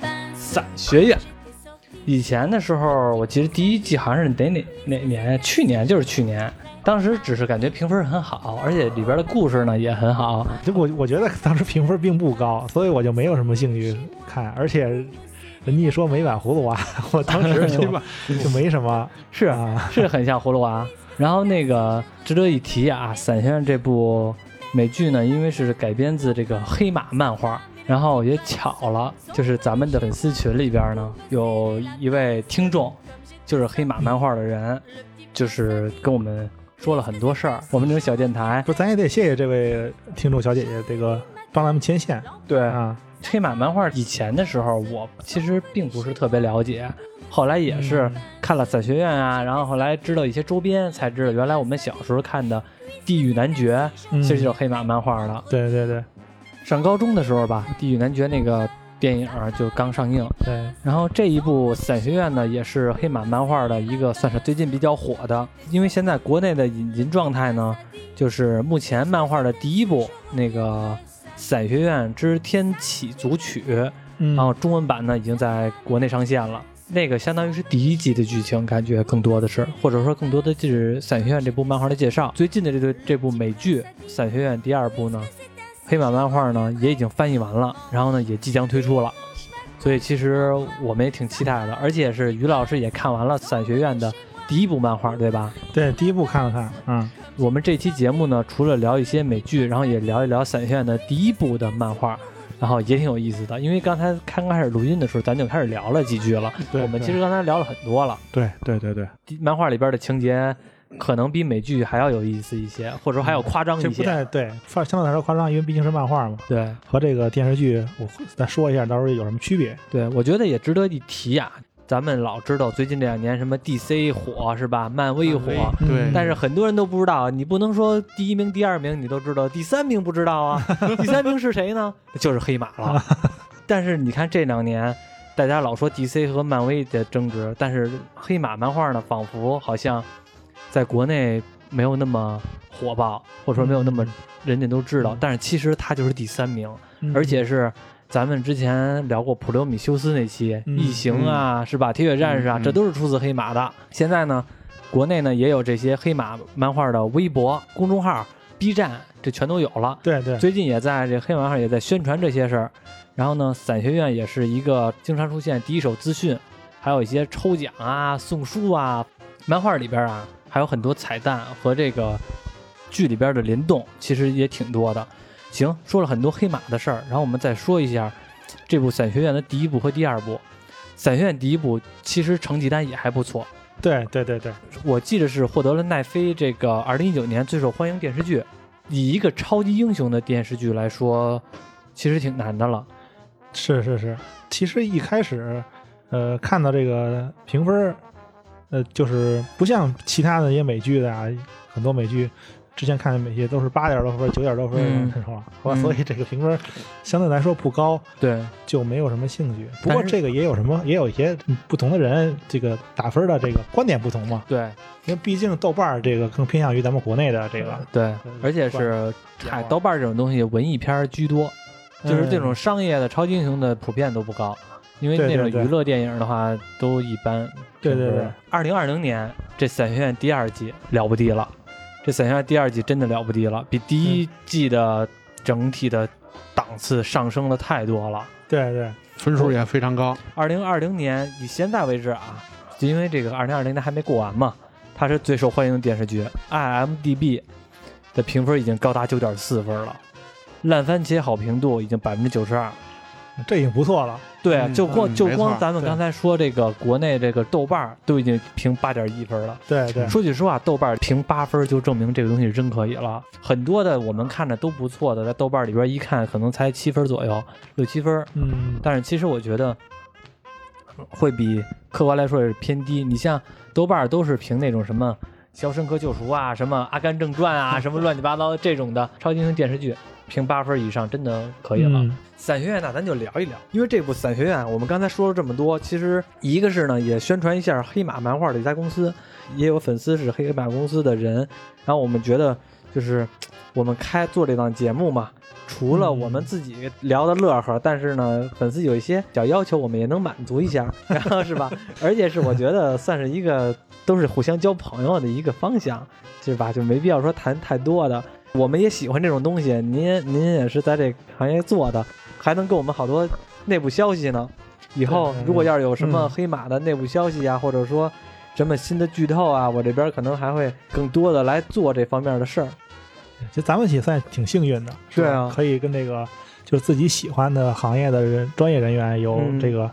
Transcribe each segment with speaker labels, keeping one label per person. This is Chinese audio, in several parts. Speaker 1: 攒学演。以前的时候，我记得第一季好像是得哪哪年，去年就是去年，当时只是感觉评分很好，而且里边的故事呢也很好。
Speaker 2: 就我我觉得当时评分并不高，所以我就没有什么兴趣看，而且人家一说美版葫芦娃，我 当时就就没什么
Speaker 1: 是
Speaker 2: 啊，
Speaker 1: 是很像葫芦娃。然后那个值得一提啊，伞先生这部美剧呢，因为是改编自这个黑马漫画，然后也巧了，就是咱们的粉丝群里边呢，有一位听众，就是黑马漫画的人，就是跟我们说了很多事儿。我们这种小电台，
Speaker 2: 不，咱也得谢谢这位听众小姐姐，这个帮咱们牵线
Speaker 1: 对
Speaker 2: 啊，
Speaker 1: 黑马漫画以前的时候，我其实并不是特别了解，后来也
Speaker 2: 嗯
Speaker 1: 是看了伞学院啊，然后后来知道一些周边，才知道原来我们小时候看的《地狱男爵》
Speaker 2: 嗯
Speaker 1: 其实就是黑马漫画的。
Speaker 2: 对对对
Speaker 1: 上高中的时候吧，《地狱男爵》那个电影儿就刚上映，
Speaker 2: 对，
Speaker 1: 然后这一部《伞学院》呢，也是黑马漫画的一个算是最近比较火的，因为现在国内的引进状态呢，就是目前漫画的第一部那个。《伞学院之天启组曲》，
Speaker 2: 嗯
Speaker 1: 然后中文版呢已经在国内上线了。那个相当于是第一季的剧情，感觉更多的是，或者说更多的就是《伞学院》这部漫画的介绍。最近的这个这部美剧《伞学院》第二部呢，黑马漫画呢也已经翻译完了，然后呢也即将推出了。所以其实我们也挺期待的，而且是于老师也看完了《伞学院》的第一部漫画，对吧？
Speaker 2: 对，第一部看了看，嗯，
Speaker 1: 我们这期节目呢，除了聊一些美剧，然后也聊一聊《伞学院》的第一部的漫画，然后也挺有意思的。因为刚才刚开始录音的时候，咱就开始聊了几句了。
Speaker 2: 对
Speaker 1: 我们其实刚才聊了很多了，
Speaker 2: 对对对对，
Speaker 1: 第漫画里边的情节可能比美剧还要有意思一些，或者说还要夸张
Speaker 2: 这
Speaker 1: 一
Speaker 2: 不
Speaker 1: 些。
Speaker 2: 太对，发相对来说夸张，因为毕竟是漫画嘛，
Speaker 1: 对
Speaker 2: 和这个电视剧，我咱说一下，到时候有什么区别？
Speaker 1: 对，我觉得也值得一提啊。咱们老知道最近这两年什么 DC 火是吧，漫威火，
Speaker 2: 嗯
Speaker 3: 对，
Speaker 1: 但是很多人都不知道，你不能说第一名、第二名你都知道，第三名不知道啊。第三名是谁呢？ 就是黑马了。但是你看这两年，大家老说 DC 和漫威的争执，但是黑马漫画呢，仿佛好像在国内没有那么火爆，或者说没有那么人家都知道。但是其实它就是第三名，
Speaker 2: 嗯
Speaker 1: 而且是。咱们之前聊过普罗米修斯那期
Speaker 2: 嗯
Speaker 1: 《异形》啊，是吧？《铁血战士》啊，
Speaker 3: 嗯嗯
Speaker 1: 这都是出自黑马的。现在呢，国内呢也有这些黑马漫画的微博、公众号、B 站，这全都有了。
Speaker 2: 对对，
Speaker 1: 最近也在这黑马上也在宣传这些事儿，然后呢，伞学院也是一个经常出现第一手资讯，还有一些抽奖啊、送书啊，漫画里边啊还有很多彩蛋和这个剧里边的联动，其实也挺多的。行，说了很多黑马的事儿，然后我们再说一下这部伞学院的第一部和第二部。伞学院第一部其实成绩单也还不错，
Speaker 2: 对对对对，
Speaker 1: 我记得是获得了奈飞这个二零一九年最受欢迎电视剧。以一个超级英雄的电视剧来说，其实挺难的了。
Speaker 2: 是是是。其实一开始，呃，看到这个评分，呃，就是不像其他的一些美剧的啊，很多美剧之前看的美剧都是八点多分、九点多分
Speaker 1: 嗯
Speaker 2: 那种啊，后
Speaker 1: 嗯
Speaker 2: 来所以这个评分相对来说不高，
Speaker 1: 对，
Speaker 2: 就没有什么兴趣。不
Speaker 1: 但
Speaker 2: 过
Speaker 1: 是
Speaker 2: 这个也有什么，也有一些不同的人，这个打分的这个观点不同嘛。
Speaker 1: 对，
Speaker 2: 因为毕竟豆瓣儿这个更偏向于咱们国内的这个，
Speaker 1: 对，
Speaker 2: 嗯
Speaker 1: 而且是嗨，
Speaker 2: 啊
Speaker 1: 豆瓣这种东西文艺片儿居多，就是这种商业的超级英雄的普遍都不高，因为
Speaker 2: 嗯对
Speaker 1: 那
Speaker 2: 对
Speaker 1: 种
Speaker 2: 对
Speaker 1: 娱乐电影的话都一般。
Speaker 2: 对对对，
Speaker 1: 二零二零年这《伞学院》第二季了不地了，这《伞学院》第二季真的了不地了，比第
Speaker 2: 嗯
Speaker 1: 一季的整体的档次上升的太多了。
Speaker 2: 对对，
Speaker 3: 分数也非常高，
Speaker 1: 二零二零年以现在为止啊，就因为这个二零二零年还没过完嘛，它是最受欢迎的电视剧，IMDB 的评分已经高达九点四分了，烂番茄好评度已经百分之九十二。
Speaker 2: 这已经不错了。
Speaker 1: 对，啊
Speaker 3: 嗯
Speaker 1: 就光、
Speaker 3: 嗯
Speaker 1: 就
Speaker 3: 没错
Speaker 1: 光咱们
Speaker 2: 对
Speaker 1: 刚才说这个国内这个豆瓣儿都已经评八点一分了。
Speaker 2: 对对，
Speaker 1: 说句实话，豆瓣儿评八分就证明这个东西是真可以了。很多的我们看着都不错的，在豆瓣儿里边一看，可能才七分左右，六七分。
Speaker 2: 嗯，
Speaker 1: 但是其实我觉得会比客观来说也是偏低。你像豆瓣儿都是评那种什么《肖申克救赎》啊、什么《阿甘正传》啊、什么乱七八糟的这种的超级英雄电视剧，评八分以上真的可以了。
Speaker 2: 嗯
Speaker 1: 伞学院啊呢，咱就聊一聊，因为这部伞学院，我们刚才说了这么多，其实一个是呢，也宣传一下黑马漫画的一家公司，也有粉丝是黑马公司的人，然后我们觉得就是我们开做这档节目嘛，除了我们自己聊的乐呵，但是呢，粉丝有一些小要求，我们也能满足一下，然后是吧？而且是我觉得算是一个都是互相交朋友的一个方向，是吧？就没必要说谈太多的。我们也喜欢这种东西，您也您也是在这行业做的，还能给我们好多内部消息呢。以后
Speaker 2: 对
Speaker 1: 如果要是有什么
Speaker 2: 嗯
Speaker 1: 黑马的内部消息啊，或者说什么新的剧透啊，我这边可能还会更多的来做这方面的事儿。
Speaker 2: 其实咱们也算挺幸运的，是吧
Speaker 1: 对啊
Speaker 2: 可以跟这个就是自己喜欢的行业的人专业人员有
Speaker 1: 嗯
Speaker 2: 这个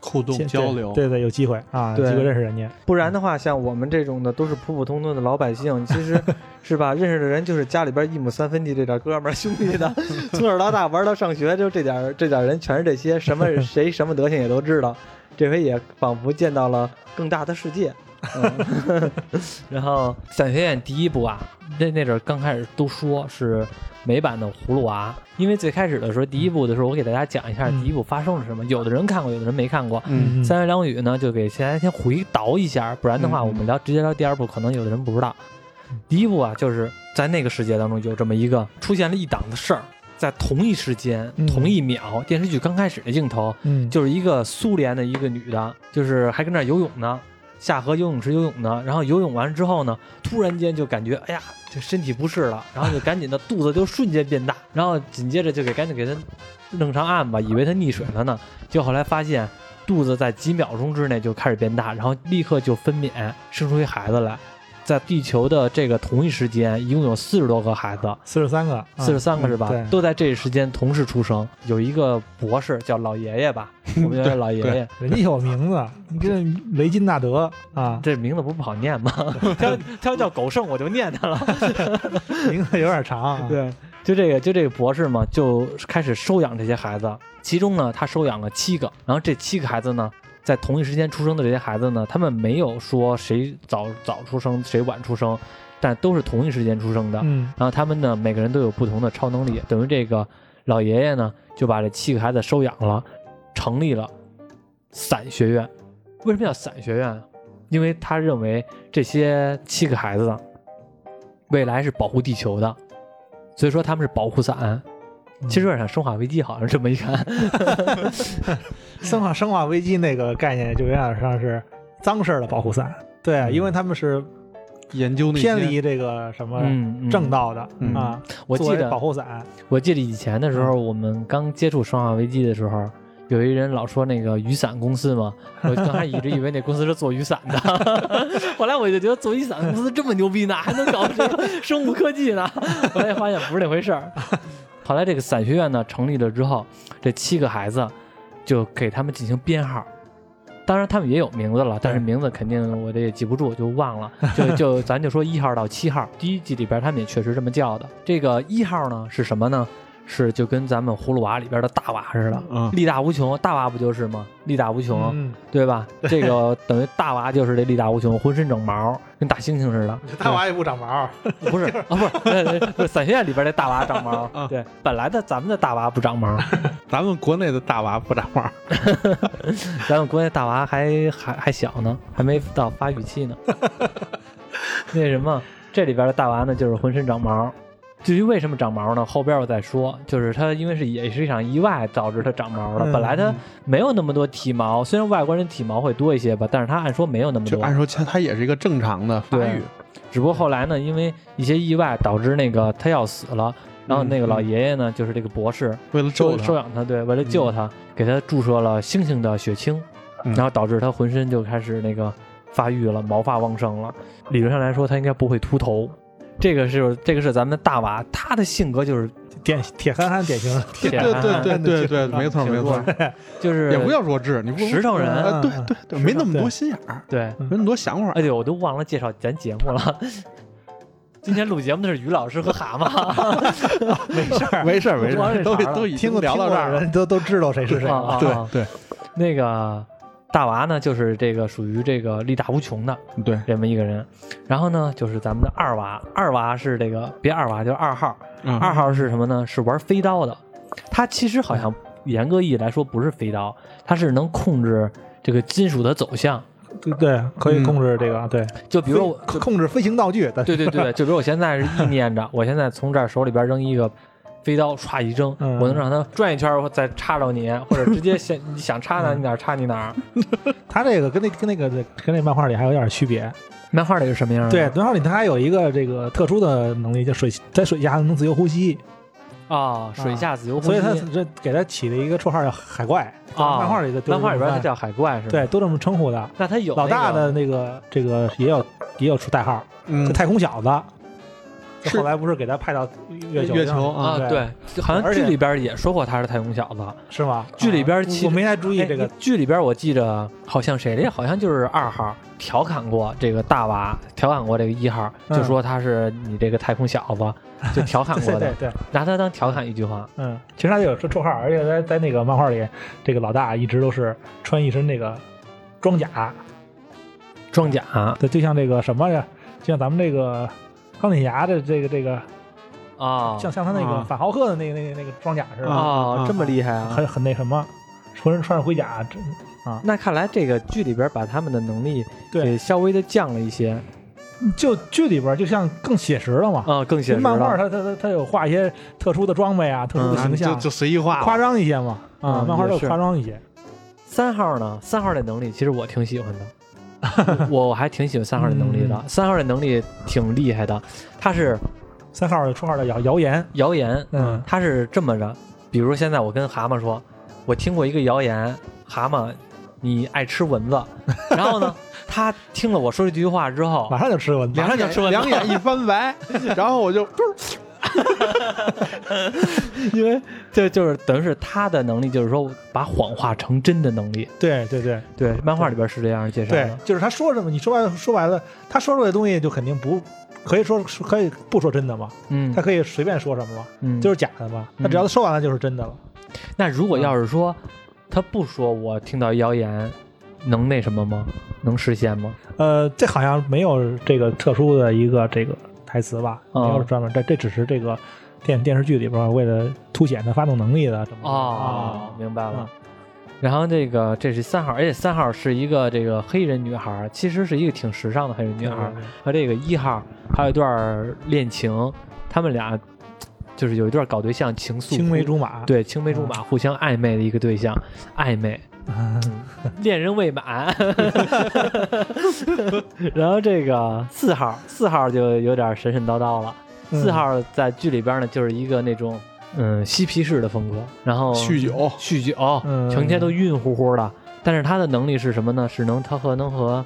Speaker 3: 互动
Speaker 2: 见
Speaker 3: 交流，
Speaker 2: 对对对，有机会啊，有
Speaker 1: 对
Speaker 2: 机会认识人家，
Speaker 1: 不然的话，像我们这种的都是普普通通的老百 姓，其实是吧？认识的人就是家里边一亩三分地这点哥们儿兄弟 的，从小到大玩到上学，就这点儿这点儿人全是这些，什 么谁什么德行也都知道。这回也仿佛见到了更大的世界。嗯、 然后伞学院第一部啊，那那阵儿刚开始都说是美版的《葫芦娃》，因为最开始的时候，第一部的时候，我给大家讲一下
Speaker 2: 嗯
Speaker 1: 第一部发生了什么，有的人看过，有的人没看过。
Speaker 3: 嗯，
Speaker 1: 三言两语呢，就给大家先回倒一下，不然的话，
Speaker 3: 嗯嗯
Speaker 1: 我们聊直接聊第二部，可能有的人不知道。第一部啊，就是在那个世界当中有这么一个出现了一档子事儿，在同一时间、
Speaker 2: 嗯
Speaker 1: 同一秒，电视剧刚开始的镜头
Speaker 2: 嗯，
Speaker 1: 就是一个苏联的一个女的，就是还跟那儿游泳呢，下河游泳池游泳呢，然后游泳完之后呢，突然间就感觉哎呀，这身体不适了，然后就赶紧的肚子就瞬间变大，然后紧接着就给赶紧给她弄上岸吧，以为她溺水了呢，结果后来发现肚子在几秒钟之内就开始变大，然后立刻就分娩生出一孩子来。在地球的这个同一时间，一共有四十多个孩子，
Speaker 2: 四十三个，啊
Speaker 1: 四十三个是吧？
Speaker 2: 嗯对，
Speaker 1: 都在这时间同时出生。有一个博士叫老爷爷吧，
Speaker 2: 嗯
Speaker 1: 我们叫老爷爷，
Speaker 2: 人家有名字，你这雷金纳德啊，
Speaker 1: 这名字不不好念 吗？他他要叫狗剩我就念他了。
Speaker 2: 名字有点长啊，
Speaker 1: 对，就这个就这个博士嘛，就开始收养这些孩子。其中呢，他收养了七个，然后这七个孩子呢，在同一时间出生的这些孩子呢，他们没有说谁早早出生谁晚出生，但都是同一时间出生的。
Speaker 2: 嗯，
Speaker 1: 然后他们呢，每个人都有不同的超能力，等于这个老爷爷呢，就把这七个孩子收养了，成立了伞学院。为什么叫伞学院啊？因为他认为这些七个孩子未来是保护地球的，所以说他们是保护伞。啊其
Speaker 2: 嗯
Speaker 1: 实有点像《生化危机》，好像这么一看，
Speaker 2: 生化生化危机那个概念就有点像是脏事儿的保护伞，对，啊
Speaker 1: 嗯
Speaker 2: 因为他们是
Speaker 3: 研究那些
Speaker 2: 偏离这个什么
Speaker 1: 嗯，嗯
Speaker 2: 正。道的
Speaker 3: 嗯
Speaker 2: 啊，
Speaker 1: 我
Speaker 2: 作
Speaker 1: 记
Speaker 2: 为
Speaker 1: 得
Speaker 2: 保护伞，
Speaker 1: 我记得以前的时候，我们刚接触《生化危机》的时候，有一人老说那个雨伞公司嘛，我刚开始一直以为那公司是做雨伞的， 后来我就觉得做雨伞公司这么牛逼呢，还能搞什么生物科技呢？ 后来发现不是那回事儿。后来这个伞学院呢成立了之后，这七个孩子就给他们进行编号。当然，他们也有名字了，但是名字肯定我这也记不住，就忘了。就 就咱就说一号到七号，第一季里边他们也确实这么叫的。这个一号呢是什么呢？是就跟咱们葫芦娃里边的大娃似的，
Speaker 3: 嗯
Speaker 1: 力大无穷，大娃不就是吗？力大无穷，
Speaker 2: 嗯，
Speaker 1: 对 吧？这个等于大娃就是这力大无穷，浑身长毛，跟大猩猩似 的。
Speaker 2: 大娃也不长毛，
Speaker 1: 不是啊，不是呃，不是伞学院里边这大娃长毛。
Speaker 3: 啊
Speaker 1: 对，本来的咱们的大娃不长毛，
Speaker 3: 咱们国内的大娃不长毛，
Speaker 1: 咱们国内大娃还还还小呢，还没到发育期呢。那什么，这里边的大娃呢，就是浑身长毛。至于为什么长毛呢？后边我再说。就是它因为是也是一场意外导致它长毛了。
Speaker 2: 嗯
Speaker 1: 本来它没有那么多体毛，虽然外国人体毛会多一些吧，但是它按说没有那么
Speaker 3: 就
Speaker 1: 多。
Speaker 3: 按说它它也是一个正常的发育，
Speaker 1: 只不过后来呢，因为一些意外导致那个他要死了，然后那个老爷爷呢，就是这个博士
Speaker 3: 为了
Speaker 1: 收
Speaker 3: 救
Speaker 1: 收
Speaker 3: 它，
Speaker 1: 养他，对，为了救他，给他注射了猩猩的血清，
Speaker 3: 嗯
Speaker 1: 然后导致他浑身就开始那个发育了，毛发旺盛了。理论上来说，他应该不会秃头。这个是这个是咱们大娃，他的性格就是
Speaker 2: 典铁憨憨典型的，啊
Speaker 1: 铁
Speaker 3: 对对对对对，没错没错，，
Speaker 1: 就是
Speaker 3: 也不叫弱智，你不
Speaker 1: 石头人，
Speaker 3: 啊，对
Speaker 2: 嗯
Speaker 3: 对对，没那么多心眼儿，
Speaker 1: 对。
Speaker 3: 没那么多想法
Speaker 1: 哎，对，我都忘了介绍咱节目了。今天录节目的是于老师和蛤�蛤蟆。
Speaker 2: 没事儿，
Speaker 3: 没事儿没事
Speaker 1: 我忘
Speaker 3: 儿，
Speaker 1: 这
Speaker 3: 都
Speaker 1: 茬儿了
Speaker 3: 都已
Speaker 2: 听
Speaker 3: 经
Speaker 2: 过
Speaker 3: 聊到这儿
Speaker 2: 听过的
Speaker 3: 了，
Speaker 2: 人都都知道谁是谁
Speaker 1: 啊
Speaker 2: 了，
Speaker 1: 啊啊
Speaker 3: 对对
Speaker 1: 那个大娃呢，就是这个属于这个力大无穷的
Speaker 3: 对，
Speaker 1: 这么一个人。然后呢，就是咱们的二娃，二娃是这个别二娃，就是二号。
Speaker 3: 嗯
Speaker 1: 二号是什么呢？是玩飞刀的。他其实好像严格意义来说不是飞刀，他是能控制这个金属的走向。
Speaker 2: 对对，可以
Speaker 3: 嗯
Speaker 2: 控制这个，啊对，
Speaker 1: 就比如我
Speaker 2: 飞控制飞行道具，但是
Speaker 1: 对对对对，就比如我现在是意念着，我现在从这儿手里边扔一个飞刀，歘一扔，
Speaker 2: 嗯
Speaker 1: 我能让它转一圈儿，我再插着你，或者直接想 你想插哪你哪儿插你哪
Speaker 2: 嗯
Speaker 1: 儿。
Speaker 2: 它这个跟那跟那个跟那漫画里还有点区别。
Speaker 1: 漫画里是什么样的？
Speaker 2: 对，漫画里它还有一个这个特殊的能力，叫水在水下能自由呼吸，
Speaker 1: 啊，水下自由呼
Speaker 2: 所
Speaker 1: 吸
Speaker 2: 以它这给它起了一个绰号叫海怪。
Speaker 1: 啊，
Speaker 2: 漫画里的
Speaker 1: 漫画里边它
Speaker 2: 它
Speaker 1: 叫海怪是吧？，
Speaker 2: 对，都这么称呼的。
Speaker 1: 那它有
Speaker 2: 老大
Speaker 1: 那个
Speaker 2: 的那个这个也有也有出代号，
Speaker 3: 嗯
Speaker 2: 叫，太空小子。
Speaker 3: 是
Speaker 2: 后来不是给他派到月球
Speaker 3: 月
Speaker 2: 上
Speaker 3: 球
Speaker 2: 了
Speaker 1: 啊，
Speaker 2: 对
Speaker 1: 对，好像
Speaker 2: 而且
Speaker 1: 剧里边也说过他是太空小子。
Speaker 2: 是吗？
Speaker 1: 剧里边
Speaker 2: 啊
Speaker 1: 其
Speaker 2: 我我没太注意
Speaker 1: 哎
Speaker 2: 这个，
Speaker 1: 剧里边我记着好像谁来，好像就是二号调侃过这个大娃，调侃过这个一号，
Speaker 2: 嗯
Speaker 1: 就说他是你这个太空小子，就调侃
Speaker 2: 对
Speaker 1: 过
Speaker 2: 对
Speaker 1: 的
Speaker 2: 对，对，
Speaker 1: 拿他当调侃一句话。
Speaker 2: 嗯，其实他有这绰号，而且在在那个漫画里，这个老大一直都是穿一身那个装甲，
Speaker 1: 装甲
Speaker 2: 对，就像这个什么呀，就像咱们这个钢铁侠的这个这个，
Speaker 1: 啊
Speaker 2: 像像他那个
Speaker 3: 啊
Speaker 2: 反浩克的那个那个那个装甲似的，
Speaker 1: 啊，这么厉害啊！
Speaker 2: 很很那什么，浑身穿着盔甲，这
Speaker 1: 那看来这个剧里边把他们的能力
Speaker 2: 对
Speaker 1: 给稍微的降了一些，
Speaker 2: 就剧里边就像更写实了嘛。
Speaker 1: 啊，更写实
Speaker 2: 漫画
Speaker 1: 了。
Speaker 2: 它它它它有画一些特殊的装备啊，特殊
Speaker 1: 嗯
Speaker 2: 的
Speaker 3: 啊
Speaker 2: 形
Speaker 3: 就
Speaker 2: 象，
Speaker 3: 就随意化了，
Speaker 2: 夸张一些嘛。啊，
Speaker 1: 嗯
Speaker 2: 漫画
Speaker 1: 也
Speaker 2: 都
Speaker 1: 是
Speaker 2: 夸张一些。
Speaker 1: 三号呢？三号的能力其实我挺喜欢的， 我我还挺喜欢三号的能力的。三号的能力挺厉害的，他是
Speaker 2: 三号绰号的谣谣言，
Speaker 1: 谣言，
Speaker 2: 嗯，
Speaker 1: 他是这么着，比如现在我跟蛤蟆说，我听过一个谣言，蛤蟆你爱吃蚊子，然后呢，他听了我说这句话之 后
Speaker 2: 马，上就吃我，
Speaker 1: 马上就吃完了
Speaker 3: 两眼一翻白，然后我就
Speaker 1: 因为这就是等于是他的能力，就是说把谎话成真的能力。
Speaker 2: 对对对
Speaker 1: 对，漫画里边是这样介绍
Speaker 2: 对
Speaker 1: 的，。
Speaker 2: 就是他说什么，你说白了说白了，他说出来的东西就肯定不可以说可以不说真的嘛，
Speaker 1: 嗯
Speaker 2: 他可以随便说什么嘛，
Speaker 1: 嗯，
Speaker 2: 就是是假的嘛。
Speaker 1: 嗯
Speaker 2: 他只要说完了就是真的了。
Speaker 1: 那如果要
Speaker 2: 嗯
Speaker 1: 是说他不说，我听到谣言，能那什么吗？能实现吗？
Speaker 2: 呃，这好像没有这个特殊的一个这个台词吧，
Speaker 1: 嗯
Speaker 2: 没有专门这这只是这个电电视剧里边为了凸显他发动能力的这么一个
Speaker 1: 哦，明白了
Speaker 2: 嗯。
Speaker 1: 然后这个这是三号，而且三号是一个这个黑人女孩，其实是一个挺时尚的黑人女
Speaker 2: 对
Speaker 1: 孩，
Speaker 2: 对对
Speaker 1: 和这个一号还有一段恋情，他们俩就是有一段搞对象，情愫
Speaker 2: 青梅竹马，
Speaker 1: 对青梅竹马互相暧昧的一个对象，暧昧
Speaker 2: 嗯，
Speaker 1: 恋人未满。 然后这个四号，四号就有点神神叨叨了。
Speaker 2: 嗯
Speaker 1: 四号在剧里边呢，就是一个那种嗯嬉皮士的风格，然后
Speaker 3: 酗酒，
Speaker 1: 酗酒，
Speaker 2: 嗯
Speaker 1: 成天都晕乎乎的。但是他的能力是什么呢？是能他和能和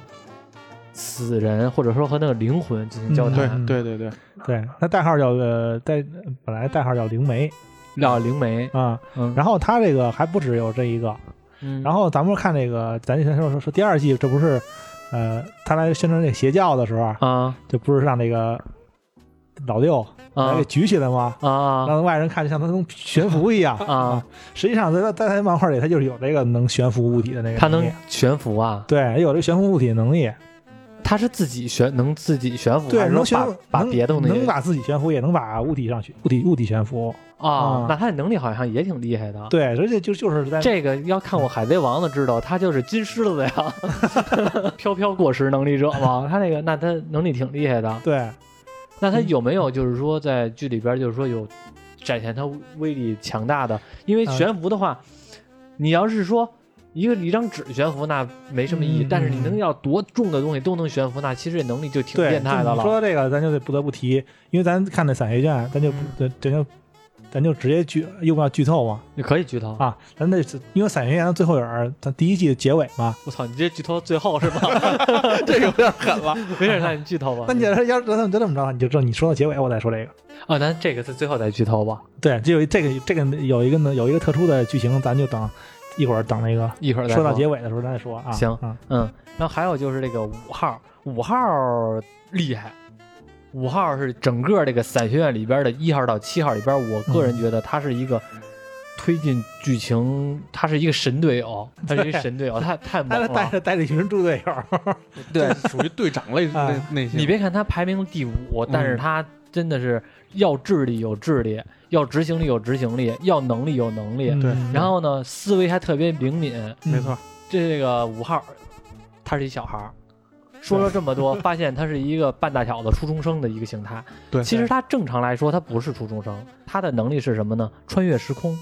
Speaker 1: 死人或者说和那个灵魂进行交
Speaker 2: 嗯
Speaker 1: 谈，
Speaker 2: 嗯
Speaker 3: 对对对对，
Speaker 2: 对，他代号叫呃代本来代号叫灵媒
Speaker 1: 了灵媒。
Speaker 2: 啊，
Speaker 1: 嗯，
Speaker 2: 然后他这个还不只有这一个，
Speaker 1: 嗯
Speaker 2: 然后咱们看这个，咱先说说说第二季，这不是，呃，他来宣传这个邪教的时候，
Speaker 1: 啊
Speaker 2: 这不是让那个老六来
Speaker 1: 啊
Speaker 2: 给举起来吗？
Speaker 1: 啊
Speaker 2: 让外人看就像他能悬浮一样
Speaker 1: 啊！！
Speaker 2: 实际上在他在他漫画里，他就是有这个能悬浮物体的那个
Speaker 1: 他
Speaker 2: 能
Speaker 1: 能
Speaker 2: 力，
Speaker 1: 悬浮啊？
Speaker 2: 对，有这个悬浮物体的能力，
Speaker 1: 他是自己悬，能自己悬浮啊，
Speaker 2: 对，
Speaker 1: 还是说
Speaker 2: 能悬
Speaker 1: 把
Speaker 2: 浮
Speaker 1: 把
Speaker 2: 能
Speaker 1: 别的东西
Speaker 2: 能把自己悬浮，也能把物体上去物体物体悬浮，
Speaker 1: 啊
Speaker 2: 嗯？
Speaker 1: 那他的能力好像也挺厉害的。
Speaker 2: 对，而且就就是在
Speaker 1: 这个要看我《海贼王》的知道，他就是金狮子呀， 飘飘过时能力者嘛。他那个，那他能力挺厉害的。
Speaker 2: 对
Speaker 1: 那他有没有就是说在剧里边就是说有展现他威力强大的？因为
Speaker 2: 呃
Speaker 1: 悬浮的话，你要是说一个一张纸悬浮，那没什么意义。
Speaker 2: 嗯
Speaker 1: 但是你能要多重的东西都能悬浮，那其实这能力就挺
Speaker 2: 对，
Speaker 1: 变态
Speaker 2: 就
Speaker 1: 的
Speaker 2: 你说
Speaker 1: 了。
Speaker 2: 到这个，咱就得不得不提，因为咱看那散学卷，咱就
Speaker 1: 嗯
Speaker 2: 不咱就咱就直接剧又不要剧透嘛
Speaker 1: 你可以剧透，
Speaker 2: 啊，咱那因为散学卷最后有儿，咱第一季的结尾嘛，
Speaker 1: 我操，你这剧透到最后是吧？
Speaker 3: 这有点狠了。
Speaker 1: 没事，那你剧透吧。
Speaker 2: 那你要要咱们就这么着，你就知道你说到结尾，我再说这个。
Speaker 1: 啊，咱这个是最后再剧透吧，
Speaker 2: 对，就有这个这个有一个呢有一个特殊的剧情，咱就等一会儿等那个
Speaker 1: 一会儿再
Speaker 2: 说到
Speaker 1: 尾。
Speaker 2: 结尾的时候咱再说啊。
Speaker 1: 行
Speaker 2: 啊，
Speaker 1: 嗯，然后还有就是这个五号，五号厉害。五号是整个这个伞学院里边的一号到七号里边，我个人觉得他是一个推进剧情，他是一个神队友，他是一个神队友， 他太猛
Speaker 2: 带着带
Speaker 1: 了。
Speaker 2: 着带着一群猪队友，
Speaker 1: 对，
Speaker 3: 属于队长类那
Speaker 2: 啊
Speaker 3: 那些。
Speaker 1: 你别看他排名第五，但是他真的是要智力有智力，要执行力有执行力，要能力有能力，
Speaker 2: 嗯
Speaker 3: 对
Speaker 1: 然后呢思维还特别灵敏。
Speaker 2: 嗯
Speaker 3: 没错，
Speaker 1: 这个五号，他是一小孩儿。说了这么多，发现他是一个半大小子初中生的一个形态。
Speaker 2: 对，
Speaker 1: 其实他正常来说他不是初中生，他的能力是什么呢？穿越时空，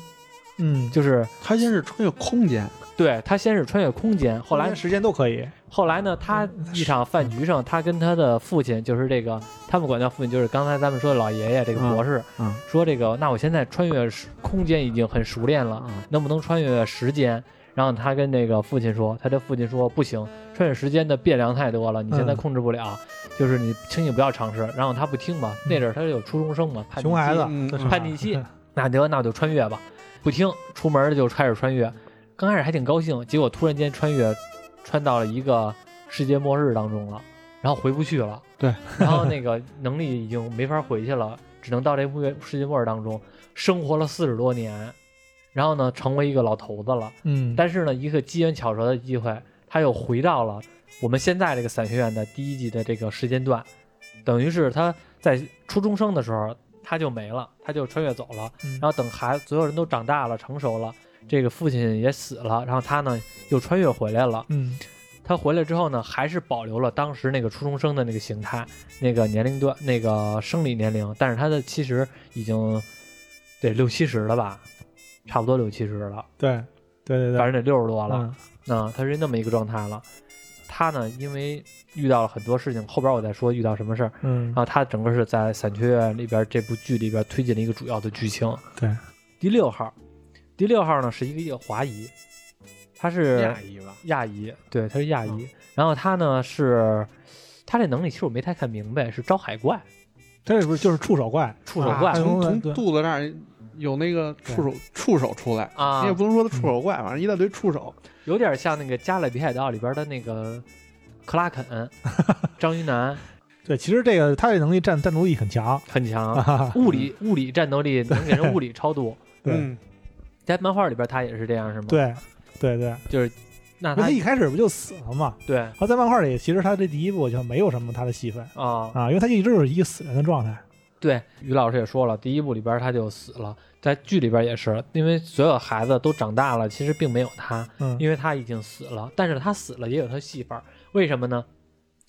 Speaker 2: 嗯，
Speaker 1: 就是
Speaker 3: 他先是穿越空间，
Speaker 1: 对他先是穿越空间，后来
Speaker 2: 时间都可以，
Speaker 1: 后来呢，他一场饭局上，他跟他的父亲，就是这个他们管叫父亲，就是刚才咱们说的老爷爷这个
Speaker 3: 嗯
Speaker 1: 博士，
Speaker 3: 嗯
Speaker 1: 说这个，那我现在穿越时空间已经很熟练了，
Speaker 3: 嗯
Speaker 1: 能不能穿越时间？然后他跟那个父亲说，他的父亲说不行，穿越时间的变量太多了，你现在
Speaker 2: 嗯
Speaker 1: 控制不了，就是你请你不要尝试。然后他不听嘛，那阵儿他有初中生嘛，叛逆
Speaker 2: 嗯熊孩
Speaker 1: 期
Speaker 2: 子
Speaker 3: 嗯，
Speaker 2: 这是
Speaker 1: 叛逆期，那得那我就穿越吧，不听，出门就开始穿越。刚开始还挺高兴，结果突然间穿越，穿到了一个世界末日当中了，然后回不去了。
Speaker 3: 对，
Speaker 1: 然后那个能力已经没法回去了，只能到这部世界末日当中生活了四十多年，然后呢，成为一个老头子了。
Speaker 2: 嗯，
Speaker 1: 但是呢，一个机缘巧合的机会，他又回到了我们现在这个伞学院的第一季的这个时间段，等于是他在初中生的时候他就没了，他就穿越走了。
Speaker 2: 嗯
Speaker 1: 然后等孩所有人都长大了、成熟了，这个父亲也死了，然后他呢又穿越回来了。
Speaker 2: 嗯
Speaker 1: 他回来之后呢，还是保留了当时那个初中生的那个形态、那个年龄段、那个生理年龄，但是他的其实已经得六七十了吧，差不多六七十了，
Speaker 2: 对对对对，
Speaker 1: 反正得六十多了。
Speaker 2: 嗯
Speaker 1: 啊，他是那么一个状态了。他呢，因为遇到了很多事情，后边我再说遇到什么事儿。
Speaker 2: 嗯
Speaker 1: 然后他整个是在《散缺院》里边这部剧里边推进了一个主要的剧情。
Speaker 2: 对，
Speaker 1: 第六号，第六号呢是一个一个华裔，他是
Speaker 3: 亚裔吧，
Speaker 1: 亚裔，对，他是亚裔。然后他呢是，他这能力其实我没太看明白，是招海怪，
Speaker 2: 这是不是就是触手怪？
Speaker 1: 触手怪
Speaker 2: 啊
Speaker 3: 从从
Speaker 2: 对
Speaker 3: 肚子这儿有那个触手触手出来，
Speaker 1: 啊
Speaker 3: 你也，不能说他触手怪，反正一大堆触手，
Speaker 1: 有点像那个《加勒比海盗》里边的那个克拉肯，章鱼男
Speaker 2: 对，其实这个他这能力战战斗力很强，
Speaker 1: 很强。
Speaker 2: 哈哈嗯
Speaker 1: 物理物理战斗力能给人物理超度，
Speaker 2: 对
Speaker 3: 嗯，
Speaker 1: 在漫画里边他也是这样是吗？，
Speaker 2: 对对对，
Speaker 1: 就是那
Speaker 2: 那
Speaker 1: 他
Speaker 2: 他一开始不就死了嘛？
Speaker 1: 对啊、
Speaker 2: 他在漫画里，其实他这第一部就没有什么他的戏份啊，因为他一直就是一个死人的状态。
Speaker 1: 对，于老师也说了，第一部里边他就死了，在剧里边也是，因为所有孩子都长大了，其实并没有他，
Speaker 2: 嗯，
Speaker 1: 因为他已经死了，但是他死了也有他戏份儿，为什么呢？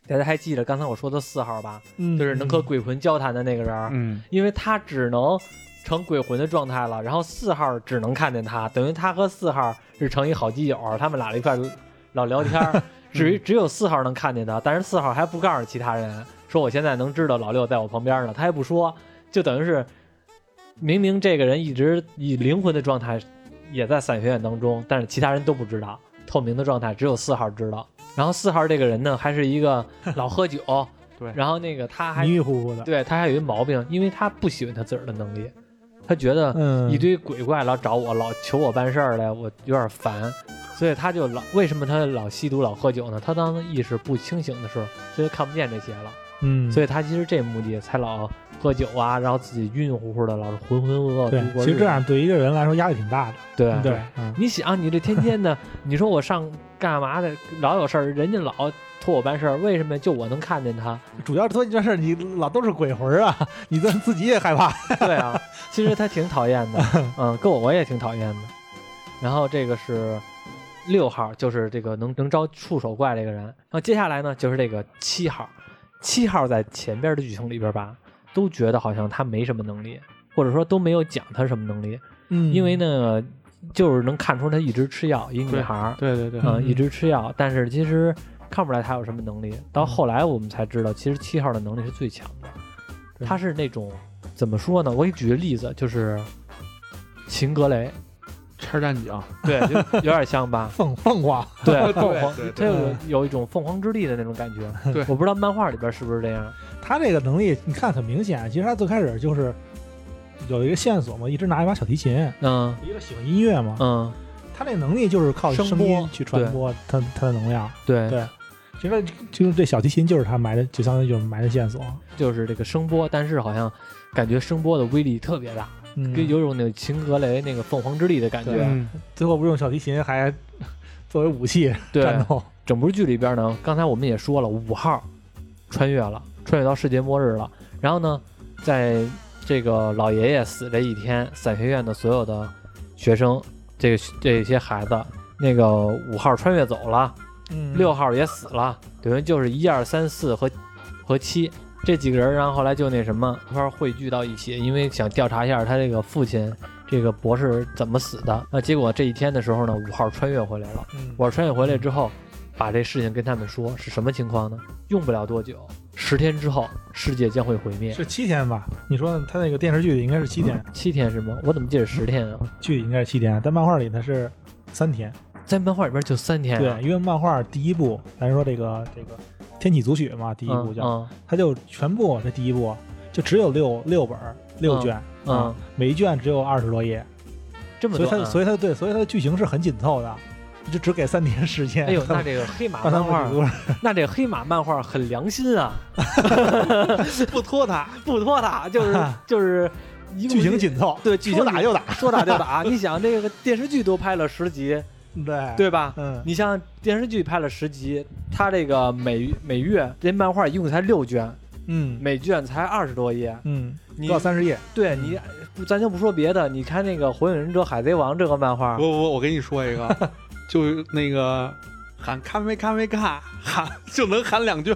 Speaker 1: 大家还记得刚才我说的四号吧，
Speaker 2: 嗯
Speaker 1: 就是能和
Speaker 2: 可
Speaker 1: 鬼魂交谈的那个人儿，
Speaker 3: 嗯，
Speaker 1: 因为他只能成鬼魂的状态了，然后四号只能看见他，等于他和四号是成一好基友，他们俩一块儿老聊天儿，至于只有四号能看见他，但是四号还不告诉其他人，说我现在能知道老六在我旁边呢，他还不说，就等于是明明这个人一直以灵魂的状态也在伞学院当中，但是其他人都不知道，透明的状态只有四号知道。然后四号这个人呢，还是一个老喝酒，
Speaker 3: 对
Speaker 1: 然后那个他还
Speaker 2: 嗯迷迷糊糊的，
Speaker 1: 对他还有一毛病，因为他不喜欢他自个儿的能力，他觉得
Speaker 2: 嗯，
Speaker 1: 一堆鬼怪老找我，老求我办事儿来，我有点烦，所以他就老为什么他老吸毒老喝酒呢？他当意识不清醒的时候，他就看不见这些了，
Speaker 2: 嗯，
Speaker 1: 所以他其实这目的才老喝酒啊，然后自己晕晕乎乎的，老是浑浑噩噩
Speaker 2: 对
Speaker 1: 地，过日子。
Speaker 2: 其实这样对一个人来说压力挺大的。
Speaker 1: 对
Speaker 2: 对，嗯
Speaker 1: 你想，你这天天的，你说我上干嘛的，老有事儿，人家老托我办事儿，为什么就我能看见他？
Speaker 2: 主要说你这事儿，你老都是鬼魂儿啊， 你自自己也害怕。
Speaker 1: 对啊，其实他挺讨厌的，嗯，跟我我也挺讨厌的。然后这个是六号，就是这个能能招触手怪这个人。然后接下来呢，就是这个七号，七号在前边的剧情里边吧，都觉得好像他没什么能力，或者说都没有讲他什么能力，
Speaker 2: 嗯
Speaker 1: 因为，呢，就是能看出他一直吃药，一女孩儿，
Speaker 3: 对对对
Speaker 1: 嗯，
Speaker 2: 嗯
Speaker 1: 一直吃药，但是其实看不出来他有什么能力。到后来我们才知道，其实七号的能力是最强的，
Speaker 2: 对？
Speaker 1: 他是那种怎么说呢？我给你举个例子，就是秦格雷，
Speaker 3: 叉战警，
Speaker 1: 对， 就有点像吧
Speaker 2: 凤凤凰，
Speaker 1: 对，
Speaker 3: 对
Speaker 1: 凤凰
Speaker 3: 对，
Speaker 1: 他
Speaker 2: 对
Speaker 1: 有有一种凤凰之力的那种感觉。
Speaker 3: 对
Speaker 1: 我不知道漫画里边是不是这样。
Speaker 2: 他这个能力你看很明显，其实他最开始就是有一个线索嘛，一直拿一把小提琴，
Speaker 1: 嗯
Speaker 2: 一个喜欢音乐嘛，
Speaker 1: 嗯，
Speaker 2: 他这能力就是靠
Speaker 1: 声
Speaker 2: 声
Speaker 1: 波
Speaker 2: 音去传播他他的能量。
Speaker 1: 对，
Speaker 2: 对，其实就是这小提琴就是他埋的，就相当于就是埋的线索。
Speaker 1: 就是这个声波，但是好像感觉声波的威力特别大，
Speaker 2: 嗯，
Speaker 1: 跟有种那个秦格雷那个凤凰之力的感
Speaker 2: 对
Speaker 1: 觉。
Speaker 3: 嗯，
Speaker 2: 最后不是用小提琴还作为武器
Speaker 1: 对，
Speaker 2: 战斗。
Speaker 1: 整部剧里边呢，刚才我们也说了，五号穿越了，穿越到世界末日了。然后呢，在这个老爷爷死这一天，伞学院的所有的学生，这个这些孩子，那个五号穿越走了，
Speaker 2: 嗯
Speaker 1: 六号也死了，等于就是一二三四和和七这几个人，然后后来就那什么一块儿汇聚到一起，因为想调查一下他这个父亲这个博士怎么死的。那结果这一天的时候呢，五号穿越回来了。
Speaker 2: 嗯
Speaker 1: 我穿越回来之后，把这事情跟他们说是什么情况呢？用不了多久，十天之后世界将会毁灭。
Speaker 2: 是七天吧？你说他那个电视剧里应该是七天，啊
Speaker 1: 七天是吗？我怎么记得十天啊？
Speaker 2: 剧里应该是七天，但漫画里它是三天。
Speaker 1: 在漫画里边就三天、啊。
Speaker 2: 对，因为漫画第一部，咱说这个这个天启组曲嘛，第
Speaker 1: 嗯，
Speaker 2: 一部叫，
Speaker 1: 嗯
Speaker 2: 它就全部这第一部就只有六六本儿六
Speaker 1: 嗯
Speaker 2: 卷
Speaker 1: 嗯
Speaker 2: 啊，每一卷只有二十多页，
Speaker 1: 这么
Speaker 2: 所
Speaker 1: 多、
Speaker 2: 以它
Speaker 1: 啊。
Speaker 2: 所以它对，所以它的剧情是很紧凑的，就只给三天时间。
Speaker 1: 哎 呦，
Speaker 2: 让
Speaker 1: 那
Speaker 2: 他
Speaker 1: 这个黑马
Speaker 2: 让他
Speaker 1: 漫
Speaker 2: 们
Speaker 1: 画
Speaker 2: 去，读
Speaker 1: 那这黑马漫画很良心 啊，
Speaker 2: 不拖沓，
Speaker 1: 不拖沓，就是 就是一部
Speaker 2: 剧
Speaker 1: 剧
Speaker 2: 情紧凑，
Speaker 1: 对剧情
Speaker 2: 说打就打，
Speaker 1: 说打就打。你想这个电视剧都拍了十集，
Speaker 2: 哎对，
Speaker 1: 对吧？
Speaker 2: 嗯，
Speaker 1: 你像电视剧拍了十集，它这个每每月这漫画一共才六卷，
Speaker 2: 嗯
Speaker 1: 每卷才二十多页。
Speaker 2: 嗯，不
Speaker 1: 你
Speaker 2: 到三十页，
Speaker 1: 对你，不咱就不说别的，你看那个《火影忍者》《海贼王》这个漫画
Speaker 3: 我，我我跟你说一个，就那个喊看没看没看，喊就能喊两卷，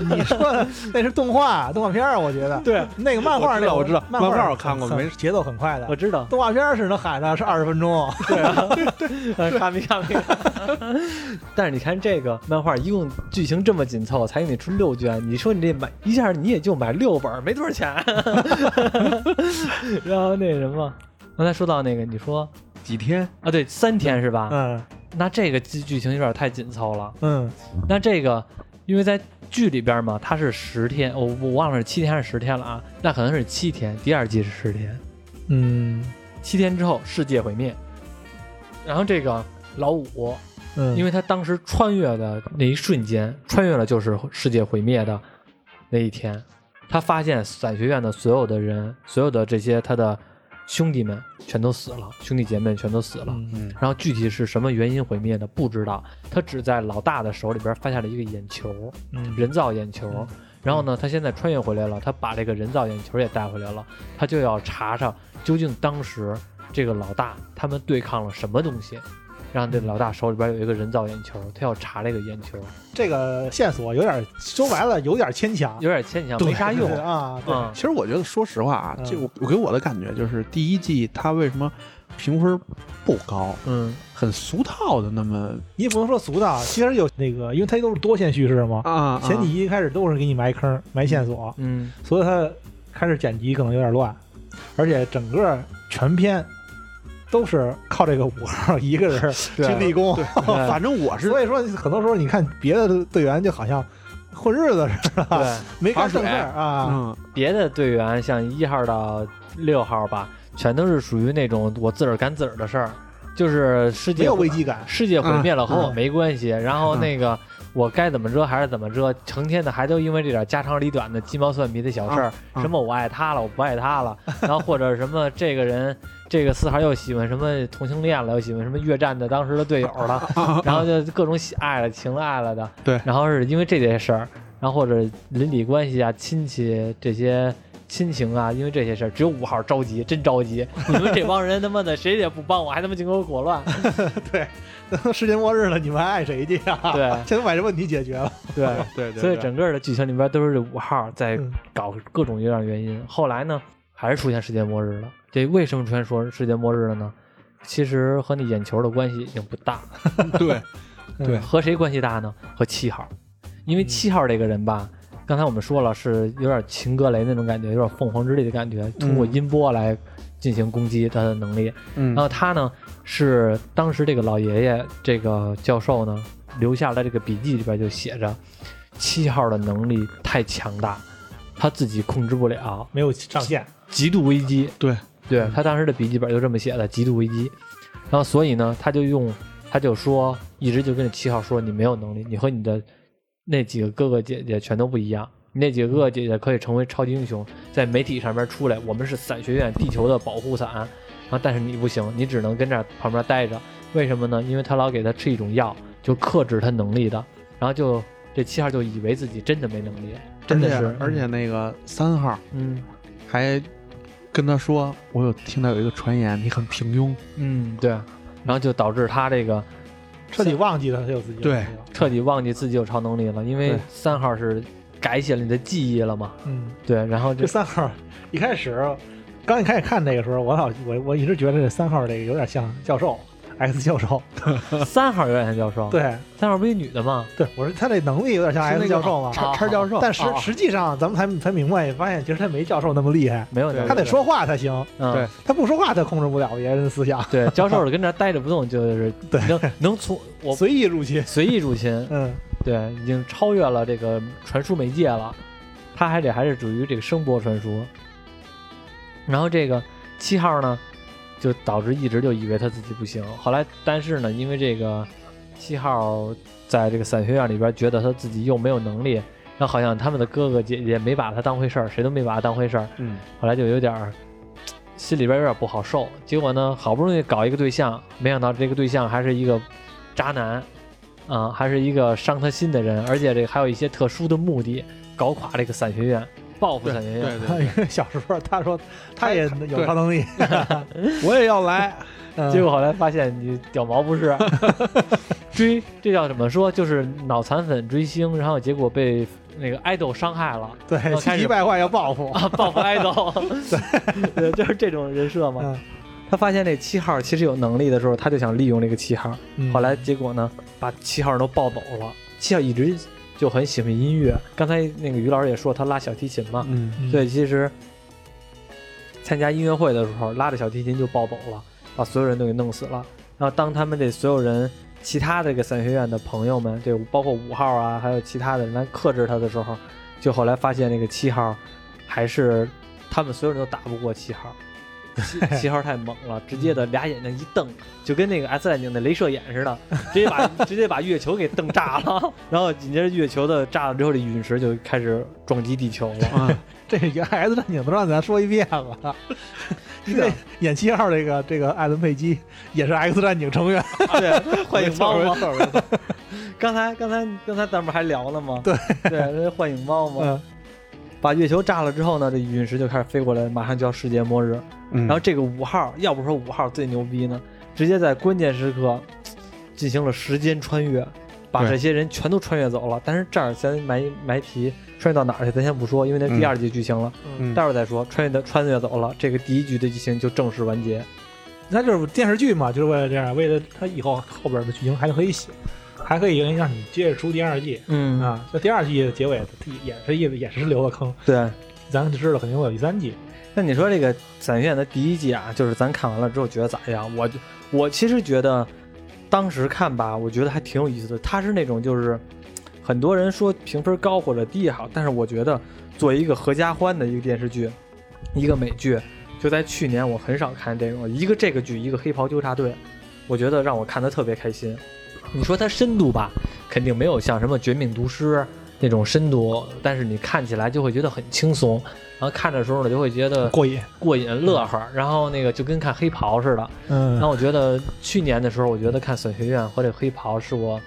Speaker 2: 你说的那是动画动画片儿，我觉得
Speaker 1: 对
Speaker 2: 那个漫画
Speaker 3: 我
Speaker 2: 那
Speaker 3: 知
Speaker 2: 个
Speaker 3: 道我知道
Speaker 2: 漫
Speaker 3: 漫画我
Speaker 2: 很
Speaker 3: 看过
Speaker 2: 很
Speaker 3: 没
Speaker 2: 节奏很快
Speaker 1: 我
Speaker 2: 的。
Speaker 1: 知道，
Speaker 2: 动画片儿是能喊上是二十分钟，
Speaker 1: 呃 看没看没看。但是你看这个漫画，一共剧情这么紧凑，才给你出六卷，你说你这买一下你也就买六本儿，没多少钱。然后那什么，刚才说到那个，你说
Speaker 3: 几天
Speaker 1: 啊，对，三天是吧？
Speaker 2: 嗯
Speaker 1: 那这个剧剧情有点太紧凑了。
Speaker 2: 嗯
Speaker 1: 那这个因为在剧里边嘛，它是十天，我我忘了是七天还是十天了啊，那可能是七天，第二季是十天。
Speaker 2: 嗯
Speaker 1: 七天之后世界毁灭，然后这个老五
Speaker 2: 嗯，
Speaker 1: 因
Speaker 2: 为
Speaker 1: 为他当时穿越的那一瞬间，穿越了就是世界毁灭的那一天。他发现伞学院的所有的人，所有的这些他的兄弟们全都死了，兄弟姐妹全都死了。
Speaker 2: 嗯
Speaker 1: 然后具体是什么原因毁灭的不知道，他只在老大的手里边发现了一个眼球，
Speaker 2: 嗯
Speaker 1: 人造眼球
Speaker 2: 嗯。
Speaker 1: 然后呢，他现在穿越回来了，他把这个人造眼球也带回来了，他就要查查究竟当时这个老大他们对抗了什么东西，让这老大手里边有一个人造眼球，他要查这个眼球，
Speaker 2: 这个线索有点说白了有点牵强，
Speaker 1: 有点牵强，没啥用
Speaker 2: 对。啊，对，
Speaker 1: 嗯
Speaker 3: 其实我觉得，说实话啊，
Speaker 2: 嗯
Speaker 3: 这我我给我的感觉就是，第一季它为什么评分不高，
Speaker 1: 嗯
Speaker 3: 很俗套的那么
Speaker 2: 你也不能说俗的，啊其实有那个，因为它都是多线叙事嘛，
Speaker 3: 啊
Speaker 2: 前几集一开始都是给你埋坑埋线索，
Speaker 1: 嗯
Speaker 2: 所以它开始剪辑可能有点乱，而且整个全篇都是靠这个五号一个人去
Speaker 1: 对
Speaker 2: 立功，
Speaker 1: 对
Speaker 3: 反正我是
Speaker 2: 所以说很多时候你看别的队员就好像混日子似的，
Speaker 1: 对，
Speaker 2: 没干正事
Speaker 3: 划
Speaker 2: 儿啊，
Speaker 3: 嗯
Speaker 1: 别的队员像一号到六号吧，全都是属于那种我自个儿干自个儿的事儿，就是世界
Speaker 2: 没有危机感。
Speaker 1: 世界毁灭了和我
Speaker 2: 嗯
Speaker 1: 没关系，然后
Speaker 3: 嗯
Speaker 1: 那个我该怎么着还是怎么着，成天的还都因为这点家长里短的鸡毛蒜皮的小事儿，
Speaker 3: 嗯
Speaker 1: 什么我爱他了，我不爱他了， 然后或者什么这个人这个四号又喜欢什么同性恋了，又喜欢什么越战的当时的队友了，然后就各种喜爱了情了爱了的，
Speaker 3: 嗯对
Speaker 1: 然后是因为这些事儿，然后或者邻里关系啊、亲戚这些。亲情啊，因为这些事儿，只有五号着急，真着急。你们这帮人他妈的，谁也不帮我，还他妈净给我裹 乱。
Speaker 2: 世界末日了，你们还爱谁去啊？
Speaker 1: 对
Speaker 2: 现在把这问题解决了。
Speaker 1: 对，
Speaker 3: 对对
Speaker 1: 所以整个的剧情里边都是这五号在
Speaker 2: 嗯
Speaker 1: 搞各种各样的原因。后来呢，还是出现世界末日了。这为什么出现说世界末日了呢？其实和你眼球的关系已经不大，
Speaker 3: 对对
Speaker 1: 和谁关系大呢？和七号，因为
Speaker 2: 嗯
Speaker 1: 七号这个人吧，刚才我们说了是有点秦格雷那种感觉，有点凤凰之力的感觉，通
Speaker 2: 嗯
Speaker 1: 过音波来进行攻击他的能力。
Speaker 3: 嗯
Speaker 1: 然后他呢是当时这个老爷爷这个教授呢留下来这个笔记里边就写着，七号的能力太强大，他自己控制不了，
Speaker 2: 没有上限，
Speaker 1: 极度危机。
Speaker 3: 对，
Speaker 1: 对他当时的笔记本就这么写的，极度危机。然后所以呢，他就用他就说，一直就跟七号说，你没有能力，你和你的那几个哥哥姐姐全都不一样。你那几个哥哥姐姐可以成为超级英雄，在媒体上面出来，我们是伞学院地球的保护伞。然后但是你不行，你只能跟这儿旁边待着。为什么呢？因为他老给他吃一种药，就克制他能力的。然后就这七号就以为自己真的没能力，真的是，
Speaker 3: 而且那个三号
Speaker 1: 嗯
Speaker 3: 还跟他说，我有听到有一个传言，你很平庸，
Speaker 1: 嗯，对，然后就导致他这个
Speaker 2: 彻底忘记了他有自己的
Speaker 3: 对
Speaker 2: 朋友
Speaker 1: 彻底忘记自己有超能力了，因为
Speaker 2: 对
Speaker 1: 三号是改写了你的记忆了 嘛。
Speaker 2: 嗯，
Speaker 1: 对，然后
Speaker 2: 这
Speaker 1: 就
Speaker 2: 三号一开始刚一开始看这个时候，我老我我一直觉得这三号这个有点像教授
Speaker 1: 嗯
Speaker 2: X 教授，
Speaker 1: 哦三号有点像教授，，
Speaker 2: 对
Speaker 1: 三号不一女的吗？
Speaker 2: 对，我说他这能力有点像
Speaker 3: 是那
Speaker 2: X
Speaker 3: 个
Speaker 2: 教授嘛，
Speaker 3: 叉叉教授，
Speaker 2: 但实
Speaker 1: 哦
Speaker 2: 实际上咱们才才明白，发现其实他没教授那么厉害，
Speaker 1: 没有那
Speaker 3: 对
Speaker 1: 个，
Speaker 2: 他得说话才行，
Speaker 1: 嗯，
Speaker 3: 对
Speaker 2: 他不说话他控制不了别人的思想，
Speaker 1: 对，教授是跟这儿待着不动，就是
Speaker 2: 对
Speaker 1: 能能从我
Speaker 2: 随意入侵，
Speaker 1: 随意入侵，
Speaker 2: 嗯，
Speaker 1: 对，已经超越了这个传输媒介了，它还得还是属于这个声波传输。然后这个七号呢，就导致一直就以为他自己不行，后来但是呢，因为这个七号在这个伞学院里边觉得他自己又没有能力，然后好像他们的哥哥姐姐没把他当回事儿，谁都没把他当回事儿，
Speaker 3: 嗯，
Speaker 1: 后来就有点儿心里边有点不好受。结果呢，好不容易搞一个对象，没想到这个对象还是一个渣男，啊、还是一个伤他心的人，而且这还有一些特殊的目的，搞垮这个伞学院，报复
Speaker 3: 对
Speaker 1: 伞学院。
Speaker 3: 对对，
Speaker 2: 因为 小时候他说他也有超能力，
Speaker 3: 我也要来，
Speaker 2: 嗯
Speaker 1: 结果后来发现你屌毛不是，追这叫怎么说？就是脑残粉追星，然后结果被那个爱豆伤害了
Speaker 2: 嗯对
Speaker 1: 开始
Speaker 2: 气急败坏要报复，
Speaker 1: 啊，报复爱豆， 对，就是这种人设嘛。
Speaker 2: 嗯
Speaker 1: 他发现这七号其实有能力的时候，他就想利用这个七号，
Speaker 2: 嗯
Speaker 1: 后来结果呢，把七号人都抱走了。七号一直就很喜欢音乐，刚才那个于老师也说他拉小提琴嘛，
Speaker 3: 嗯，
Speaker 1: 对，其实参加音乐会的时候拉着小提琴就抱走了，把所有人都给弄死了。然后当他们这所有人，其他这个伞学院的朋友们，这包括五号啊，还有其他的人来克制他的时候，就后来发现那个七号还是他们所有人都打不过七号。七七号太猛了，直接的俩眼睛一瞪，就跟那个 X 战警的镭射眼似的，直接把直接把月球给瞪炸了。 然后紧接着月球的炸了之后，这陨石就开始撞击地球了。
Speaker 3: 啊，
Speaker 2: 这个 X 战警都让咱说一遍了，这演七号这个这个艾伦佩姬也是 X 战警成员，
Speaker 1: 对，幻
Speaker 2: 没
Speaker 1: 影
Speaker 2: 错
Speaker 1: 猫
Speaker 2: 没
Speaker 1: 吗？
Speaker 2: 错没错，
Speaker 1: 刚才刚才刚才咱们还聊了吗？
Speaker 2: 对
Speaker 1: 对，那幻影猫嘛，
Speaker 2: 嗯
Speaker 1: 把月球炸了之后呢，这陨石就开始飞过来，马上就要世界末日。
Speaker 3: 然
Speaker 1: 然后这个五号，要不说五号最牛逼呢，直接在关键时刻嘖进行了时间穿越，把
Speaker 3: 对
Speaker 1: 这些人全都穿越走了。但是这儿咱埋埋题，穿越到哪儿去？咱先不说，因为那第二集剧情了，
Speaker 3: 嗯
Speaker 1: 待会儿再说。穿越的穿越走了，这个第一局的剧情就正式完结。
Speaker 2: 那就是电视剧嘛，就是为了这样，为了他以后后边的剧情还可以写，还可以让你接着出第二季
Speaker 1: 嗯，
Speaker 2: 啊。这第二季的结尾也是也也是留了坑，
Speaker 1: 对。
Speaker 2: 咱就知道肯定会有第三季。
Speaker 1: 那你说这个《伞院》的第一季啊，就是咱看完了之后觉得咋样？我我其实觉得当时看吧，我觉得还挺有意思的。它是那种就是很多人说评分高或者低也好，但是我觉得作为一个合家欢的一个电视剧，一个美剧，就在去年我很少看这种一个这个剧，一个《黑袍纠察队》，我觉得让我看的特别开心。你说它深度吧，肯定没有像什么《绝命毒师》那种深度，但是你看起来就会觉得很轻松，然后看的时候呢，就会觉得
Speaker 2: 过瘾，
Speaker 1: 过瘾乐呵，然后那个就跟看黑袍似的。
Speaker 2: 嗯
Speaker 1: 然后我觉得去年的时候，我觉得看《损学院》和这《黑袍》是我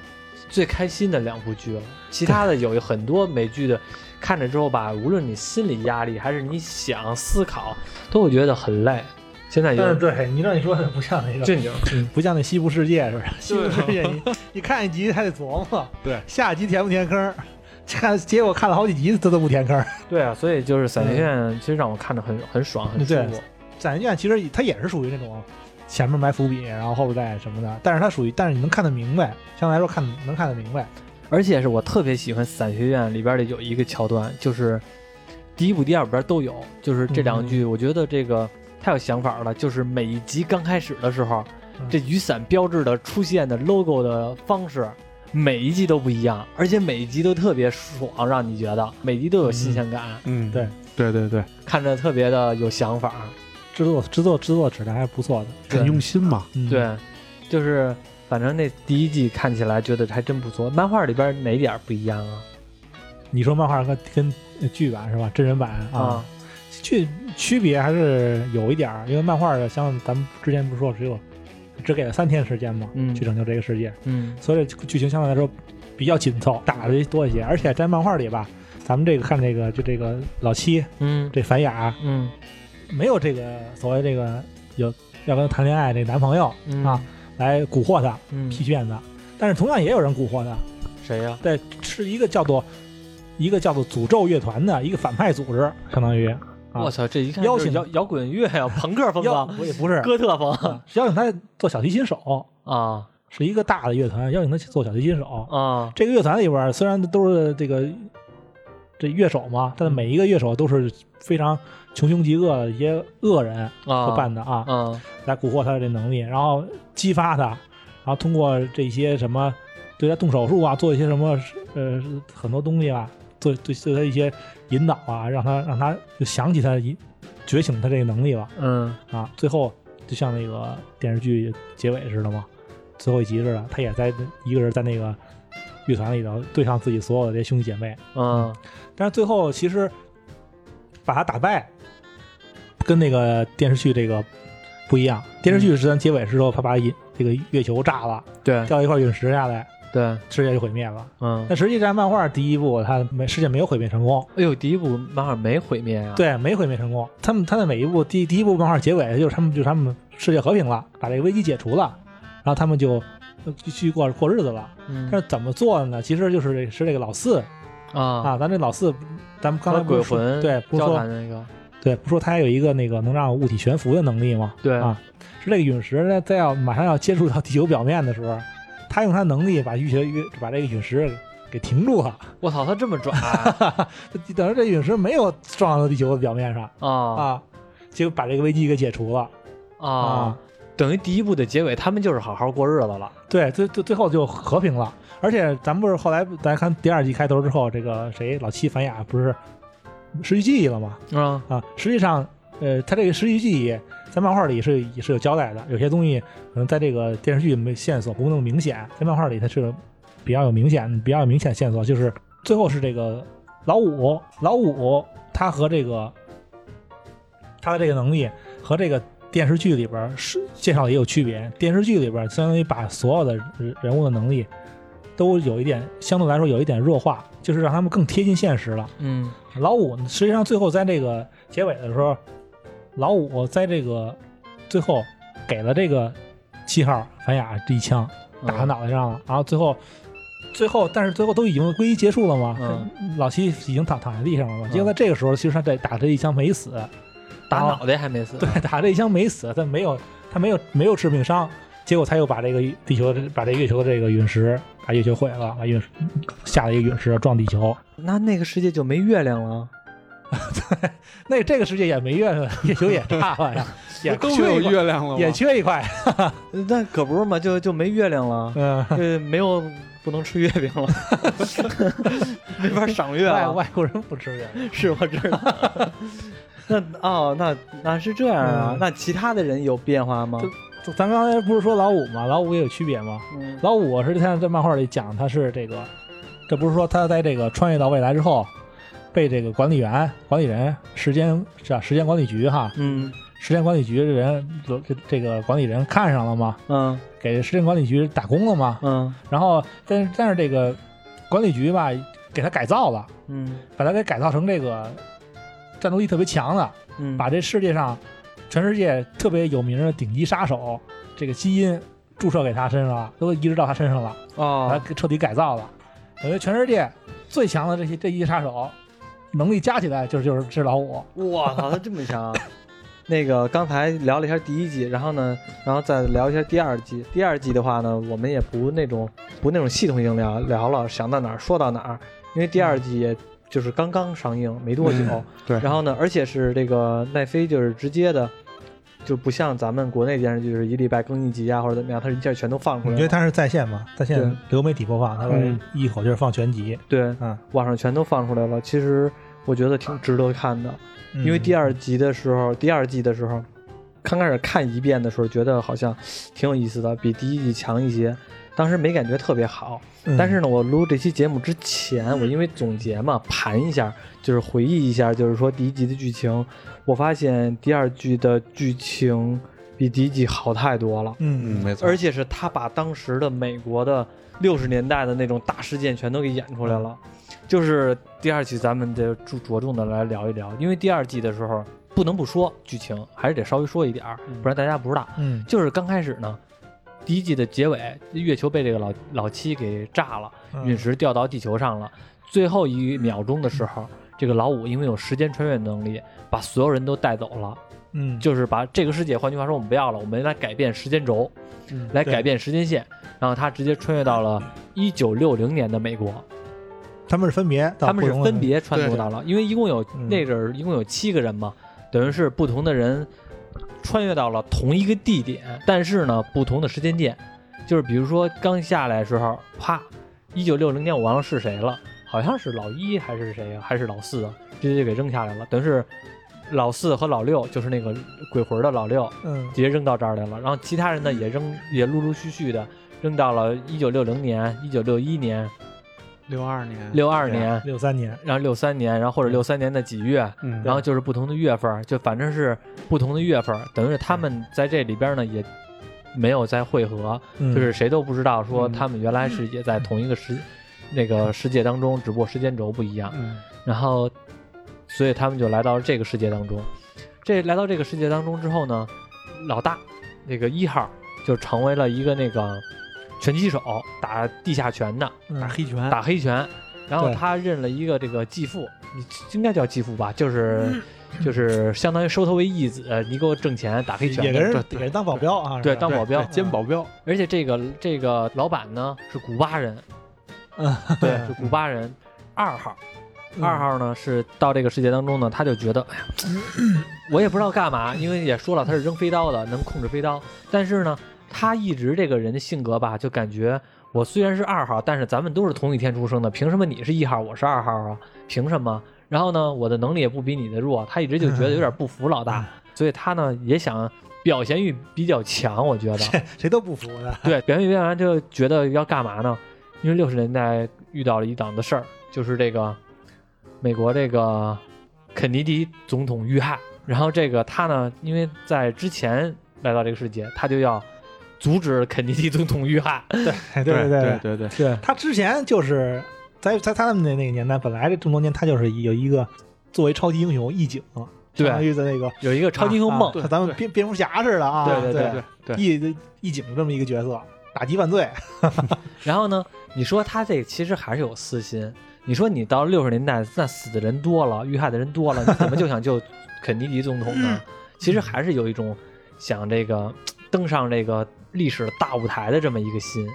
Speaker 1: 最开心的两部剧了。其他的有很多美剧的，看着之后吧，无论你心理压力还是你想思考，都会觉得很累。现在有
Speaker 2: 但是嗯对你让你说的不像那个，
Speaker 1: 正经，
Speaker 2: 不像那西部世界似的，西部世界 你你看一集还得琢磨，
Speaker 3: 对
Speaker 2: 下集填不填坑，看结果看了好几集他都不填坑。
Speaker 1: 对啊，所以就是《伞学院》其实让我看着很很爽，很舒
Speaker 2: 对
Speaker 1: 服。
Speaker 2: 展现其实它也是属于那种前面埋伏笔，然后后边再什么的，但是它属于，但是你能看得明白，相对来说看能看得明白。
Speaker 1: 而且是我特别喜欢《伞学院》里边的有一个桥段，就是第一部、第二部都有，就是这两句，
Speaker 2: 嗯
Speaker 1: 我觉得这个太有想法了。就是每一集刚开始的时候，
Speaker 2: 嗯
Speaker 1: 这雨伞标志的出现的 logo 的方式，每一集都不一样，而且每一集都特别爽，让你觉得每集都有新鲜感，
Speaker 3: 嗯，
Speaker 2: 对
Speaker 3: 对对对，
Speaker 1: 看着特别的有想法。
Speaker 2: 制作制作制作质量还是不错的，
Speaker 1: 对
Speaker 3: 很用心嘛，
Speaker 2: 嗯，
Speaker 1: 对，就是反正那第一季看起来觉得还真不错。漫画里边哪点不一样啊？
Speaker 2: 你说漫画跟跟呃剧版是吧？真人版啊
Speaker 1: 啊，，
Speaker 2: 剧区别还是有一点儿，因为漫画的像咱们之前不是说只有只给了三天时间嘛，
Speaker 1: 嗯
Speaker 2: 去拯救这个世界，
Speaker 1: 嗯，
Speaker 2: 所以剧情相对来说比较紧凑，打的多一些，而且在漫画里吧。咱们这个看这个，就这个老七，
Speaker 1: 嗯，
Speaker 2: 这凡雅，啊
Speaker 1: 嗯，
Speaker 2: 没有这个所谓这个有要跟他谈恋爱这个男朋友
Speaker 1: 嗯
Speaker 2: 啊，来蛊惑他、
Speaker 1: 嗯，
Speaker 2: 骗他。但是同样也有人蛊惑他，
Speaker 1: 谁呀、
Speaker 2: 对，是一个叫做一个叫做诅咒乐团的一个反派组织，相当于啊
Speaker 1: 我操，这一看
Speaker 2: 邀
Speaker 1: 就是
Speaker 2: 请
Speaker 1: 摇摇滚乐呀、朋克风
Speaker 2: 邀
Speaker 1: 啊，
Speaker 2: 我也不是
Speaker 1: 哥特风
Speaker 2: 啊邀请他做小提琴手，
Speaker 1: 啊
Speaker 2: 是一个大的乐团，邀请他去做小提琴手。
Speaker 1: 啊
Speaker 2: 这个乐团里边儿虽然都是这个这乐手嘛，但是每一个乐手都是非常穷凶极恶的一些恶人
Speaker 1: 啊！
Speaker 2: 所办的啊，
Speaker 1: 啊
Speaker 2: 来蛊惑他的这能力，然后激发他，然后通过这些什么对他动手术啊，做一些什么呃很多东西啊，做对对他一些引导啊，让他让他就想起他一觉醒他这个能力了
Speaker 1: 嗯
Speaker 2: 啊，最后就像那个电视剧结尾似的嘛，最后一集似的，他也在一个人在那个乐团里头对抗自己所有的这些兄弟姐妹，
Speaker 1: 嗯
Speaker 2: 但是最后其实把他打败，跟那个电视剧这个不一样。电视剧是咱结尾时候，他把引这个月球炸了，
Speaker 1: 对
Speaker 2: 掉一块陨石下来，
Speaker 1: 对
Speaker 2: 世界就毁灭了。
Speaker 1: 嗯。
Speaker 2: 但实际上，漫画第一部它没世界没有毁灭成功，
Speaker 1: 哎呦，第一部漫画没毁灭啊！
Speaker 2: 对，没毁灭成功。他们他的每一部第第一部漫画结尾就是他们就是他们世界和平了，把这个危机解除了，然后他们就呃继续过过日子了。
Speaker 1: 嗯，
Speaker 2: 但是怎么做的呢？其实就是是这个老四
Speaker 1: 啊，
Speaker 2: 啊，咱这老四，咱们刚才
Speaker 1: 和
Speaker 2: 不
Speaker 1: 鬼
Speaker 2: 是说
Speaker 1: 魂
Speaker 2: 对，不是
Speaker 1: 交
Speaker 2: 说
Speaker 1: 谈的那个，
Speaker 2: 对，不说它还有一个那个能让物体悬浮的能力吗？
Speaker 1: 对
Speaker 2: 啊，是这个陨石呢，在要马上要接触到地球表面的时候，它用它能力把玉学玉把这个陨石给停住了，
Speaker 1: 我操，他这么 拽
Speaker 2: 等于这陨石没有撞到地球的表面上
Speaker 1: 啊
Speaker 2: 啊，结果把这个危机给解除了
Speaker 1: 啊！！等于第一部的结尾，他们就是好好过日子了。
Speaker 2: 对，最最最后就和平了。而且咱不是后来咱看第二季开头之后，这个谁老七反雅不是失去记忆了吗？
Speaker 1: 嗯
Speaker 2: 啊，实际上，呃，它这个失忆记忆在漫画里是也是有交代的，有些东西可能在这个电视剧没线索不那么明显，在漫画里它是比较有明显、比较有明显的线索，就是最后是这个老五，老五他和这个他的这个能力和这个。电视剧里边儿是介绍的也有区别，电视剧里边儿相当于把所有的人人物的能力都有一点相对来说有一点弱化，就是让他们更贴近现实了。
Speaker 1: 嗯
Speaker 2: 老五呢实际上最后在这个结尾的时候，老五在这个最后给了这个七号樊雅这一枪，打他
Speaker 1: 嗯
Speaker 2: 脑袋上了。然后最后，最后但是最后都已经皈依结束了嘛，
Speaker 1: 嗯
Speaker 2: 老七已经躺躺在地上了嘛。
Speaker 1: 嗯
Speaker 2: 结果在这个时候，其实他这打这一枪没死，
Speaker 1: 打
Speaker 2: 然后
Speaker 1: 脑袋还没死。
Speaker 2: 对，打这一枪没死，他没有他没有没有致命伤。结果他又把这个地球把这月球的这个陨石把月球毁了，把陨石下了一个陨石撞地球。
Speaker 1: 那那个世界就没月亮了，
Speaker 2: 那这个世界也没月亮，月球 也炸了呀，也
Speaker 3: 都
Speaker 2: 缺
Speaker 3: 没有
Speaker 2: 一块，
Speaker 3: 月亮了
Speaker 2: 也
Speaker 3: 吗？
Speaker 2: 缺一块。
Speaker 1: 那可不是嘛，就就没月亮 了，
Speaker 2: 嗯，
Speaker 1: 这呃没有不能吃月饼了， 没法赏月
Speaker 2: 外
Speaker 1: 了，
Speaker 2: 外国人不吃月亮，
Speaker 1: 是我 知道。那哦，那那是这样啊
Speaker 2: 嗯？
Speaker 1: 那其他的人有变化吗？
Speaker 2: 咱刚才不是说老五吗？老五也有区别吗？
Speaker 1: 嗯
Speaker 2: 老五是像在漫画里讲，他是这个，这不是说他在这个穿越到未来之后，被这个管理员、管理人、时间是啊，时间管理局哈，
Speaker 1: 嗯
Speaker 2: 时间管理局的人，这这个管理人看上了嘛，
Speaker 1: 嗯
Speaker 2: 给时间管理局打工了嘛，
Speaker 1: 嗯
Speaker 2: 然后但是但是这个管理局吧，给他改造了。
Speaker 1: 嗯
Speaker 2: 把它给改造成这个战斗力特别强的，
Speaker 1: 嗯，
Speaker 2: 把这世界上全世界特别有名的顶级杀手这个基因注射给他身上了，都移植到他身上了，把他
Speaker 1: 哦
Speaker 2: 给彻底改造了。等于全世界最强的这些这一些杀手能力加起来就是就是是老五，
Speaker 1: 我操，他这么强啊！ 那个刚才聊了一下第一季，然后呢，然后再聊一下第二季。第二季的话呢，我们也不那种不那种系统性聊聊了，想到哪儿说到哪儿，因为第二季也就是刚刚上映没多久。
Speaker 3: 嗯 对
Speaker 1: 然后呢，而且是这个奈飞就是直接的，就不像咱们国内电视剧是一礼拜更一集啊或者怎么样，它是一下全都放出来
Speaker 2: 你
Speaker 1: 了。
Speaker 2: 觉得他是在线吗？在
Speaker 1: 对
Speaker 2: 线流媒体播放，他把
Speaker 1: 嗯
Speaker 2: 一口气儿放全集
Speaker 1: 对，
Speaker 2: 啊，
Speaker 1: 网上全都放出来了。其实我觉得挺值得看的。
Speaker 2: 嗯
Speaker 1: 因为第二集的时候，第二季的时候，刚开始看一遍的时候，觉得好像挺有意思的，比第一季强一些。当时没感觉特别好，
Speaker 2: 嗯
Speaker 1: 但是呢，我录这期节目之前，我因为总结嘛，盘一下，就是回忆一下，就是说第一集的剧情，我发现第二季的剧情比第一季好太多了。
Speaker 2: 嗯
Speaker 3: 嗯，没错。
Speaker 1: 而且是他把当时的美国的六十年代的那种大事件全都给演出来了。就是第二季，咱们得着着重的来聊一聊，因为第二季的时候嗯不能不说剧情，还是得稍微说一点儿，不然大家不知道。
Speaker 2: 嗯
Speaker 1: 就是刚开始呢，第一季的结尾，月球被这个老老七给炸了，
Speaker 2: 嗯
Speaker 1: 陨石掉到地球上了。最后一秒钟的时候，这个老五因为有时间穿越能力，把所有人都带走了，
Speaker 2: 嗯，
Speaker 1: 就是把这个世界，换句话说，我们不要了，我们来改变时间轴，
Speaker 3: 嗯
Speaker 1: 来
Speaker 2: 对
Speaker 1: 改变时间线。然后他直接穿越到了一九六零年的美国，
Speaker 2: 他们是分别到
Speaker 1: 他们
Speaker 2: 不
Speaker 1: 是
Speaker 2: 同的，
Speaker 1: 分别穿梭到了，因为一共有
Speaker 2: 嗯
Speaker 1: 那阵儿一共有七个人嘛，等于是不同的人穿越到了同一个地点，但是呢不同的时间线，就是比如说刚下来的时候，啪，一九六零年我忘了是谁了，好像是老一还是谁呀，还是老四啊，直接就给扔下来了，等于是老四和老六就是那个鬼魂的老六，
Speaker 2: 嗯
Speaker 1: 直接扔到这儿来了。然后其他人呢也扔也陆陆续续的扔到了一九六零年、一九六一年、
Speaker 3: 六二年，
Speaker 1: 六二年。
Speaker 2: 六三年，
Speaker 1: 然后六三年，然后或者六三年的几月，
Speaker 3: 嗯，
Speaker 1: 然后就是不同的月份儿，就反正是不同的月份儿，等于是他们在这里边呢也没有再汇合，
Speaker 2: 嗯
Speaker 1: 就是谁都不知道说
Speaker 3: 嗯
Speaker 1: 他们原来是也在同一个世、那个世界当中，只不过时间轴不一样，
Speaker 3: 嗯
Speaker 1: 然后所以他们就来到这个世界当中。这来到这个世界当中之后呢，老大那个一号就成为了一个那个拳击手，打地下拳的，
Speaker 2: 嗯
Speaker 3: 打黑拳，
Speaker 1: 打黑拳，然后
Speaker 2: 对
Speaker 1: 他认了一个这个继父，你应该叫继父吧，就是就是相当于收他为义子，你给我挣钱打黑拳
Speaker 2: 也给人
Speaker 3: 对
Speaker 2: 给
Speaker 3: 对
Speaker 2: 人当保镖啊，
Speaker 1: 对
Speaker 2: 是吧
Speaker 1: 当
Speaker 3: 对
Speaker 1: 保镖
Speaker 3: 对兼保镖，
Speaker 1: 而且这个这个老板呢是古巴人，
Speaker 2: 嗯
Speaker 1: 对，是古巴人。二号，二号呢是到这个世界当中呢，他就觉得，哎呀，我也不知道干嘛，因为也说了他是扔飞刀的，能控制飞刀，但是呢，他一直这个人的性格吧，就感觉我虽然是二号，但是咱们都是同一天出生的，凭什么你是一号，我是二号啊？凭什么？然后呢，我的能力也不比你的弱，他一直就觉得有点不服老大，所以他呢也想表现欲比较强，我觉得，
Speaker 2: 嗯 谁都不服的，
Speaker 1: 对，表演表演完就觉得要干嘛呢？因为六十年代遇到了一档子事儿，就是这个美国这个肯尼迪总统遇害，然后这个他呢，因为在之前来到这个世界，他就要阻止肯尼迪总统遇害，
Speaker 2: 对
Speaker 3: 对
Speaker 2: 对
Speaker 3: 对对，
Speaker 1: 对
Speaker 2: 他之前就是在在他们的那个年代，本来这这么多年他就是有一个作为超级英雄义警，
Speaker 1: 对
Speaker 2: 相当于在那个
Speaker 1: 有一个超级英雄梦，
Speaker 2: 啊啊咱们
Speaker 3: 对
Speaker 2: 蝙蝙蝠侠似的啊，
Speaker 1: 对对
Speaker 2: 对
Speaker 3: 对对
Speaker 2: 义义警这么一个角色，打击犯罪，
Speaker 1: 然后呢，你说他这其实还是有私心。你说你到六十年代，那死的人多了，遇害的人多了，你怎么就想救肯尼迪总统呢？其实还是有一种想这个登上这个历史大舞台的这么一个心。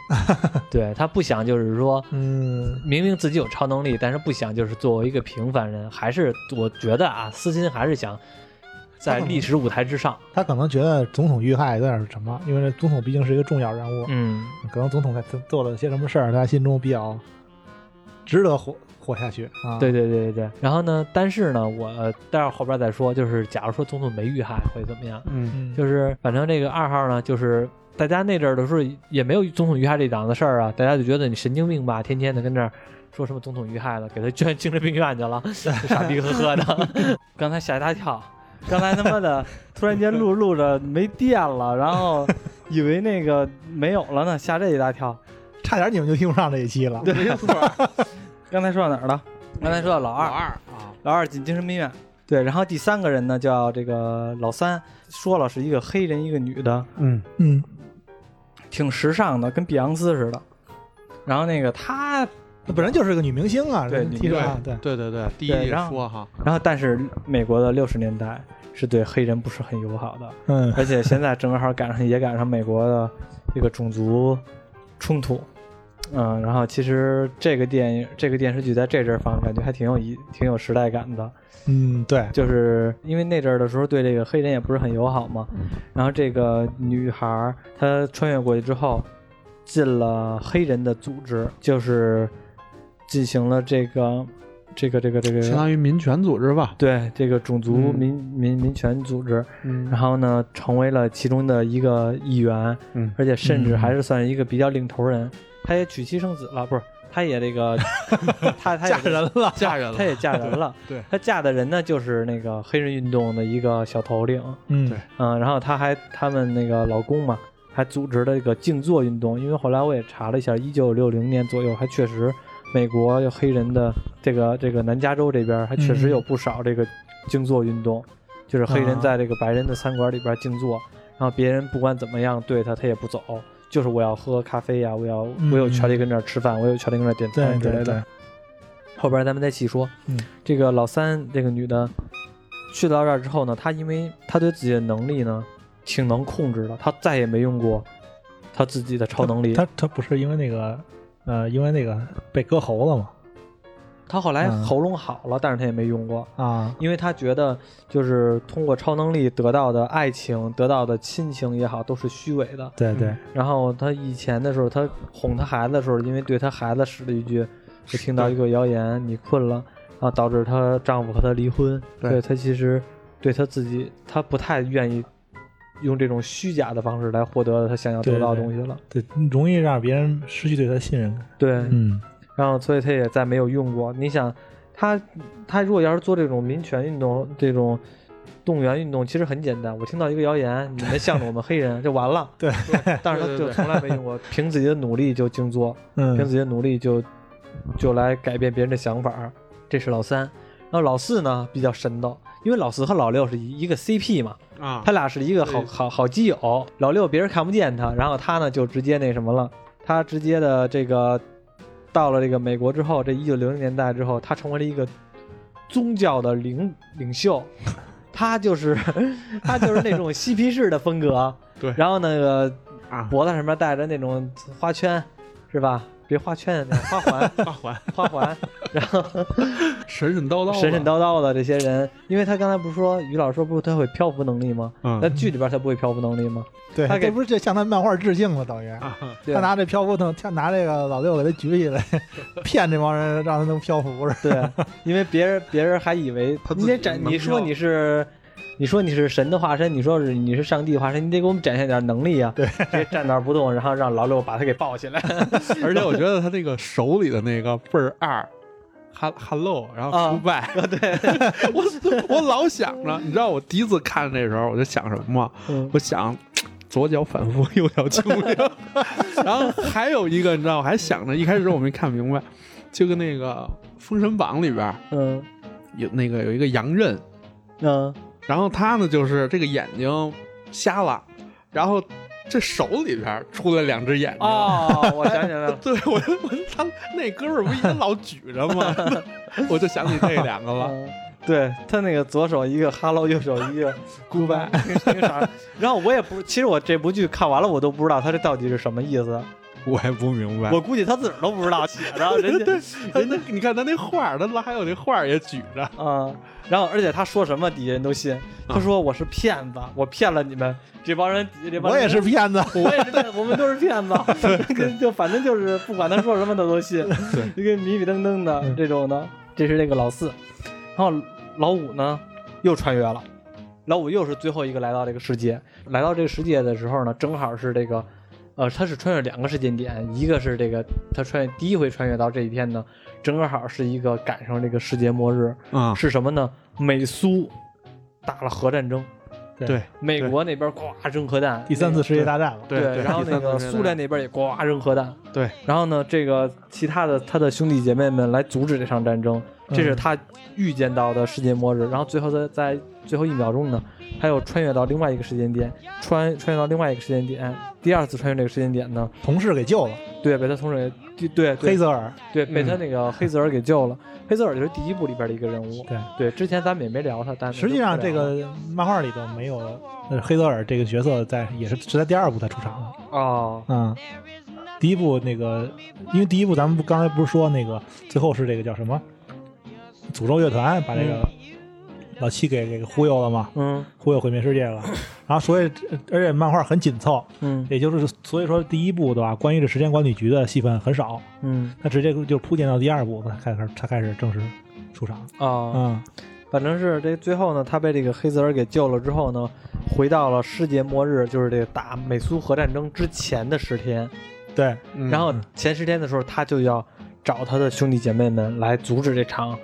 Speaker 1: 对他不想就是说，
Speaker 2: 嗯，
Speaker 1: 明明自己有超能力，但是不想就是作为一个平凡人，还是我觉得啊，私心还是想在历史舞台之上。
Speaker 2: 他可能觉得总统遇害有点什么，因为这总统毕竟是一个重要人物，
Speaker 1: 嗯，
Speaker 2: 可能总统在他做了些什么事儿，在他心中比较值得活活下去啊。
Speaker 1: 对，对对对对。然后呢，但是呢，我呃待会儿后边再说，就是假如说总统没遇害会怎么样？
Speaker 3: 嗯
Speaker 2: 嗯，
Speaker 1: 就是反正这个二号呢，就是大家那阵儿的时候也没有总统遇害这档子事儿啊，大家就觉得你神经病吧，天天的跟这儿说什么总统遇害了，给他捐 精神病院去了，傻逼呵 呵的。刚才吓一大跳，
Speaker 4: 刚才他妈的突然间录着录着没电了，然后以为那个没有了呢，吓这一大跳。
Speaker 2: 差点你们就听不上这一期了。
Speaker 3: 对，没错，
Speaker 4: 刚才说到哪儿了？刚才说到老
Speaker 3: 老
Speaker 4: 二，
Speaker 3: 二啊，
Speaker 4: 老二进精神病院。对，然后第三个人呢叫这个老三，说了是一个黑人，一个女的，
Speaker 2: 嗯嗯，
Speaker 4: 挺时尚的，跟碧昂斯似的。然后那个他，
Speaker 2: 那本身就是个女明星啊，
Speaker 4: 对
Speaker 2: 人
Speaker 4: 女
Speaker 2: 提出来，对，
Speaker 3: 对对对，第一
Speaker 4: 对
Speaker 3: 也
Speaker 4: 然后
Speaker 3: 说哈，
Speaker 4: 然后但是美国的六十年代是对黑人不是很友好的，
Speaker 2: 嗯
Speaker 4: 而且现在正好赶上也赶上美国的这个种族冲突，嗯，然后其实这个电影这个电视剧在这阵儿放，感觉还挺有意，挺有时代感的，
Speaker 2: 嗯， 对，
Speaker 4: 就是因为那阵儿的时候对这个黑人也不是很友好嘛，
Speaker 2: 嗯
Speaker 4: 然后这个女孩儿她穿越过去之后，进了黑人的组织，就是进行了这个这个这个这
Speaker 3: 相
Speaker 4: 个。
Speaker 3: 当于民权组织吧，
Speaker 4: 对这个种族
Speaker 3: 嗯
Speaker 4: 民、民民权组织，
Speaker 3: 嗯
Speaker 4: 然后呢，成为了其中的一个一员，
Speaker 3: 嗯
Speaker 4: 而且甚至
Speaker 2: 嗯
Speaker 4: 还是算一个比较领头人。他也娶妻生子了，不是？他也这 个，他他也
Speaker 2: 嫁人了，
Speaker 3: 嫁人了，
Speaker 4: 他也嫁人 了。
Speaker 3: 对对
Speaker 4: 他嫁的人呢，就是那个黑人运动的一个小头领。
Speaker 2: 嗯
Speaker 3: 对
Speaker 4: 嗯，然后他还他们那个老公嘛，还组织了一个静坐运动。因为后来我也查了一下，一九六零年左右，还确实美国有黑人的这个这个南加州这边还确实
Speaker 2: 嗯
Speaker 4: 有不少这个静坐运动，就是黑人
Speaker 2: 啊
Speaker 4: 在这个白人的餐馆里边静坐，然后别人不管怎么样对他，他也不走，
Speaker 1: 就是我要喝咖啡呀、我要
Speaker 2: 嗯
Speaker 1: 我有权利跟这儿吃饭，我有权利跟这儿点
Speaker 2: 对
Speaker 1: 餐之类
Speaker 2: 对
Speaker 1: 的
Speaker 2: 对。，
Speaker 1: 后边咱们再细说。
Speaker 2: 嗯，
Speaker 1: 这个老三这个女的去到这儿之后呢，她因为她对自己的能力呢挺能控制的，她再也没用过她自己的超能力。她
Speaker 2: 他他不是因为那个呃，因为那个被割喉了嘛？
Speaker 1: 后来
Speaker 2: 嗯
Speaker 1: 哎喉咙好了，但是她也没用过，
Speaker 2: 啊，
Speaker 1: 因为她觉得就是通过超能力得到的爱情、得到的亲情也好，都是虚伪的。
Speaker 2: 对对，
Speaker 1: 然后她以前的时候，她哄她孩子的时候，因为对她孩子使了一句，我听到一个谣言，你困了，然后导致她丈夫和她离婚。
Speaker 3: 对
Speaker 1: 她其实对她自己，她不太愿意用这种虚假的方式来获得她想要得到的
Speaker 2: 对对
Speaker 1: 东西了。
Speaker 2: 对，容易让别人失去对他的信任感。
Speaker 1: 对
Speaker 2: 嗯，
Speaker 1: 然后所以她也再没有用过。你想，她她如果要是做这种民权运动，这种动员运动，其实很简单。我听到一个谣言，你们向着我们黑人就完了。
Speaker 2: 对，
Speaker 1: 但是她
Speaker 3: 对对
Speaker 1: 就
Speaker 3: 对
Speaker 1: 从来没用过，凭自己的努力就静坐。凭
Speaker 2: 嗯
Speaker 1: 自己的努力就就来改变别人的想法儿，这是老三。然后老四呢比较神叨，因为老四和老六是一一个 CP 嘛，
Speaker 3: 啊
Speaker 1: 他，俩是一个好
Speaker 3: 对
Speaker 1: 好好基友。老六别人看不见他，然后他呢就直接那什么了，他直接的这个到了这个美国之后，这一九零零年代之后，他成为了一个宗教的领领袖， 他就是 他就是那种嬉皮士的风格。
Speaker 3: 对
Speaker 1: 然后那个
Speaker 3: 啊，
Speaker 1: 脖子上面戴着那种花圈，是吧？别花圈，花环，
Speaker 3: 八环
Speaker 1: 花 环，然后
Speaker 3: 神神叨叨的，
Speaker 1: 神神叨叨的这些人，因为他刚才不是说于老师说不是他会漂浮能力吗？那
Speaker 3: 嗯
Speaker 1: 剧里边他不会漂浮能力吗？
Speaker 2: 对，
Speaker 1: 他给
Speaker 2: 这不是这向他漫画致敬了，等于。
Speaker 3: 啊，
Speaker 1: 对
Speaker 2: 他拿这漂浮桶，他拿这个老六给他举 起来，骗这帮人让他能漂浮是
Speaker 1: 对，啊因为别人别人还以为
Speaker 3: 他自己
Speaker 1: 你得展，
Speaker 3: 能
Speaker 1: 你说
Speaker 3: 漂
Speaker 1: 你是。你说你是神的化身，你说是你是上帝化身，你得给我们展现点能力啊！对，直接站那儿不动，然后让老六把他给抱 起来。
Speaker 3: 而且我觉得他那个手里的那个倍儿二。哈哈喽，然
Speaker 1: 啊
Speaker 3: 后出拜，对 我我老想着，你知道我第一次看这时候我就想什么吗？
Speaker 1: 嗯
Speaker 3: 我想左脚反复，右脚轻灵， 然后还有一个你知道，我还想着一开始我没看明白，就跟那个《封神榜》里边
Speaker 1: 嗯
Speaker 3: 有那个有一个杨震，
Speaker 1: 嗯，
Speaker 3: 然后他呢就是这个眼睛瞎了，然后这手里边出来两只眼睛。
Speaker 1: 哦，我想起来了
Speaker 3: ，对，我就我他那哥们儿不也老举着吗？ 我就想起这两个了。
Speaker 1: 嗯，对他那个左手一个 hello，右手 一个 goodbye，那个啥。然后我也不，其实我这部剧看完了，我都不知道他这到底是什么意思。
Speaker 3: 我也不明白
Speaker 1: 我估计他自个儿都不知道写的，人 家
Speaker 3: 他那你看他那画儿，他拉还有那画儿也举着。
Speaker 1: 啊、然后而且他说什么底下人都信，他说我是骗子，我骗了你们这帮人，这帮
Speaker 2: 我
Speaker 1: 人
Speaker 2: 也是。骗子，
Speaker 1: 我也是骗子，我们都是骗 子，跟就反正就是不管他说什么，他都信， 就跟迷迷瞪瞪的
Speaker 2: 嗯
Speaker 1: 这种的。这是这个老四，然后老五呢又穿越了，老五又是最后一个来到这个世界。来到这个世界的时候呢，正好是这个，呃，他是穿越两个时间点，一个是这个他穿越第一回穿越到这一天呢，正好是一个赶上这个世界末日，
Speaker 3: 啊、
Speaker 1: 是什么呢？美苏打了核战争，
Speaker 3: 对，
Speaker 1: 美国那边咵扔核弹，
Speaker 2: 第三次世界大战了。
Speaker 3: 对
Speaker 1: 然后那个苏联那
Speaker 2: 嗯
Speaker 1: 边也呱扔核弹，
Speaker 3: 对，
Speaker 1: 然后呢，这个其他的他的兄弟姐妹们来阻止这场战争，这
Speaker 2: 嗯
Speaker 1: 是他预见到的世界末日。然后最后在在最后一秒钟呢，他又穿越到另外一个时间点，穿穿越到另外一个时间点，第二次穿越这个时间点呢，
Speaker 2: 同事给救了，
Speaker 1: 对，被他同事给对对
Speaker 2: 黑泽尔，嗯
Speaker 1: 对被他那个黑泽尔给救了。黑泽尔就是第一部里边的一个人物，
Speaker 2: 对
Speaker 1: 对，之前咱们也没聊他，但是
Speaker 2: 实际上这
Speaker 1: 就
Speaker 2: 个漫画里头没有呃黑泽尔这个角色在，也是是在第二部才出场的。
Speaker 1: 不聊哦，
Speaker 2: 嗯，第一部那个，因为第一部咱们不刚才不是说那个最后是这个叫什么诅咒乐团把这个老七给给忽悠了嘛，
Speaker 1: 嗯
Speaker 2: 忽悠毁灭世界了。然后所以而且漫画很紧凑，
Speaker 1: 嗯
Speaker 2: 也就是所以说第一部的吧，关于这时间管理局的戏份很少，
Speaker 1: 嗯
Speaker 2: 他直接就铺垫到第二部，他开始他开始正式出场。
Speaker 1: 哦。
Speaker 2: 嗯，
Speaker 1: 反正是这最后呢，他被这个黑泽尔给救了之后呢，回到了世界末日，就是这个打美苏核战争之前的十天。
Speaker 2: 对，
Speaker 3: 嗯
Speaker 1: 然后前十天的时候，他就要找他的兄弟姐妹们来阻止这场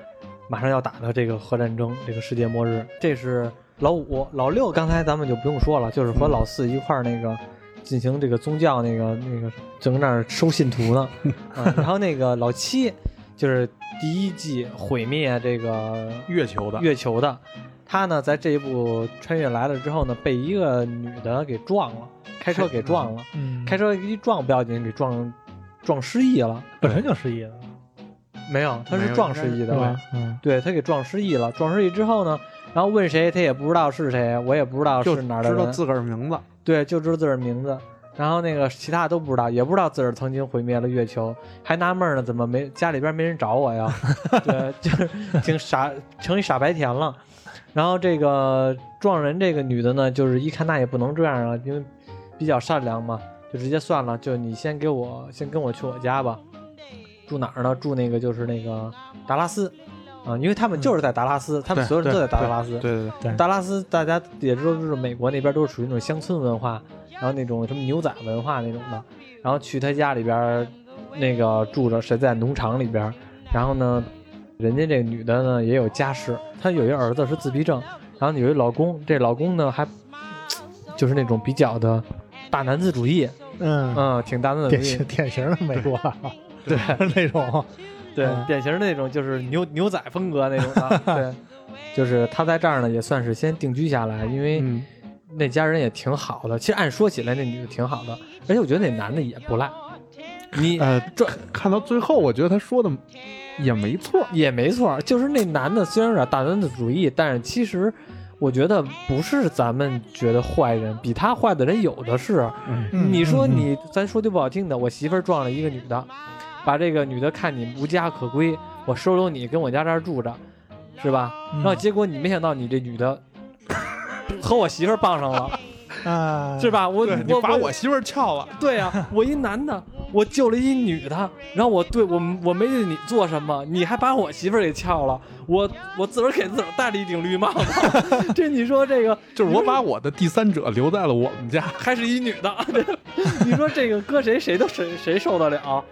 Speaker 1: 马上要打的这个核战争，这个世界末日。这是老五、老六，刚才咱们就不用说了，就是和老四一块儿那个进行这个宗教那个那个正在那儿收信徒 呢。啊，然后那个老七就是第一季毁灭这个
Speaker 3: 月球的
Speaker 1: 月球的，他呢在这一部穿越来了之后呢，被一个女的给撞了，开车给撞了，
Speaker 2: 嗯，
Speaker 1: 开车一撞不要紧，给撞撞失忆了。
Speaker 2: 本身就失忆了，
Speaker 1: 没有，他
Speaker 3: 没
Speaker 1: 是
Speaker 3: 有
Speaker 1: 撞
Speaker 3: 应该
Speaker 1: 失忆的
Speaker 2: 对
Speaker 1: 吧？
Speaker 2: 吧？嗯，
Speaker 1: 对他给撞失忆了，撞失忆之后呢，然后问谁他也不知道是谁，我也不知道
Speaker 3: 就是
Speaker 1: 哪儿的
Speaker 3: 知道
Speaker 1: 人，
Speaker 3: 自个儿名字，
Speaker 1: 对，就知道自个儿名字，然后那个其他都不知道，也不知道自个儿曾经毁灭了月球，还纳闷儿呢，怎么没家里边没人找我呀？ 对，就是挺傻，成一傻白甜了。然后这个撞人这个女的呢，就是一看那也不能这样啊，因为比较善良嘛，就直接算了，就你先给我先跟我去我家吧，住哪儿呢？住那个就是那个达拉斯啊，因为他们就是在达拉斯，他们
Speaker 3: 对
Speaker 1: 所有人都
Speaker 3: 对
Speaker 1: 在达拉斯
Speaker 3: 对，对对，
Speaker 2: 对
Speaker 1: 达拉斯大家也知道，就是美国那边都是属于那种乡村文化，然后那种什么牛仔文化那种的，然后去他家里边儿那个住着，谁在农场里边儿，然后呢，人家这个女的呢也有家室，她有一儿子是自闭症，然后有一老公，这老公呢还就是那种比较的大男子主 义，
Speaker 2: 嗯，
Speaker 1: 嗯，挺大男子
Speaker 2: 典
Speaker 1: 主义
Speaker 2: 型，典型的美国 佬，对 那种，
Speaker 1: 对，
Speaker 2: 嗯
Speaker 1: 典型的那种就是牛牛仔风格那种的，对，就是她在这儿呢也算是先定居下来，因为。
Speaker 3: 嗯，
Speaker 1: 那家人也挺好的。其实按说起来，那女的挺好的，而且我觉得那男的也不赖，你
Speaker 3: 呃，
Speaker 1: 这
Speaker 3: 看到最后，我觉得他说的也没错，
Speaker 1: 也没错。就是那男的虽然有点大男子主义，但是其实我觉得不是咱们觉得坏人，比他坏的人有的是。
Speaker 3: 嗯，
Speaker 2: 嗯
Speaker 1: 你说
Speaker 2: 嗯
Speaker 1: 你，咱说句不好听的，我媳妇儿撞了一个女的，把这个女的看你无家可归，我收留你跟我家这儿住着，是吧？然后
Speaker 2: 嗯
Speaker 1: 结果你没想到你这女的 和我媳妇儿傍上了，
Speaker 2: 啊，
Speaker 1: 是？吧？我
Speaker 3: 对你
Speaker 1: 我
Speaker 3: 把我媳妇儿撬了，
Speaker 1: 对呀、我一男的，我救了一女的，然后我对我我没对你做什么，你还把我媳妇儿给撬了，我我自个儿给自个儿戴了一顶绿帽子， 这你说这个
Speaker 3: 就是我把我的第三者留在了我们家，
Speaker 1: 还是一女的， 你说这个搁谁谁都谁谁受得了？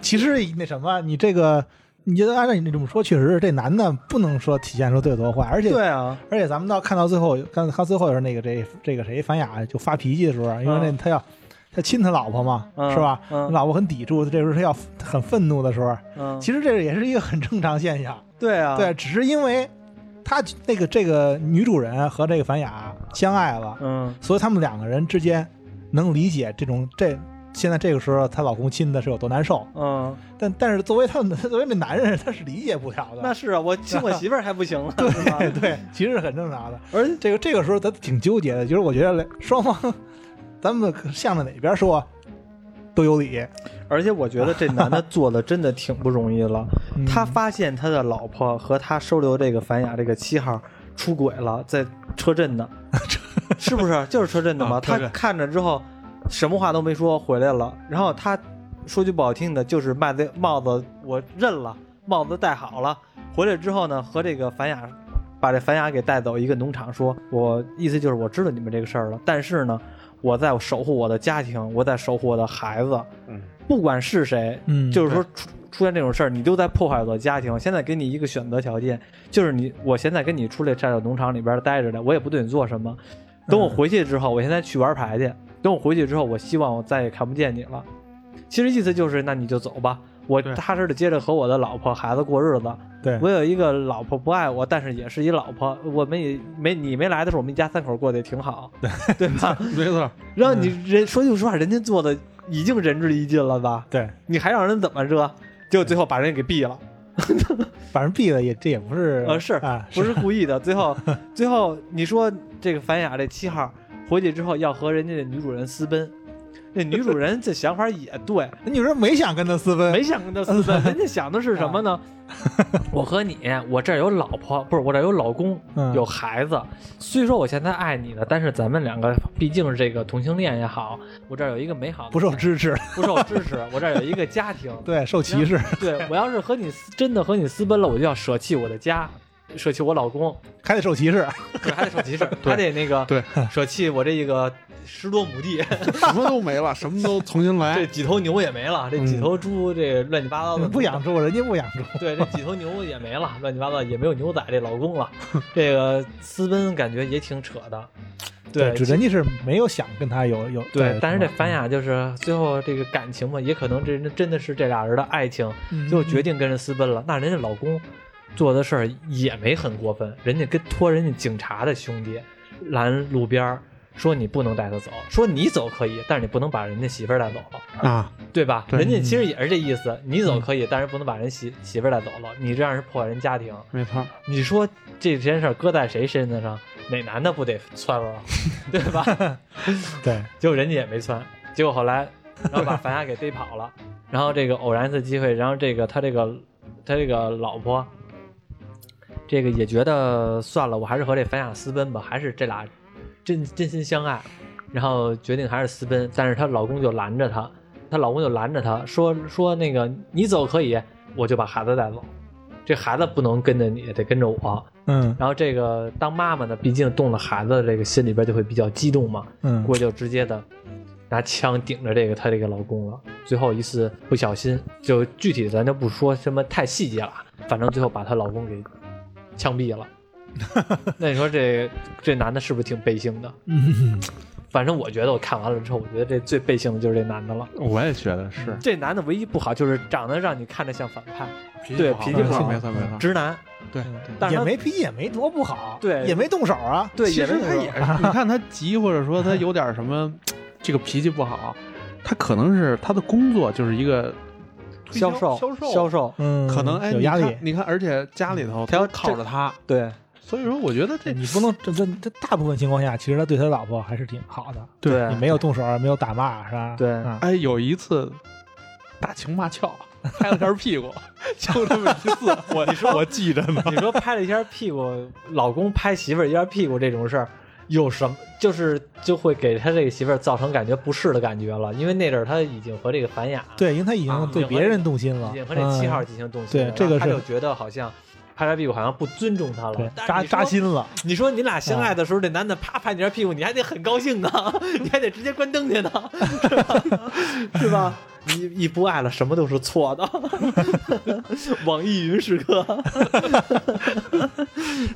Speaker 2: 其实那什么，你这个，你觉得按照你这么说，确实是这男的不能说体现出对多坏，而且
Speaker 1: 啊，
Speaker 2: 而且咱们到看到最后，看看最后是那个这这个谁樊雅就发脾气的时候，因为那他要他亲他老婆嘛，
Speaker 1: 嗯
Speaker 2: 是吧？
Speaker 1: 嗯
Speaker 2: 老婆很抵触，这时候他要很愤怒的时候，
Speaker 1: 嗯，
Speaker 2: 其实这也是一个很正常现象，
Speaker 1: 对啊，
Speaker 2: 对，，只是因为他那个这个女主人和这个樊雅相爱了，
Speaker 1: 嗯
Speaker 2: 所以他们两个人之间能理解这种这。现在这个时候，她老公亲的是有多难受，
Speaker 1: 嗯，
Speaker 2: 但但是作为他们， 作为那男人，他是理解不了的。
Speaker 1: 那是啊，我亲我媳妇儿还不行了， 对吧？
Speaker 2: 对对，其实是很正常的。
Speaker 1: 而且
Speaker 2: 这个这个时候咱挺纠结的，就是我觉得 双方，咱们向着哪边说，都有理。
Speaker 1: 而且我觉得这男的做的真的挺不容易了。
Speaker 2: 嗯
Speaker 1: 他发现他的老婆和他收留这个凡雅这个七号出轨了，在车震 呢，是不是？就是车震的嘛。
Speaker 3: 啊车
Speaker 1: 他
Speaker 3: 震
Speaker 1: 看着之后，什么话都没说，回来了。然后他说句不好听的，就是卖这帽子我认了，帽子戴好了。回来之后呢，和这个凡雅把这凡雅给带走一个农场说，我意思就是我知道你们这个事儿了，但是呢，我在守护我的家庭，我在守护我的孩子。
Speaker 3: 嗯，
Speaker 1: 不管是谁，
Speaker 2: 嗯
Speaker 1: 就是说出出现这种事儿，你都在破坏我的家庭。现在给你一个选择条件，就是你我现在跟你出来在农场里边待着的，我也不对你做什么。等我回去之后，我现在去玩牌去。等我回去之后，我希望我再也看不见你了。其实意思就是，那你就走吧，我
Speaker 3: 对
Speaker 1: 踏实的接着和我的老婆孩子过日子。
Speaker 2: 对
Speaker 1: 我有一个老婆不爱我，但是也是一老婆。我们也没你没来的时候，我们一家三口过得也挺好，对 吧？
Speaker 3: 没错，
Speaker 1: 然后你人说句实话，人家做的已经仁至义尽了吧？
Speaker 2: 对，
Speaker 1: 你还让人怎么着？结果最后把人给毙了，
Speaker 2: 反正毙了也这也不是
Speaker 1: 呃是
Speaker 2: 啊
Speaker 1: 不是故意的。最后， 最后你说这个凡雅这七号回去之后要和人家的女主人私奔，那女主人这想法也对，
Speaker 2: 那女人没想跟他私奔，
Speaker 1: 没想跟他私 奔，人家想的是什么呢？我和你，我这儿有老婆，不是我这儿有老公，
Speaker 2: 嗯
Speaker 1: 有孩子。虽说我现在爱你了，但是咱们两个毕竟是这个同性恋也好，我这儿有一个美好的
Speaker 2: 不受支持，
Speaker 1: 不受支持，我这儿有一个家庭，
Speaker 2: 对，受歧视，
Speaker 1: 对我要是和你私真的和你私奔了，我就要舍弃我的家，舍弃我老公，
Speaker 2: 还得受歧 视。
Speaker 1: 对还得 受歧视，还得那个
Speaker 3: 对，
Speaker 1: 舍弃我这个十多亩地，
Speaker 2: 哎
Speaker 3: 什么都没了，什么都重新
Speaker 1: 这
Speaker 3: 来，
Speaker 1: 几头牛也没了，这几头猪这乱七八糟的
Speaker 2: 嗯不养猪，人家不养猪，
Speaker 1: 对，这几头牛也没了，乱七八糟也没有牛仔这老公了，这个私奔感觉也挺扯的，对，
Speaker 2: 只人家是没有想跟他有有
Speaker 1: 对，但是这凡，雅就是最后这个感情嘛，也可能这真的是这俩人的爱情，
Speaker 2: 嗯
Speaker 1: 最后决定跟人私奔了。那人家老公做的事儿也没很过分，人家跟托人家警察的兄弟拦路边儿，说你不能带他走，说你走可以，但是你不能把人家媳妇儿带走了，
Speaker 3: 啊，
Speaker 1: 对吧？
Speaker 3: 对
Speaker 1: 人家其实也是这意思，你走可以，但是不能把人媳媳妇儿带走了，你这样是破坏人家庭。
Speaker 3: 没错，
Speaker 1: 你说这件事儿搁在谁身子上，哪男的不得窜了，对吧？
Speaker 2: 对，
Speaker 1: 结果人家也没窜，结果后来，然后把樊雅给逮跑了。然后这个偶然一次机会，然后这个他这个他这个老婆，这个也觉得算了，我还是和这樊雅私奔吧，还是这俩真真心相爱，然后决定还是私奔。但是她老公就拦着她，她老公就拦着她说说那个你走可以，我就把孩子带走，这孩子不能跟着你，得跟着我。
Speaker 2: 嗯
Speaker 1: 然后这个当妈妈的，毕竟动了孩子，这个心里边就会比较激动嘛，
Speaker 2: 嗯
Speaker 1: 过去就直接的拿枪顶着这个她这个老公了。最后一次不小心，就具体咱就不说什么太细节了，反正最后把她老公给枪毙 了。那你说这这男的是不是挺背性的？
Speaker 2: 嗯，
Speaker 1: 反正我觉得我看完了之后，我觉得这最背性的就是这男的了。
Speaker 3: 我也觉得是，
Speaker 1: 这男的唯一不好就是长得让你看着像反派
Speaker 3: 脾
Speaker 1: 对
Speaker 3: 好
Speaker 1: 脾
Speaker 2: 气不好
Speaker 3: 没错没错，
Speaker 1: 直男，
Speaker 3: 对，
Speaker 1: 但是
Speaker 2: 也
Speaker 1: 他
Speaker 2: 没脾气也没多不好，
Speaker 1: 对
Speaker 2: 也没动手啊，
Speaker 1: 对，
Speaker 3: 其
Speaker 1: 也
Speaker 3: 实
Speaker 1: 没
Speaker 3: 他也 是，你看他急，或者说他有点什么，这个脾气不好，他可能是他的工作就是一个推
Speaker 4: 销售
Speaker 3: 销售
Speaker 4: 销售，
Speaker 2: 嗯，
Speaker 3: 可能哎
Speaker 2: 有压
Speaker 3: 你
Speaker 2: 力
Speaker 3: 看，你看，而且家里头
Speaker 4: 他要
Speaker 3: 都靠着嗯他，
Speaker 4: 对
Speaker 3: 所以说我觉得这
Speaker 2: 你不能这这这大部分情况下，其实他对他老婆还是挺好的，
Speaker 4: 对
Speaker 2: 你没有动手，没有打骂，是吧？
Speaker 4: 对
Speaker 2: 啊，
Speaker 3: 哎有一次打情骂俏，拍了下屁股，就这么一次，我 我记着呢，
Speaker 1: 你说拍了一下屁股，老公拍媳妇儿一下屁股这种事儿，有什么就是就会给他这个媳妇儿造成感觉不适的感觉了，因为那阵儿他已经和这个樊雅，
Speaker 2: 对，因为他已
Speaker 1: 啊
Speaker 2: 经对别人动心了
Speaker 1: 已，经和这七号
Speaker 2: 嗯
Speaker 1: 进行动心了，
Speaker 2: 对这个
Speaker 1: 然后他就
Speaker 2: 是
Speaker 1: 觉得好像拍拍屁股好像不尊重他
Speaker 2: 对
Speaker 1: 了，但是
Speaker 2: 扎
Speaker 1: 你说
Speaker 2: 扎。心嗯了，
Speaker 1: 你说你俩相爱的时候，这男的啪拍你一下屁股，你还得很高兴啊， 你还得直接关灯去呢，是吧？是 吧？你你不爱了，什么都是错的。 网易云时刻，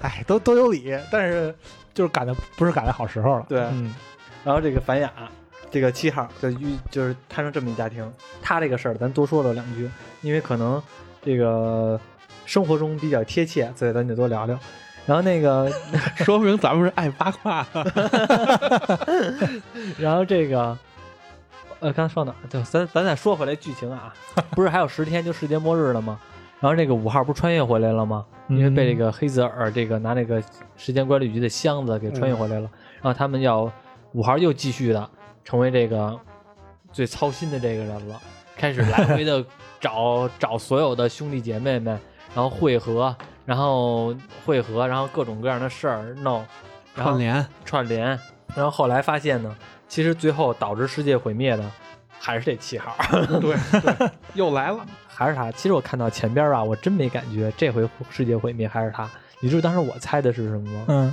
Speaker 2: 哎，都都有理，但是就是赶的不是赶在好时候了，
Speaker 4: 对
Speaker 2: 嗯
Speaker 4: 然后这个樊雅，这个七号就遇就是摊上这么一家庭，他这个事儿咱多说了两句，因为可能这个生活中比较贴切，所以咱就多聊聊。然后那个，
Speaker 3: 说明咱们是爱八卦，
Speaker 1: 然后这个，呃，刚才说哪儿？对，咱咱再说回来剧情啊，不是还有十天就世界末日了吗？然后这个五号不是穿越回来了吗？因为被这个黑泽尔这个拿那个时间管理局的箱子给穿越回来了，然后他们要五号又继续的成为这个最操心的这个人了，开始来回的找 找所有的兄弟姐妹们，然后汇合，然后汇合，然后各种各样的事儿弄，然后
Speaker 3: 串联
Speaker 1: 串联，然后后来发现呢，其实最后导致世界毁灭的还是这七号，
Speaker 3: 对对，又来了，
Speaker 1: 还是他。其实我看到前边啊，我真没感觉这回世界毁灭还是他。你知道当时我猜的是什么吗？
Speaker 2: 嗯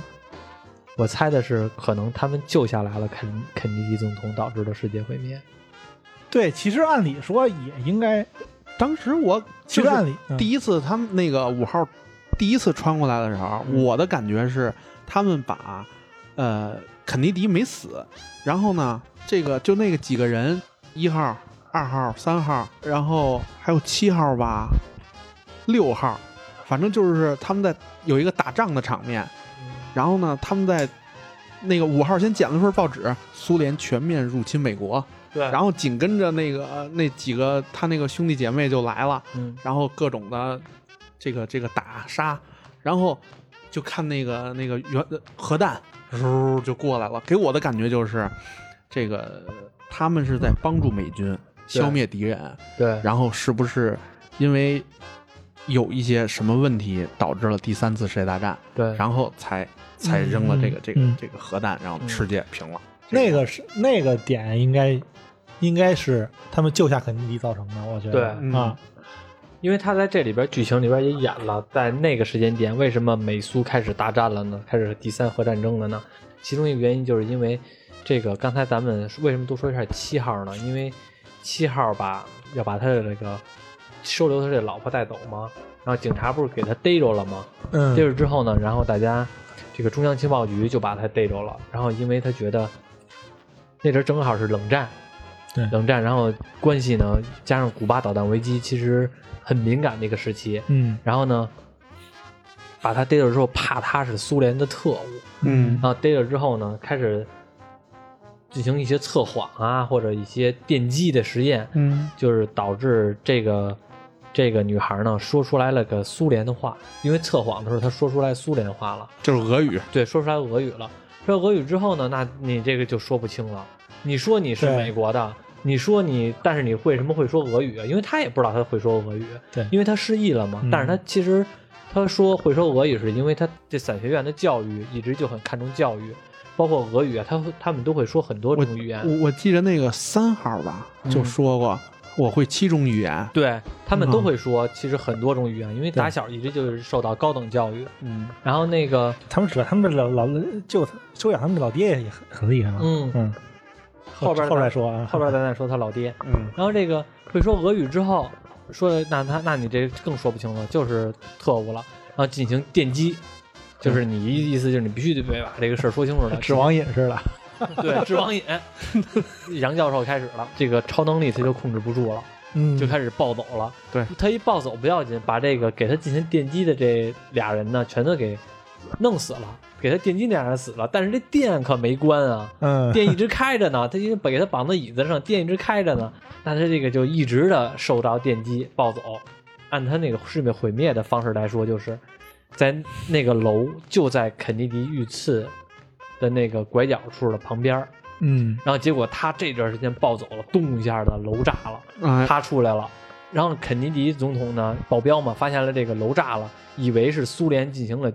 Speaker 1: 我猜的是可能他们救下来了肯肯尼迪总统，导致的世界毁灭。
Speaker 2: 对，其实按理说也应该，
Speaker 3: 当时我
Speaker 2: 其
Speaker 3: 就
Speaker 2: 实按
Speaker 3: 是
Speaker 2: 理嗯
Speaker 3: 第一次他们那个五号第一次穿过来的时候，我的感觉是他们把呃肯尼迪没死，然后呢，这个就那个几个人，一号、二号、三号，然后还有七号吧，六号，反正就是他们在有一个打仗的场面，然后呢，他们在。那个五号先捡了份报纸，苏联全面入侵美国，
Speaker 1: 对
Speaker 3: 然后紧跟着那个呃那几个他那个兄弟姐妹就来了，
Speaker 1: 嗯，
Speaker 3: 然后各种的这个这个打杀，然后就看那个那个原呃核弹嗖就过来了，给我的感觉就是这个他们是在帮助美军消灭敌人，
Speaker 1: 对
Speaker 3: 然后是不是因为有一些什么问题导致了第三次世界大战，
Speaker 1: 对，
Speaker 3: 然后才才扔了这个、
Speaker 2: 嗯
Speaker 3: 这个、
Speaker 2: 嗯
Speaker 3: 这个核弹，然后世界平了。
Speaker 2: 那个是那个点应该应该是他们救下肯尼迪造成的，我觉得
Speaker 1: 对
Speaker 2: 啊，
Speaker 1: 因为他在这里边剧情里边也演了，在那个时间点，为什么美苏开始大战了呢？开始第三核战争了呢？其中一个原因就是因为这个，刚才咱们为什么多说一下七号呢？因为七号吧要把他的这个收留他这老婆带走嘛，然后警察不是给他逮着了吗？
Speaker 2: 嗯，
Speaker 1: 逮着之后呢，然后大家这个中央情报局就把他逮着了，然后因为他觉得那阵儿正好是冷战，
Speaker 2: 对
Speaker 1: 冷战，然后关系呢加上古巴导弹危机，其实很敏感的一个时期，
Speaker 2: 嗯
Speaker 1: 然后呢，把他逮着之后，怕他是苏联的特务，
Speaker 3: 嗯
Speaker 1: 然后逮着之后呢，开始进行一些测谎啊，或者一些电击的实验，
Speaker 3: 嗯
Speaker 1: 就是导致这个这个女孩呢说出来了个苏联的话，因为测谎的时候她说出来苏联话了，
Speaker 3: 就是俄语，
Speaker 1: 对，说出来俄语了。说俄语之后呢，那你这个就说不清了。你说你是
Speaker 2: 对
Speaker 1: 美国的，你说你，但是你为什么会说俄语啊？因为他也不知道他会说俄语，
Speaker 2: 对
Speaker 1: 因为他失忆了嘛。
Speaker 2: 嗯
Speaker 1: 但是他其实他说会说俄语，是因为他这伞学院的教育一直就很看重教育，包括俄语啊，他他们都会说很多种语言。
Speaker 3: 我我记得那个三号吧，就说过我会七种语言，
Speaker 1: 对他们都会说，其实很多种语言，因为打小一直就是受到高等教育。
Speaker 3: 嗯，
Speaker 1: 然后那个
Speaker 2: 他们主要他们这老老就收养他们这老爹也很很厉害啊。
Speaker 1: 嗯
Speaker 2: 嗯，
Speaker 1: 后边
Speaker 2: 后边说啊，
Speaker 1: 后边咱再说他老爹，
Speaker 3: 嗯，
Speaker 1: 然后这个会说俄语之后，说那他那你这更说不清了，就是特务了，然后进行电击，就是你意思就是你必须得把这个事儿说清楚了，
Speaker 2: 指王瘾似的。
Speaker 1: 对治网瘾，杨教授开始了，这个超能力他就控制不住了，
Speaker 2: 嗯，
Speaker 1: 就开始暴走了。
Speaker 3: 对
Speaker 1: 他一暴走不要紧，把这个给他进行电击的这俩人呢，全都给弄死了，给他电击那俩人死了，但是这电可没关啊，
Speaker 2: 嗯，
Speaker 1: 电一直开着呢，他因为给他绑在椅子上，电一直开着呢，那他这个就一直的受到电击暴走。按他那个世界毁灭的方式来说，就是在那个楼就在肯尼迪遇刺的那个拐角处的旁边儿
Speaker 2: 嗯
Speaker 1: 然后结果他这段时间暴走了，咚一下的楼炸了，
Speaker 3: 哎，
Speaker 1: 他出来了。然后肯尼迪总统呢，保镖嘛，发现了这个楼炸了，以为是苏联进行了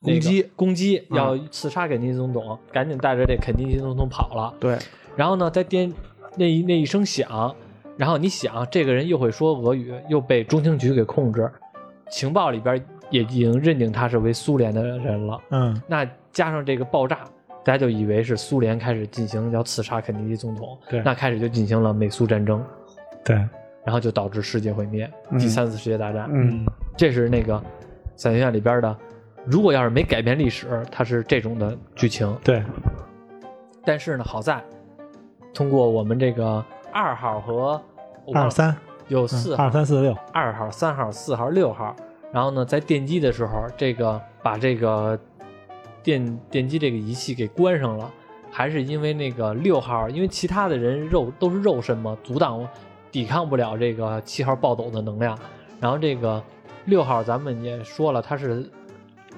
Speaker 1: 那个
Speaker 3: 攻击
Speaker 1: 攻击
Speaker 3: 嗯
Speaker 1: 要刺杀肯尼迪总统，赶紧带着这肯尼迪总统跑了。
Speaker 3: 对，
Speaker 1: 然后呢，在电那一那一声响，然后你想，这个人又会说俄语，又被中情局给控制，情报里边也已经认定他是为苏联的人了。
Speaker 2: 嗯，
Speaker 1: 那加上这个爆炸，大家就以为是苏联开始进行要刺杀肯尼迪总统，
Speaker 2: 对
Speaker 1: 那开始就进行了美苏战争，
Speaker 2: 对，
Speaker 1: 然后就导致世界毁灭，
Speaker 3: 嗯
Speaker 1: 第三次世界大战。
Speaker 3: 嗯
Speaker 1: 这是那个伞学院里边的，如果要是没改变历史，它是这种的剧情。
Speaker 2: 对，
Speaker 1: 但是呢，好在通过我们这个二号和我忘
Speaker 2: 二
Speaker 1: 了
Speaker 2: 三嗯
Speaker 1: 有四号、
Speaker 2: 二三四六，
Speaker 1: 二号、三号、四号、六号，然后呢，在电击的时候，这个把这个电电击这个仪器给关上了，还是因为那个六号，因为其他的人肉都是肉身嘛，阻挡抵抗不了这个七号暴走的能量，然后这个六号咱们也说了，他是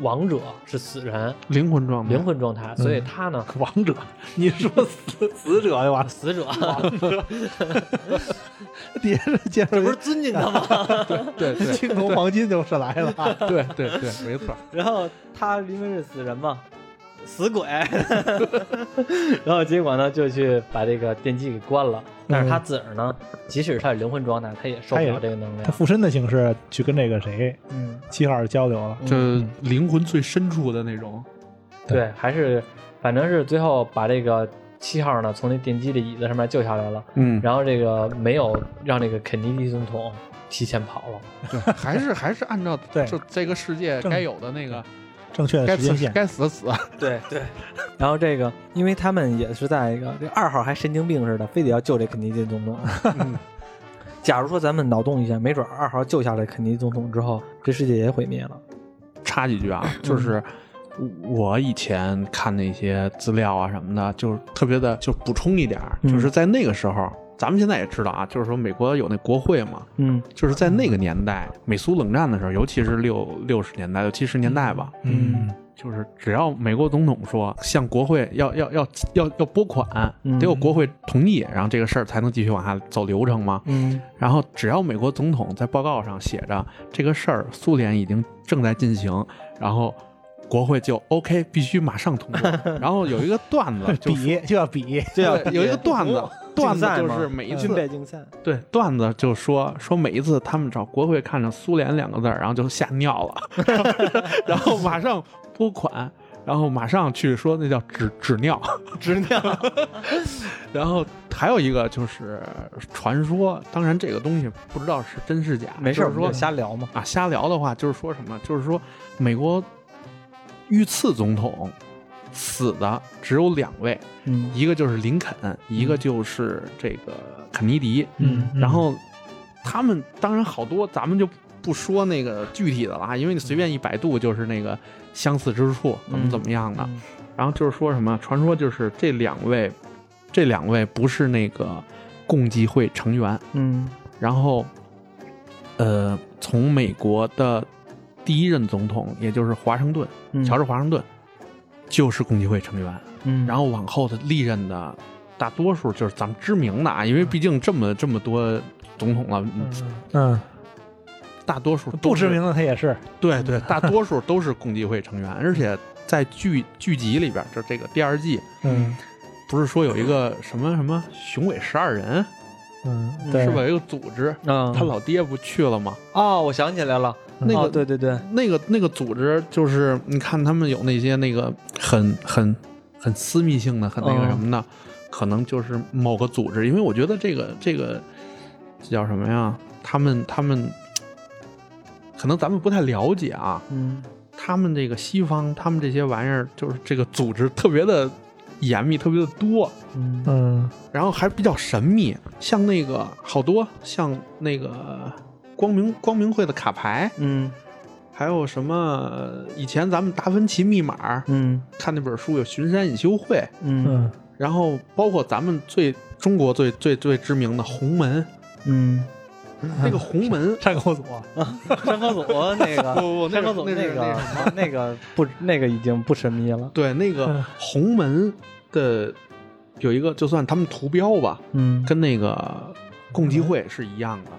Speaker 1: 王者，是死人
Speaker 3: 灵魂状态，
Speaker 1: 灵魂状态，所以他呢。
Speaker 2: 王者，你说死死者就完了，
Speaker 1: 死者，
Speaker 2: 别是
Speaker 1: 这
Speaker 2: 接着
Speaker 1: 不是尊敬他吗？
Speaker 3: 对对
Speaker 2: 青铜黄金就是来 了。
Speaker 3: 对对对，没 错，
Speaker 4: 然后他因为是死人嘛，死 鬼，然后结果呢就去
Speaker 1: 把这个电击给关了，但是他自个儿呢，即使他是灵魂状态，他也受不
Speaker 2: 嗯
Speaker 1: 了
Speaker 2: 他也
Speaker 1: 这个能量
Speaker 2: 他。附身的形式去跟这个谁
Speaker 1: 嗯，
Speaker 2: 七号交流了，
Speaker 3: 这灵魂最深处的那种，
Speaker 1: 对，还是反正是最后把这个七号呢从那电击的椅子上面救下来了，
Speaker 3: 嗯，
Speaker 1: 然后这个没有让这个肯尼迪总统提前跑了。
Speaker 3: 对， 还是还是按 照
Speaker 2: 对
Speaker 3: 就这个世界
Speaker 2: 正
Speaker 3: 该有的那个，
Speaker 2: 正确的
Speaker 3: 该
Speaker 2: 时间
Speaker 3: 死
Speaker 2: 线。
Speaker 3: 该死的死，
Speaker 4: 对对，然后这个，因为他们也是在一个这二号还神经病似的，非得要救这肯尼迪总统。 假如说咱们脑洞一下，没准二号救下了肯尼迪总统之后，这世界也毁灭了。
Speaker 3: 插几句啊，就是我以前看那些资料啊什么的，就是特别的，就补充一点儿，
Speaker 4: 嗯
Speaker 3: 就是在那个时候，咱们现在也知道啊，就是说美国有那国会嘛，
Speaker 4: 嗯
Speaker 3: 就是在那个年代，美苏冷战的时候，尤其是六六十年代、六七十年代吧，
Speaker 2: 嗯，
Speaker 3: 就是只要美国总统说向国会要要要要要拨款，
Speaker 4: 嗯
Speaker 3: 得有国会同意，然后这个事儿才能继续往下走流程嘛。
Speaker 4: 嗯
Speaker 3: 然后只要美国总统在报告上写着这个事儿，苏联已经正在进行，然后国会就 OK，必须马上通过。然后有一个段 子就
Speaker 2: 比就要比，
Speaker 4: 这样
Speaker 3: 对有一个段子，段子就是
Speaker 1: 嗯
Speaker 3: 每一
Speaker 4: 军
Speaker 3: 次
Speaker 4: 备竞赛，
Speaker 3: 对段子就说说每一次他们找国会看着苏联两个字儿，然后就吓尿了， 然后马上拨款。然后马上去说那叫纸纸尿，
Speaker 4: 执念。
Speaker 3: 然后还有一个就是传说，当然这个东西不知道是真是假，
Speaker 4: 没事
Speaker 3: 就
Speaker 4: 儿，
Speaker 3: 是
Speaker 4: 我
Speaker 3: 说
Speaker 4: 们就瞎聊嘛。
Speaker 3: 啊，瞎聊的话就是说什么？就是说美国遇刺总统死的只有两位，
Speaker 4: 嗯
Speaker 3: 一个就是林肯，一个就是这个肯尼迪。
Speaker 2: 嗯
Speaker 3: 然后他们当然好多咱们就不说那个具体的了啊，因为你随便一百度就是那个相似之处怎么怎么样的。
Speaker 5: 嗯
Speaker 3: 然后就是说什么，传说就是这两位，这两位不是那个共济会成员，
Speaker 5: 嗯
Speaker 3: 然后，呃，从美国的第一任总统，也就是华盛顿，
Speaker 5: 嗯
Speaker 3: 乔治华盛顿，就是共济会成员。
Speaker 5: 嗯，
Speaker 3: 然后往后的历任的大多数就是咱们知名的啊，因为毕竟这么这么多总统了，
Speaker 2: 嗯，
Speaker 3: 大多数都
Speaker 2: 不知
Speaker 3: 是
Speaker 2: 名嗯的他也是，
Speaker 3: 对对，大多数都是共济会成员，而且在剧剧集里边，就这个第二季，
Speaker 2: 嗯
Speaker 3: 不是说有一个什么什么雄伟十二人，
Speaker 2: 嗯，对，
Speaker 3: 是吧？？有一个组织，
Speaker 1: 嗯
Speaker 3: 他老爹不去了吗？
Speaker 1: 哦，我想起来了，
Speaker 2: 嗯
Speaker 3: 那
Speaker 1: 哦，
Speaker 3: 个
Speaker 1: 对对对，
Speaker 3: 那个那个组织就是，你看他们有那些那个很很很私密性的，很那个
Speaker 1: 嗯
Speaker 3: 什么的，可能就是某个组织。因为我觉得这个这个这叫什么呀？他们他们可能咱们不太了解啊，
Speaker 1: 嗯
Speaker 3: 他们这个西方他们这些玩意儿，就是这个组织特别的严密，特别的多，
Speaker 1: 嗯
Speaker 2: 嗯
Speaker 3: 然后还比较神秘。像那个好多像那个光明光明会的卡牌，
Speaker 1: 嗯
Speaker 3: 还有什么？呃以前咱们达芬奇密码
Speaker 1: 嗯
Speaker 3: 看那本书有《巡山隐修会》，
Speaker 1: 嗯
Speaker 2: 嗯，
Speaker 3: 然后包括咱们最中国最最最知名的洪门，
Speaker 1: 嗯，
Speaker 3: 那个洪门
Speaker 2: 山口组，啊
Speaker 1: 山科组 那
Speaker 3: 不
Speaker 1: 个，
Speaker 3: 不不，那
Speaker 1: 山
Speaker 3: 个
Speaker 1: 科组
Speaker 3: 那
Speaker 1: 那
Speaker 3: 是那
Speaker 1: 个
Speaker 3: 是
Speaker 1: 那个不那个已经不神秘了，
Speaker 3: 对那个
Speaker 2: 嗯
Speaker 3: 洪门的有一个，就算他们图标吧，
Speaker 1: 嗯，
Speaker 3: 跟那个共济会是一样的，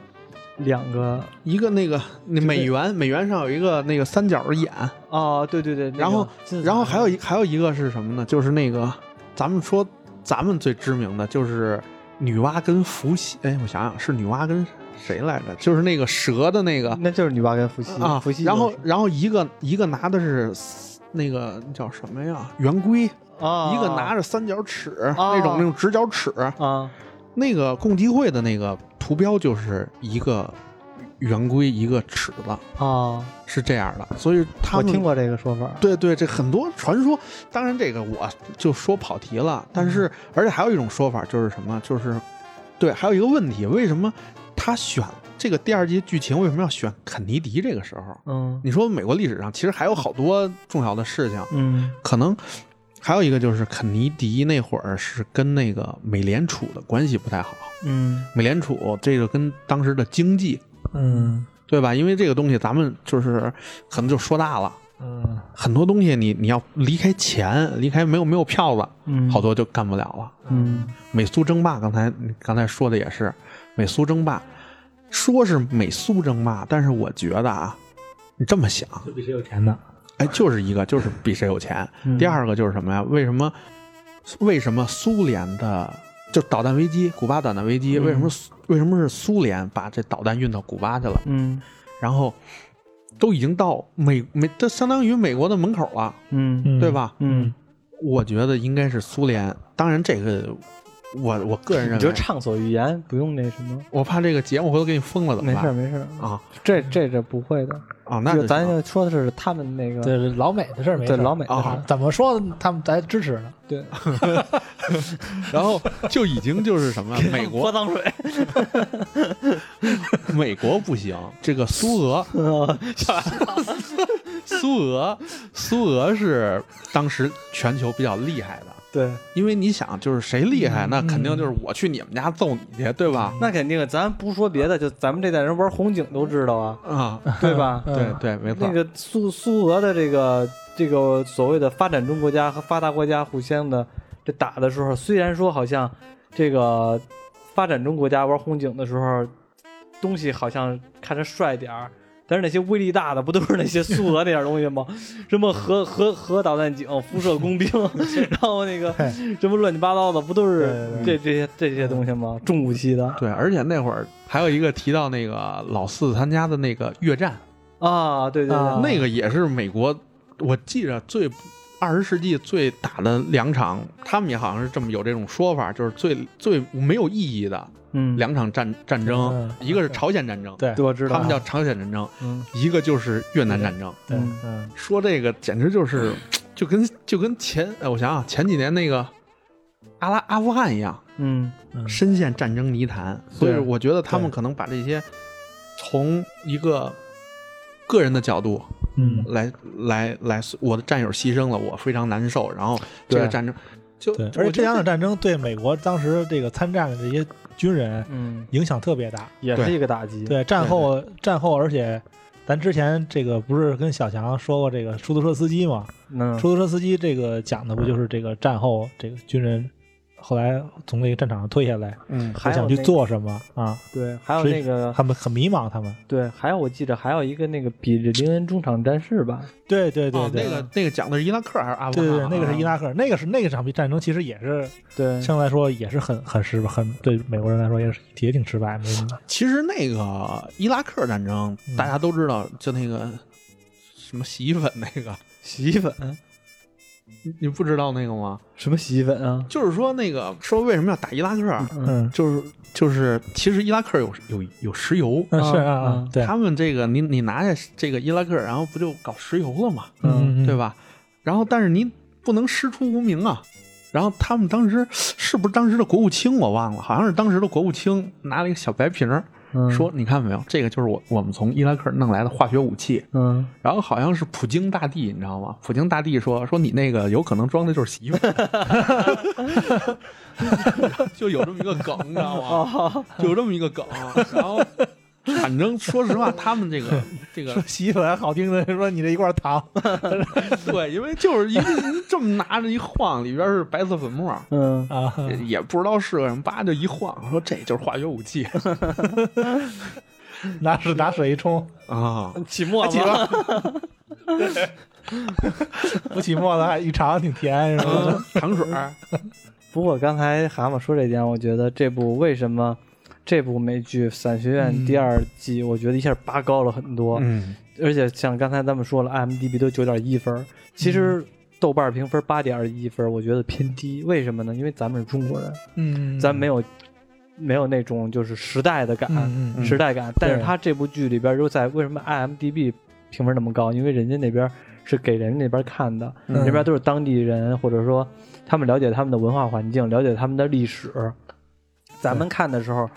Speaker 1: 两个
Speaker 3: 一个那个那美元美元上有一个那个三角的眼，
Speaker 1: 哦，对对对，那个
Speaker 3: 然后
Speaker 1: 金字
Speaker 3: 然后
Speaker 1: 塔
Speaker 3: 还有一还有一个是什么呢？就是那个咱们说咱们最知名的就是女娲跟伏羲，哎，我想想是女娲跟谁来着？就是那个蛇的那个
Speaker 1: 那就是女娲跟伏羲
Speaker 3: 啊
Speaker 1: 伏羲，
Speaker 3: 然后
Speaker 1: 就是
Speaker 3: 然后一个一个拿的是那个叫什么呀？圆规，
Speaker 1: 啊
Speaker 3: 一个拿着三角尺、
Speaker 1: 啊
Speaker 3: 那种那种直角尺，
Speaker 1: 啊
Speaker 3: 那个共济会的那个图标就是一个圆规一个尺子，
Speaker 1: 啊，
Speaker 3: 是这样的，所以他
Speaker 1: 我
Speaker 3: 们
Speaker 1: 听过这个说法，
Speaker 3: 对对，这很多传说，当然这个我就说跑题了。但是，而且还有一种说法就是什么，就是对，还有一个问题，为什么他选这个第二集剧情为什么要选肯尼迪这个时候？
Speaker 1: 嗯
Speaker 3: 你说美国历史上其实还有好多重要的事情，
Speaker 1: 嗯
Speaker 3: 可能还有一个就是肯尼迪那会儿是跟那个美联储的关系不太好，
Speaker 1: 嗯
Speaker 3: 美联储这个跟当时的经济
Speaker 2: 嗯
Speaker 3: 对吧？因为这个东西咱们就是可能就说大了。
Speaker 2: 嗯
Speaker 3: 很多东西你你要离开钱，离开没有没有票子，
Speaker 1: 嗯，
Speaker 3: 好多就干不了了。
Speaker 1: 嗯
Speaker 3: 美苏争霸，刚才你刚才说的也是，美苏争霸，说是美苏争霸，但是我觉得啊，你这么想，
Speaker 2: 就比谁有钱的，
Speaker 3: 哎，就是一个就是比谁有钱，
Speaker 1: 嗯
Speaker 3: 第二个就是什么呀？为什么为什么苏联的就导弹危机，古巴导弹危机，
Speaker 1: 嗯
Speaker 3: 为什么苏为什么是苏联把这导弹运到古巴去了？
Speaker 1: 嗯
Speaker 3: 然后都已经到美美，这相当于美国的门口了，
Speaker 1: 嗯
Speaker 2: 嗯
Speaker 3: 对？吧？
Speaker 1: 嗯，
Speaker 3: 我觉得应该是苏联。当然，这个我我个人
Speaker 1: 你
Speaker 3: 认
Speaker 1: 就
Speaker 3: 为，
Speaker 1: 畅所欲言，不用那什么，
Speaker 3: 我怕这个节目回头给你封了怎么
Speaker 1: 没事儿
Speaker 3: 办？
Speaker 1: 没事儿，
Speaker 3: 啊
Speaker 1: 这这这不会的，
Speaker 3: 啊，那
Speaker 1: 就
Speaker 3: 就
Speaker 1: 咱
Speaker 3: 行
Speaker 1: 就说的是他们那个
Speaker 2: 对老美的事儿没事
Speaker 1: 对
Speaker 2: 儿，
Speaker 1: 老美
Speaker 3: 啊
Speaker 2: 啊，怎么说他们咱支持呢？
Speaker 1: 对，
Speaker 3: 然后就已经就是什么呀美国
Speaker 1: 脏水，
Speaker 3: 美国不行，这个苏 俄
Speaker 1: 哦
Speaker 3: 苏俄苏俄是当时全球比较厉害的。
Speaker 1: 对，
Speaker 3: 因为你想，就是谁厉
Speaker 1: 嗯
Speaker 3: 害，那肯定就是我去你们家揍你去，对吧？
Speaker 1: 那肯定，咱不说别的，就咱们这代人玩红警都知道啊，
Speaker 3: 啊，
Speaker 1: 对 吧？
Speaker 3: 对
Speaker 2: 嗯
Speaker 3: 对，没错
Speaker 1: 那。个苏苏俄的这个这个所谓的发展中国家和发达国家互相的这打的时候，虽然说好像这个发展中国家玩红警的时候，东西好像看着帅点儿。但是那些威力大的不都是那些苏俄那点东西吗？ 什么核核核导弹井、辐射工 兵，然后那个什么乱七八糟的，不都是这这些这些东西吗？重武器的
Speaker 3: 对，而且那会儿还有一个提到那个老四参加的那个越战，
Speaker 1: 啊，对对
Speaker 2: 啊
Speaker 1: 对，
Speaker 3: 那个也是美国，我记着最二十世纪最打的两场，他们也好像是这么有这种说法，就是最最没有意义的
Speaker 1: 嗯，
Speaker 3: 两场战战争，
Speaker 2: 嗯
Speaker 3: 一个是朝鲜战争，
Speaker 2: 对
Speaker 1: 对，我知道，啊
Speaker 3: 他们叫朝鲜战争，
Speaker 1: 嗯
Speaker 3: 一个就是越南战争。
Speaker 2: 对
Speaker 1: 嗯
Speaker 2: 嗯
Speaker 3: 说这个简直就是， 就跟就跟前呃我想想前几年那个阿拉阿富汗一样，
Speaker 1: 嗯
Speaker 2: 嗯
Speaker 3: 深陷战争泥潭，所以
Speaker 2: 对
Speaker 3: 我觉得他们
Speaker 2: 对
Speaker 3: 可能把这些从一个个人的角度
Speaker 2: 嗯，
Speaker 3: 来来来，我的战友牺牲了，我非常难受。然后这个
Speaker 2: 对
Speaker 3: 战争就
Speaker 2: 对，
Speaker 3: 就
Speaker 2: 而且
Speaker 3: 我
Speaker 2: 这
Speaker 3: 觉
Speaker 2: 两
Speaker 3: 得
Speaker 2: 场战争对美国当时这个参战的这些军人
Speaker 6: 嗯，
Speaker 2: 影响特别大。
Speaker 1: 也
Speaker 3: 对
Speaker 1: 是一个打击。
Speaker 2: 对，战后战后，而且咱之前这个不是跟小强说过这个出租车司机嘛？
Speaker 1: 嗯，
Speaker 2: 出租车司机这个讲的不就是这个战后这个军人后来从这个战场上退下来，
Speaker 3: 嗯
Speaker 2: 他
Speaker 1: 还有
Speaker 2: 想去
Speaker 1: 那个
Speaker 2: 做什么啊？
Speaker 1: 对，还有
Speaker 2: 谁
Speaker 1: 那个
Speaker 2: 他们很迷茫，他们
Speaker 1: 对，还有我记着还有一个那个比利林恩中场战事吧，
Speaker 2: 对对对
Speaker 3: 哦
Speaker 2: 对，
Speaker 3: 那个那个讲的是伊拉克还是阿富
Speaker 2: 对
Speaker 3: 汗
Speaker 2: 对
Speaker 3: 啊？
Speaker 2: 对，那个是伊拉克，那个是那个场战争，其实也是
Speaker 1: 对，
Speaker 2: 相对来说也是很很失败，很对美国人来说也是也挺失败的。
Speaker 3: 其实那个伊拉克战争，
Speaker 2: 嗯
Speaker 3: 大家都知道，就那个什么洗衣粉那个，
Speaker 1: 洗衣粉
Speaker 3: 你你不知道那个吗？
Speaker 1: 什么洗衣粉啊？
Speaker 3: 就是说那个说为什么要打伊拉克，啊
Speaker 1: 嗯，
Speaker 2: 嗯，
Speaker 3: 就是就是其实伊拉克有有有石油，
Speaker 2: 嗯是
Speaker 1: 啊
Speaker 2: 啊啊
Speaker 1: 啊，
Speaker 2: 对，
Speaker 3: 他们这个你你拿下这个伊拉克，然后不就搞石油了嘛，
Speaker 2: 嗯嗯
Speaker 3: 对吧？然后但是你不能师出无名啊。然后他们当时是不是当时的国务卿我忘了，好像是当时的国务卿拿了一个小白瓶儿，
Speaker 1: 嗯
Speaker 3: 说你看没有，这个就是我我们从伊拉克弄来的化学武器。
Speaker 1: 嗯，
Speaker 3: 然后好像是普京大帝，你知道吗？普京大帝说说你那个有可能装的就是媳妇儿， 就有这么一个梗，你知道
Speaker 1: 哦
Speaker 3: 吗？ 就有这么一个梗。哦然后， 反正说实话，他们这 个这个
Speaker 2: 说 洗衣粉好听的，说你这一块糖，
Speaker 3: 对，因为就是一个这么拿着一晃，里边是白色粉末，
Speaker 1: 嗯，
Speaker 2: 啊，
Speaker 3: 也也不知道是个什么，叭就一晃，说这就是化学武 器
Speaker 2: 拿水拿水一冲，
Speaker 3: 啊。
Speaker 1: 起沫
Speaker 3: 起沫
Speaker 2: 不起沫子还一尝挺甜，是吧？
Speaker 3: 嗯糖水儿，
Speaker 1: 不过刚才蛤蟆说这点，我觉得这部为什么这部美剧《伞学院》第二季，我觉得一下拔高了很多，
Speaker 3: 嗯，
Speaker 1: 而且像刚才咱们说了，IMDB 都九点一分儿，其实豆瓣评分八点一分儿，我觉得偏低。为什么呢？因为咱们是中国人，
Speaker 2: 嗯，
Speaker 1: 咱啊没有没有那种就是时代的感，
Speaker 2: 嗯嗯
Speaker 1: 时代感。但是
Speaker 2: 对
Speaker 1: 他这部剧里边又在为什么 IMDB 评分那么高？因为人家那边是给人那边看的，
Speaker 2: 嗯
Speaker 1: 那边都是当地人，或者说他们了解他们的文化环境，了解他们的历史。咱们看的时候，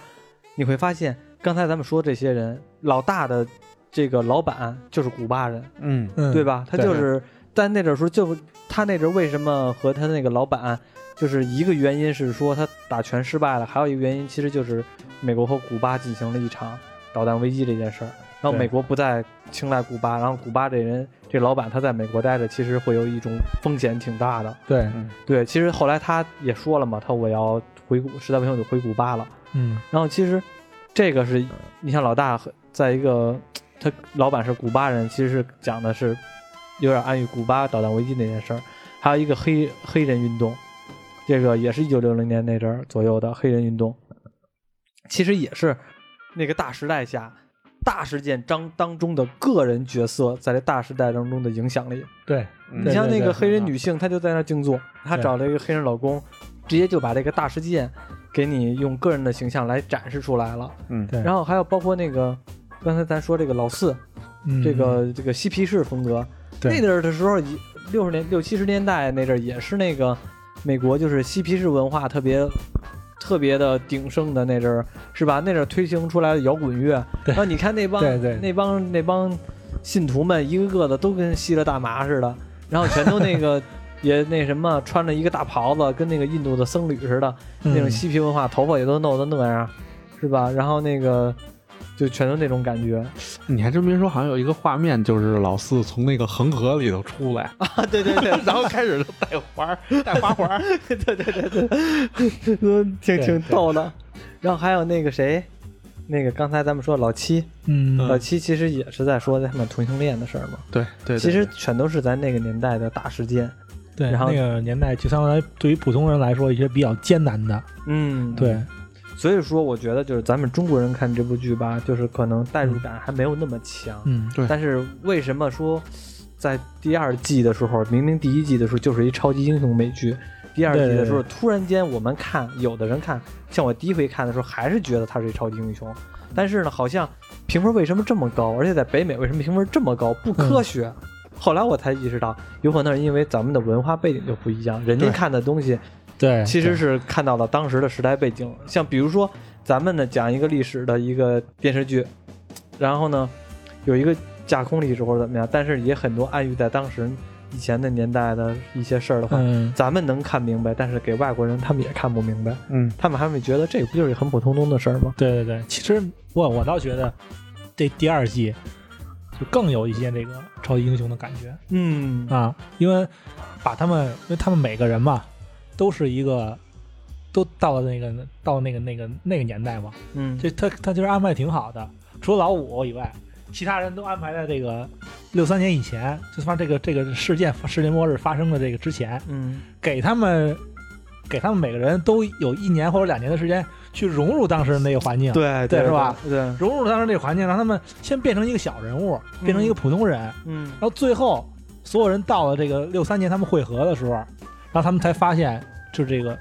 Speaker 1: 你会发现，刚才咱们说这些人，老大的这个老板就是古巴人，
Speaker 3: 嗯
Speaker 2: 嗯
Speaker 1: 对？吧？他
Speaker 2: 对
Speaker 1: 就是在那阵儿时候就，他那阵儿为什么和他那个老板，就是一个原因是说他打拳失败了，还有一个原因其实就是美国和古巴进行了一场导弹危机这件事儿，然后
Speaker 2: 对
Speaker 1: 美国不再青睐古巴，然后古巴这人这老板他在美国待着，其实会有一种风险挺大的。
Speaker 2: 对，
Speaker 1: 对，其实后来他也说了嘛，他我要回古，实在不行我就回古巴了。
Speaker 2: 嗯
Speaker 1: 然后其实这个是你像老大和在一个他老板是古巴人，其实是讲的是有点暗喻古巴导弹危机那件事儿，还有一个黑黑人运动，这个也是一九六零年那阵儿左右的黑人运动，其实也是那个大时代下。大事件当当中的个人角色在这大时代当中的影响力，
Speaker 2: 对，
Speaker 3: 嗯
Speaker 1: 你
Speaker 2: 对
Speaker 1: 像
Speaker 2: 对
Speaker 1: 那个
Speaker 2: 对
Speaker 1: 黑人女性，她就在那儿静坐，她
Speaker 2: 对
Speaker 1: 找了一个黑人老公，直接就把这个大事件给你用个人的形象来展示出来了。
Speaker 3: 嗯
Speaker 2: 对
Speaker 1: 然后还有包括那个刚才咱说这个老四，
Speaker 2: 嗯
Speaker 1: 这个这个嬉皮士风格，
Speaker 2: 对
Speaker 1: 那阵儿的时候，六十年六七十年代那阵儿也是那个美国就是嬉皮士文化特别。特别的鼎盛的那阵儿是吧？那阵儿推行出来的摇滚乐，
Speaker 2: 对
Speaker 1: 然后你看那帮
Speaker 2: 对对
Speaker 1: 那帮那帮信徒们，一个个的都跟吸了大麻似的，然后全都那 个也那什么，穿着一个大袍子，跟那个印度的僧侣似的，那种
Speaker 2: 嗯
Speaker 1: 嬉皮文化，头发也都弄得那样，是吧？然后那个就全都那种感觉
Speaker 3: 你还真别说，好像有一个画面，就是老四从那个恒河里头出 来，
Speaker 1: 啊！对对对，
Speaker 3: 然后开始带花儿，带花环儿，
Speaker 1: 对对对对，都嗯挺
Speaker 2: 对
Speaker 1: 挺
Speaker 2: 对
Speaker 1: 逗的。然后还有那个谁，那个刚才咱们说老七，
Speaker 2: 嗯
Speaker 1: 老七其实也是在说他们同性恋的事儿嘛。
Speaker 3: 对对，对
Speaker 1: 其实全都是咱那个年代的大事件。
Speaker 2: 对
Speaker 1: 嗯然后
Speaker 2: 那个年代，就相当于对于普通人来说，一些比较艰难的，
Speaker 1: 嗯，
Speaker 2: 对，
Speaker 1: 所以说我觉得就是咱们中国人看这部剧吧，就是可能代入感还没有那么强。
Speaker 2: 嗯
Speaker 3: 对
Speaker 1: 但是为什么说在第二季的时候，明明第一季的时候就是一超级英雄美剧，第二季的时候
Speaker 2: 对对
Speaker 1: 突然间我们看，有的人看，像我第一回看的时候还是觉得他是一超级英雄，
Speaker 3: 嗯
Speaker 1: 但是呢，好像评分为什么这么高，而且在北美为什么评分这么高，不科学。
Speaker 3: 嗯
Speaker 1: 后来我才意识到，有可能是因为咱们的文化背景就不一样，人家
Speaker 3: 对
Speaker 1: 看的东西
Speaker 2: 对，
Speaker 1: 其实
Speaker 2: 对
Speaker 1: 是看到了当时的时代背景，像比如说咱们呢讲一个历史的一个电视剧，然后呢有一个架空历史或者怎么样，但是也很多暗喻在当时以前的年代的一些事儿的话，
Speaker 2: 嗯
Speaker 1: 咱们能看明白，但是给外国人他们也看不明白，
Speaker 2: 嗯，
Speaker 1: 他们还会觉得这不就是很普通通的事儿吗？
Speaker 2: 对对对，其实我我倒觉得这第二季就更有一些这个超级英雄的感觉
Speaker 1: 嗯
Speaker 2: 啊，因为把他们，因为他们每个人嘛，都是一个。都到了那个到那个那个那个年代嘛，
Speaker 1: 嗯，
Speaker 2: 这他他其实安排挺好的，除了老五以外，其他人都安排在这个六三年以前，就算这个这个事件世界末日发生的这个之前，
Speaker 1: 嗯
Speaker 2: 给他们给他们每个人都有一年或者两年的时间去融入当时的那个环境，
Speaker 1: 对
Speaker 2: 对是吧？
Speaker 1: 对，
Speaker 2: 融入当时那个环境，让他们先变成一个小人物，变成一个普通人，
Speaker 1: 嗯
Speaker 2: 然后最后所有人到了这个六三年他们会合的时候，然后他们才发现，就这个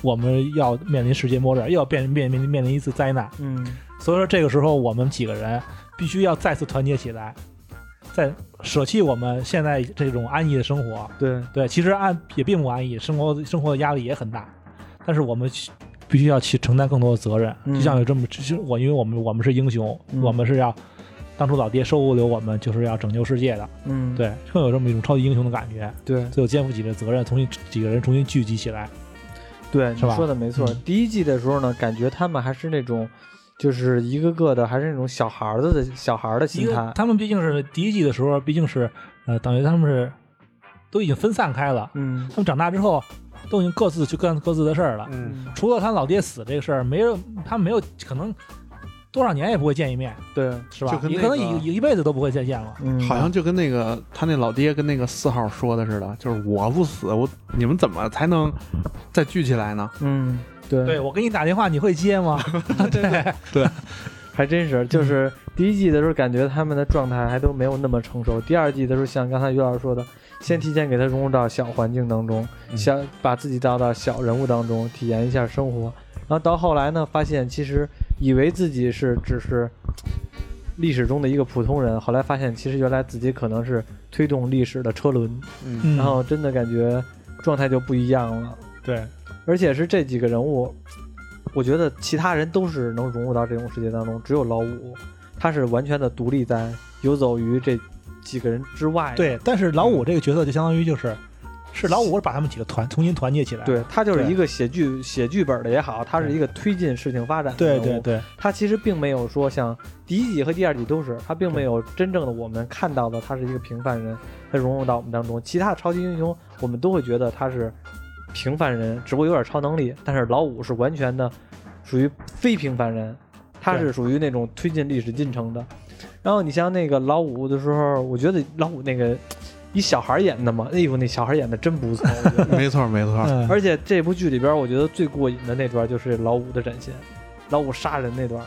Speaker 2: 我们要面临世界末日，又要变面面面临一次灾难。
Speaker 1: 嗯
Speaker 2: 所以说这个时候我们几个人必须要再次团结起来，再舍弃我们现在这种安逸的生活。
Speaker 1: 对，
Speaker 2: 对，其实安也并不安逸，生活生活的压力也很大，但是我们去必须要去承担更多的责任。
Speaker 1: 嗯
Speaker 2: 就像有这么，其实我因为我们我们是英雄，
Speaker 1: 嗯
Speaker 2: 我们是要当初老爹收留我们就是要拯救世界的，
Speaker 1: 嗯
Speaker 2: 对，更有这么一种超级英雄的感觉，
Speaker 1: 对
Speaker 2: 最后肩负起这责任，重新几个人重新聚集起来。
Speaker 1: 对，你
Speaker 2: 是吧
Speaker 1: 说的没错。
Speaker 2: 嗯
Speaker 1: 第一季的时候呢，感觉他们还是那种，就是一个个的还是那种小孩儿子的小孩儿的
Speaker 2: 因
Speaker 1: 心
Speaker 2: 为
Speaker 1: 态，
Speaker 2: 他们毕竟是第一季的时候，毕竟是呃，等于他们是都已经分散开了，
Speaker 1: 嗯
Speaker 2: 他们长大之后都已经各自去干各自的事儿了。
Speaker 3: 嗯，
Speaker 2: 除了他老爹死这个事儿，没人他们没有可能多少年也不会见一面，
Speaker 1: 对，
Speaker 2: 是吧
Speaker 3: 就？跟
Speaker 2: 你
Speaker 3: 那
Speaker 2: 可能
Speaker 3: 个
Speaker 2: 一一辈子都不会再见了。
Speaker 1: 嗯，
Speaker 3: 好像就跟那个他那老爹跟那个四号说的似的，就是我不死，我你们怎么才能再聚起来呢？
Speaker 1: 嗯对
Speaker 2: 对，我给你打电话，你会 接吗？对，
Speaker 1: 还真是，就是第一季的时候，感觉他们的状态还都没有那么成熟。第二季的时候，像刚才于老师说的，先提前给他融入到小环境当中，
Speaker 3: 嗯
Speaker 1: 想把自己带到小人物当中，体验一下生活。然后到后来呢，发现其实以为自己是只是历史中的一个普通人，后来发现其实原来自己可能是推动历史的车轮，
Speaker 3: 嗯，
Speaker 2: 嗯
Speaker 1: 然后真的感觉状态就不一样了。
Speaker 2: 对，
Speaker 1: 而且是这几个人物，我觉得其他人都是能融入到这种世界当中，只有老五，他是完全的独立在游走于这几个人之外的。
Speaker 2: 对，但是老五这个角色就相当于就是是老五把他们几个团重新团结起来。
Speaker 1: 对，他就是
Speaker 2: 对
Speaker 1: 一个写剧写剧本的也好，他是一个推进事情发展的
Speaker 2: 对
Speaker 1: 人物。
Speaker 2: 对对，
Speaker 1: 他其实并没有说像第一集和第二集都是，他并没有真正的我们看到的他是一个平凡人，他融入到我们当中。其他的超级英雄我们都会觉得他是平凡人，只不过有点超能力，但是老五是完全的属于非平凡人，他是属于那种推进历史进程的。然后你像那个老五的时候，我觉得老五那个以小孩演的嘛，哎呦那小孩演的真不错，我 觉得
Speaker 3: 没错没错，
Speaker 2: 嗯
Speaker 1: 而且这部剧里边，我觉得最过瘾的那段就是老五的展现，老五杀人那段。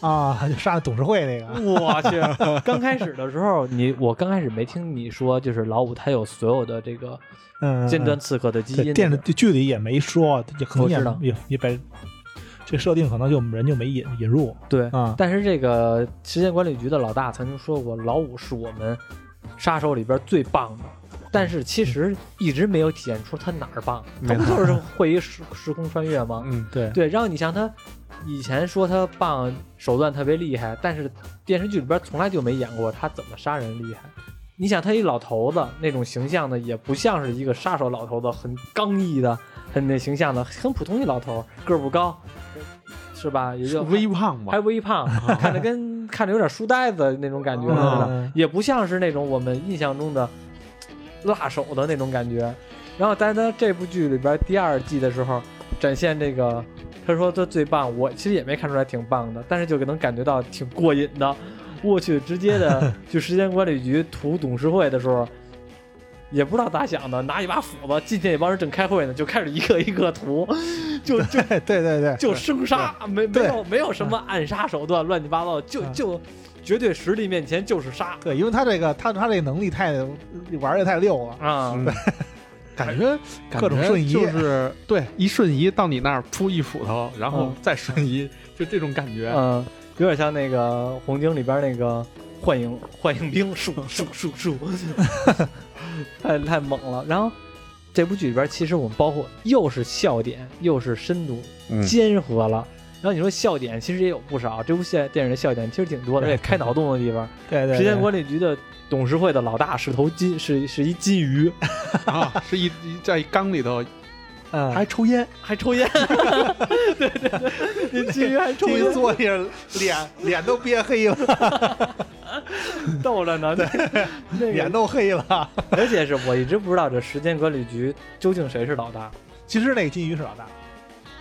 Speaker 2: 啊，就上董事会那个，
Speaker 1: 我去，刚开始的时候，你我刚开始没听你说，就是老五他有所有的这个
Speaker 2: 嗯，
Speaker 1: 尖端刺客的基
Speaker 2: 对，
Speaker 1: 因。
Speaker 2: 电视剧里也没说，也可能
Speaker 1: 我知道
Speaker 2: 也也也把这设定可能就人就没引引入
Speaker 1: 对，
Speaker 2: 啊。
Speaker 1: 但是这个时间管理局的老大曾经说过，老五是我们杀手里边最棒的。但是其实一直没有体现出他哪儿棒，他
Speaker 3: 没
Speaker 1: 不
Speaker 3: 错，
Speaker 1: 就是会一时时空穿越吗？
Speaker 3: 嗯，
Speaker 2: 对，
Speaker 1: 对，然后你像他以前说他棒手段特别厉害，但是电视剧里边从来就没演过他怎么杀人厉害。你想他一老头子那种形象呢，也不像是一个杀手老头子，很刚毅的，很那形象的，很普通一老头，个儿不高，是吧？也就
Speaker 3: 嗯微胖嘛
Speaker 1: 还，微胖，看着跟看着有点书呆子那种感觉似的，
Speaker 2: 嗯
Speaker 1: 也不像是那种我们印象中的辣手的那种感觉。然后，但是他这部剧里边第二季的时候展现这个，他说他最棒，我其实也没看出来挺棒的，但是就能感觉到挺过瘾的。我去，直接 的去时间管理局屠董事会的时候，也不知道咋想的，拿一把斧子进去，那帮人正开会呢，就开始一个一个屠，就就
Speaker 2: 对对对对，
Speaker 1: 就生 杀，没没
Speaker 2: 对
Speaker 1: 有没有什么暗杀手段，乱七八糟，就
Speaker 2: 嗯
Speaker 1: 就绝对实力面前就是杀
Speaker 2: 对，因为他这个他他这个能力太玩的太溜了，
Speaker 1: 啊
Speaker 3: 嗯感觉感
Speaker 2: 各种
Speaker 3: 觉
Speaker 2: 瞬移
Speaker 3: 就是对一瞬移到你那儿出一斧头，然后
Speaker 1: 嗯
Speaker 3: 再瞬移， 就这种感觉。
Speaker 1: 嗯，有点像那个《红警》里边那个幻影幻影兵，数数数数， 太太猛了。然后这部剧里边，其实我们包括又是笑点，又是深度，
Speaker 3: 嗯
Speaker 1: 兼合了。然后你说笑点其实也有不少，这部电电影的笑点其实挺多的，而且开脑洞的地方。
Speaker 2: 对对，
Speaker 1: 时间管理局的董事会的老大是头金，是是一金鱼，
Speaker 3: 啊，是一一在一缸里头，
Speaker 2: 嗯，
Speaker 3: 还抽烟，
Speaker 1: 还抽烟。 对对对，那金鱼还抽
Speaker 2: 一
Speaker 1: 烟，
Speaker 2: 坐下，脸脸都憋黑了，
Speaker 1: 逗着呢。 那
Speaker 2: 脸
Speaker 1: 个，
Speaker 2: 都黑了。
Speaker 1: 而且是我一直不知道这时间管理局究竟谁是老大。
Speaker 2: 其实那个金鱼是老大，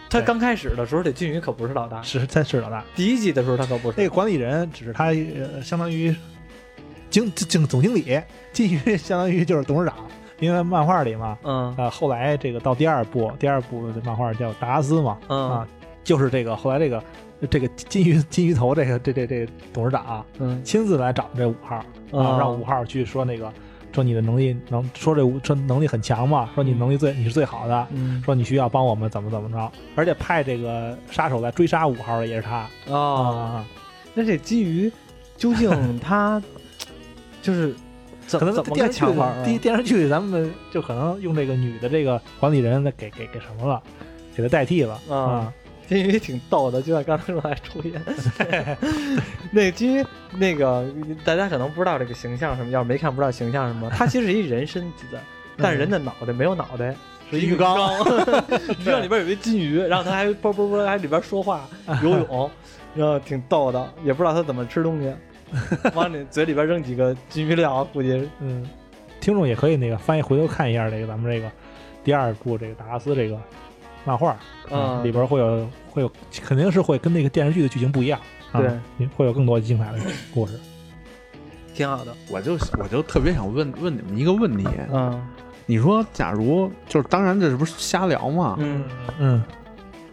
Speaker 1: 他
Speaker 2: 对
Speaker 1: 刚开始的时候，这金鱼可不是老大。
Speaker 2: 是他是老大，
Speaker 1: 第一季的时候，他可不是。
Speaker 2: 那个管理人只是他呃相当于经经总经理，金鱼相当于就是董事长，因为漫画里嘛，
Speaker 1: 嗯
Speaker 2: 啊，后来这个到第二部，第二部的漫画叫达拉斯嘛，
Speaker 1: 嗯
Speaker 2: 啊，就是这个后来这个这个金鱼金鱼头这个这这这董事长啊、
Speaker 1: 嗯
Speaker 2: 亲自来找这五号啊，
Speaker 1: 哦
Speaker 2: 让五号去说那个说你的能力能说这五说能力很强嘛，说你能力最你是最好的，
Speaker 1: 嗯
Speaker 2: 说你需要帮我们怎么怎么着，而且派这个杀手来追杀五号的也是他
Speaker 1: 哦，
Speaker 2: 啊，
Speaker 1: 那这金鱼究 竟它就是怎
Speaker 2: 可能
Speaker 1: 怎么
Speaker 2: 电
Speaker 1: 个
Speaker 2: 视剧
Speaker 1: 抢法啊？
Speaker 2: 第一电视剧咱们就可能用这个女的这个管理人给给给什么了，给他代替了
Speaker 1: 啊金鱼挺逗的，就像刚才说还抽 烟。那金鱼那个大家可能不知道这个形象什么，要是没看不知道形象什么，它其实是一人身体的，但是人的脑袋没有脑袋。
Speaker 2: 是一个缸，
Speaker 1: 鱼缸里边有一金鱼，然后它还啵啵啵还里边说 话游泳，然后挺逗的，也不知道它怎么吃东西， 往你嘴里边扔几个金鱼料，估计是
Speaker 2: 嗯，听众也可以那个翻译回头看一下这个咱们这个第二部这个达拉斯这个漫画，
Speaker 1: 啊
Speaker 2: 里边会有会有肯定是会跟那个电视剧的剧情不一样，啊、
Speaker 1: 对，
Speaker 2: 会有更多精彩的故事。
Speaker 1: 挺好的。
Speaker 3: 我就我就特别想问问你们一个问题，
Speaker 1: 嗯
Speaker 3: 你说假如就是当然这不是瞎聊嘛，
Speaker 1: 嗯
Speaker 2: 嗯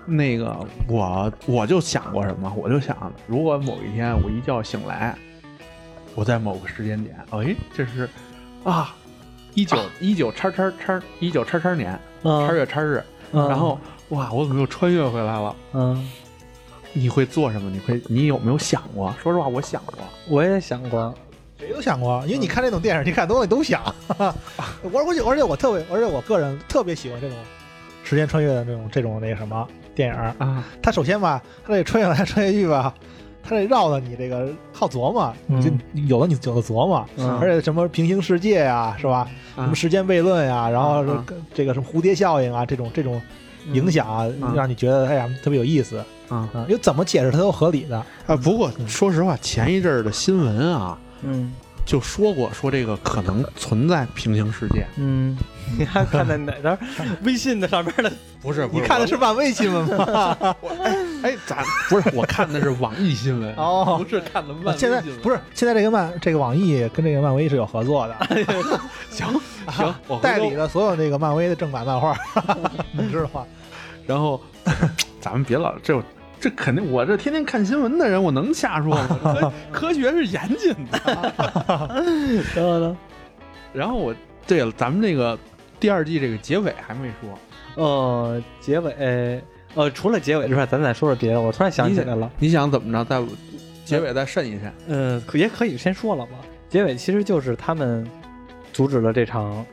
Speaker 3: 那个我我就想过什么，我就想，如果某一天我一觉醒来，我在某个时间点，哎，这是啊，啊一九一九叉叉叉一九叉叉年叉
Speaker 1: 嗯
Speaker 3: 月叉日，
Speaker 1: 嗯
Speaker 3: 然后哇，我怎么又穿越回来了？
Speaker 1: 嗯，
Speaker 3: 你会做什么？你会你有没有想过？说实话，我想过，
Speaker 1: 我也想过，
Speaker 2: 谁都想过，因为你看这种电影，你看东西都想。 我而且而且我特别，而且我个人特别喜欢这种时间穿越的这种这种那个什么电影。
Speaker 3: 啊，
Speaker 2: 它首先吧，它这穿越来穿越去吧， 它这绕的你这个好琢磨，你就有的你有的琢磨，
Speaker 1: 嗯
Speaker 2: 而且什么平行世界呀、是吧？
Speaker 3: 啊
Speaker 2: 什么时间悖论呀、然后
Speaker 3: 啊
Speaker 2: 是这个什么蝴蝶效应啊，这种这种影响啊，
Speaker 3: 嗯
Speaker 2: 让你觉得哎呀特别有意思啊、
Speaker 3: 啊
Speaker 2: 嗯，因为怎么解释它都合理的。
Speaker 3: 啊！不过说实话，前一阵儿的新闻啊，
Speaker 1: 嗯
Speaker 3: 就说过说这个可能存在平行世界，
Speaker 1: 嗯， 你还看在哪张微信的上面的？
Speaker 3: 不是？不
Speaker 2: 你看的是漫威新闻吗？，
Speaker 3: 哎，咱不是我看的是网易新闻
Speaker 2: 哦
Speaker 3: 不。是 看的漫
Speaker 2: 啊
Speaker 3: 威
Speaker 2: 现在
Speaker 3: 新闻
Speaker 2: 不是现在这个漫这个网易跟这个漫威是有合作的，
Speaker 3: 行行，哎我回头
Speaker 2: 代理。的所有那个漫威的正版漫画， 你知道吗？
Speaker 3: 然后 咱们别老这这肯定，我这天天看新闻的人，我能瞎说吗？科科学是严谨的。
Speaker 1: 然后呢？
Speaker 3: 然后我对了，咱们这个第二季这个结尾还没说，
Speaker 1: 呃，结尾呃，除了结尾之外，咱再说说别的。我突然想起来了。
Speaker 3: 你想怎么着？再结尾再慎一慎。
Speaker 1: 呃，可也可以先说了吧。结尾其实就是他们阻止了这场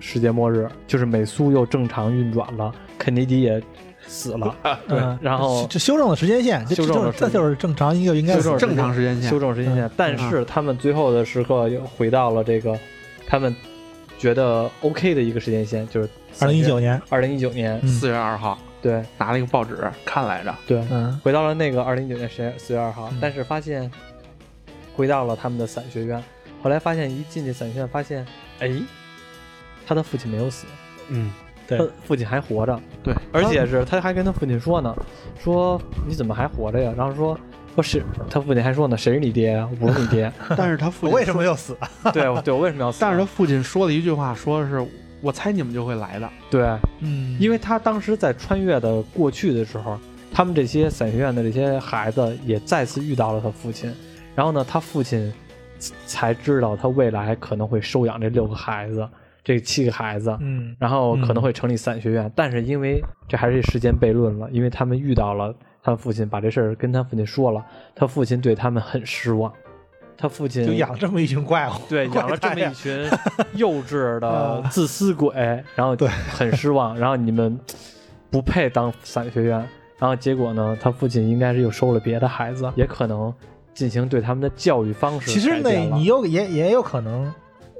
Speaker 1: 世界末日，就是美苏又正常运转了，肯尼迪也死 了，
Speaker 2: 对
Speaker 1: 嗯然后
Speaker 2: 这修正了时间线，这
Speaker 1: 修正了
Speaker 2: 这这就是正常一个应该
Speaker 3: 就是是正常时间
Speaker 1: 修
Speaker 3: 线，
Speaker 1: 正时间线。但是他们最后的时刻又回到了这个他们觉得 OK 的一个时间线，就是
Speaker 2: 二零一九年，
Speaker 1: 二零一九年。
Speaker 2: 嗯
Speaker 3: 四月二号
Speaker 1: 对
Speaker 3: 拿了一个报纸看来着，
Speaker 1: 对，
Speaker 2: 嗯
Speaker 1: 回到了那个二零一九年十月四月二号
Speaker 2: 嗯，
Speaker 1: 但是发现回到了他们的伞学院。后来发现一进去伞学院，发现哎，他的父亲没有死，
Speaker 3: 嗯，
Speaker 2: 对
Speaker 1: 他父亲还活着，
Speaker 3: 对，
Speaker 1: 而且是他还跟他父亲说呢，说你怎么还活着呀？然后说说是他父亲还说呢，谁是你爹呀？我不是你爹，
Speaker 3: 但是他父
Speaker 2: 我
Speaker 3: 亲
Speaker 2: 为什么要死？
Speaker 1: 对我对我为什么要死啊？
Speaker 3: 但是他父亲说了一句话，说是我猜你们就会来的，
Speaker 1: 对，
Speaker 2: 嗯
Speaker 1: 因为他当时在穿越的过去的时候，他们这些伞学院的这些孩子也再次遇到了他父亲，然后呢，他父亲才知道他未来可能会收养这六个孩子，这七个孩子，
Speaker 2: 嗯
Speaker 1: 然后可能会成立伞学院，但是因为这还是时间悖论了，因为他们遇到了他父亲，把这事儿跟他父亲说了，他父亲对他们很失望，他父亲
Speaker 2: 就养了这么一群怪物，
Speaker 1: 对，
Speaker 2: 怪
Speaker 1: 养了这么
Speaker 2: 胎呀
Speaker 1: 一群幼稚 的
Speaker 2: 啊
Speaker 1: 自私鬼，然后
Speaker 2: 对
Speaker 1: 很失望，然后你们不配当伞学员，
Speaker 7: 然后结果呢，他父亲应该是又收了别的孩子，也可能进行对他们的教育方式
Speaker 2: 其实
Speaker 7: 改
Speaker 2: 那
Speaker 7: 变了
Speaker 2: 你有也也有可能，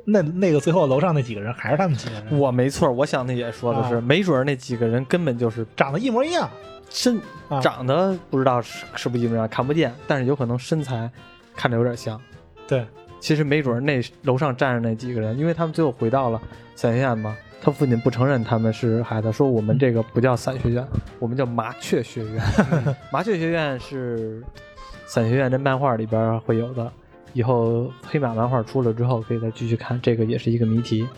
Speaker 2: 那那个最后楼上那几个人还是他们几个人，
Speaker 1: 我没错，我想的也说的是，
Speaker 2: 啊
Speaker 1: 没准儿那几个人根本就是
Speaker 2: 长得一模一样。
Speaker 1: 身
Speaker 2: 啊
Speaker 1: 长得不知道是是不是一模一样，看不见，但是有可能身材看着有点像。
Speaker 2: 对，
Speaker 1: 其实没准儿那楼上站着那几个人，因为他们最后回到了伞学院嘛，他父亲不承认他们是孩子，说我们这个不叫伞学院，我们叫麻雀学院。 麻雀学院是伞学院这漫画里边儿会有的，以后黑马漫画出了之后可以再继续看，这个也是一个谜题。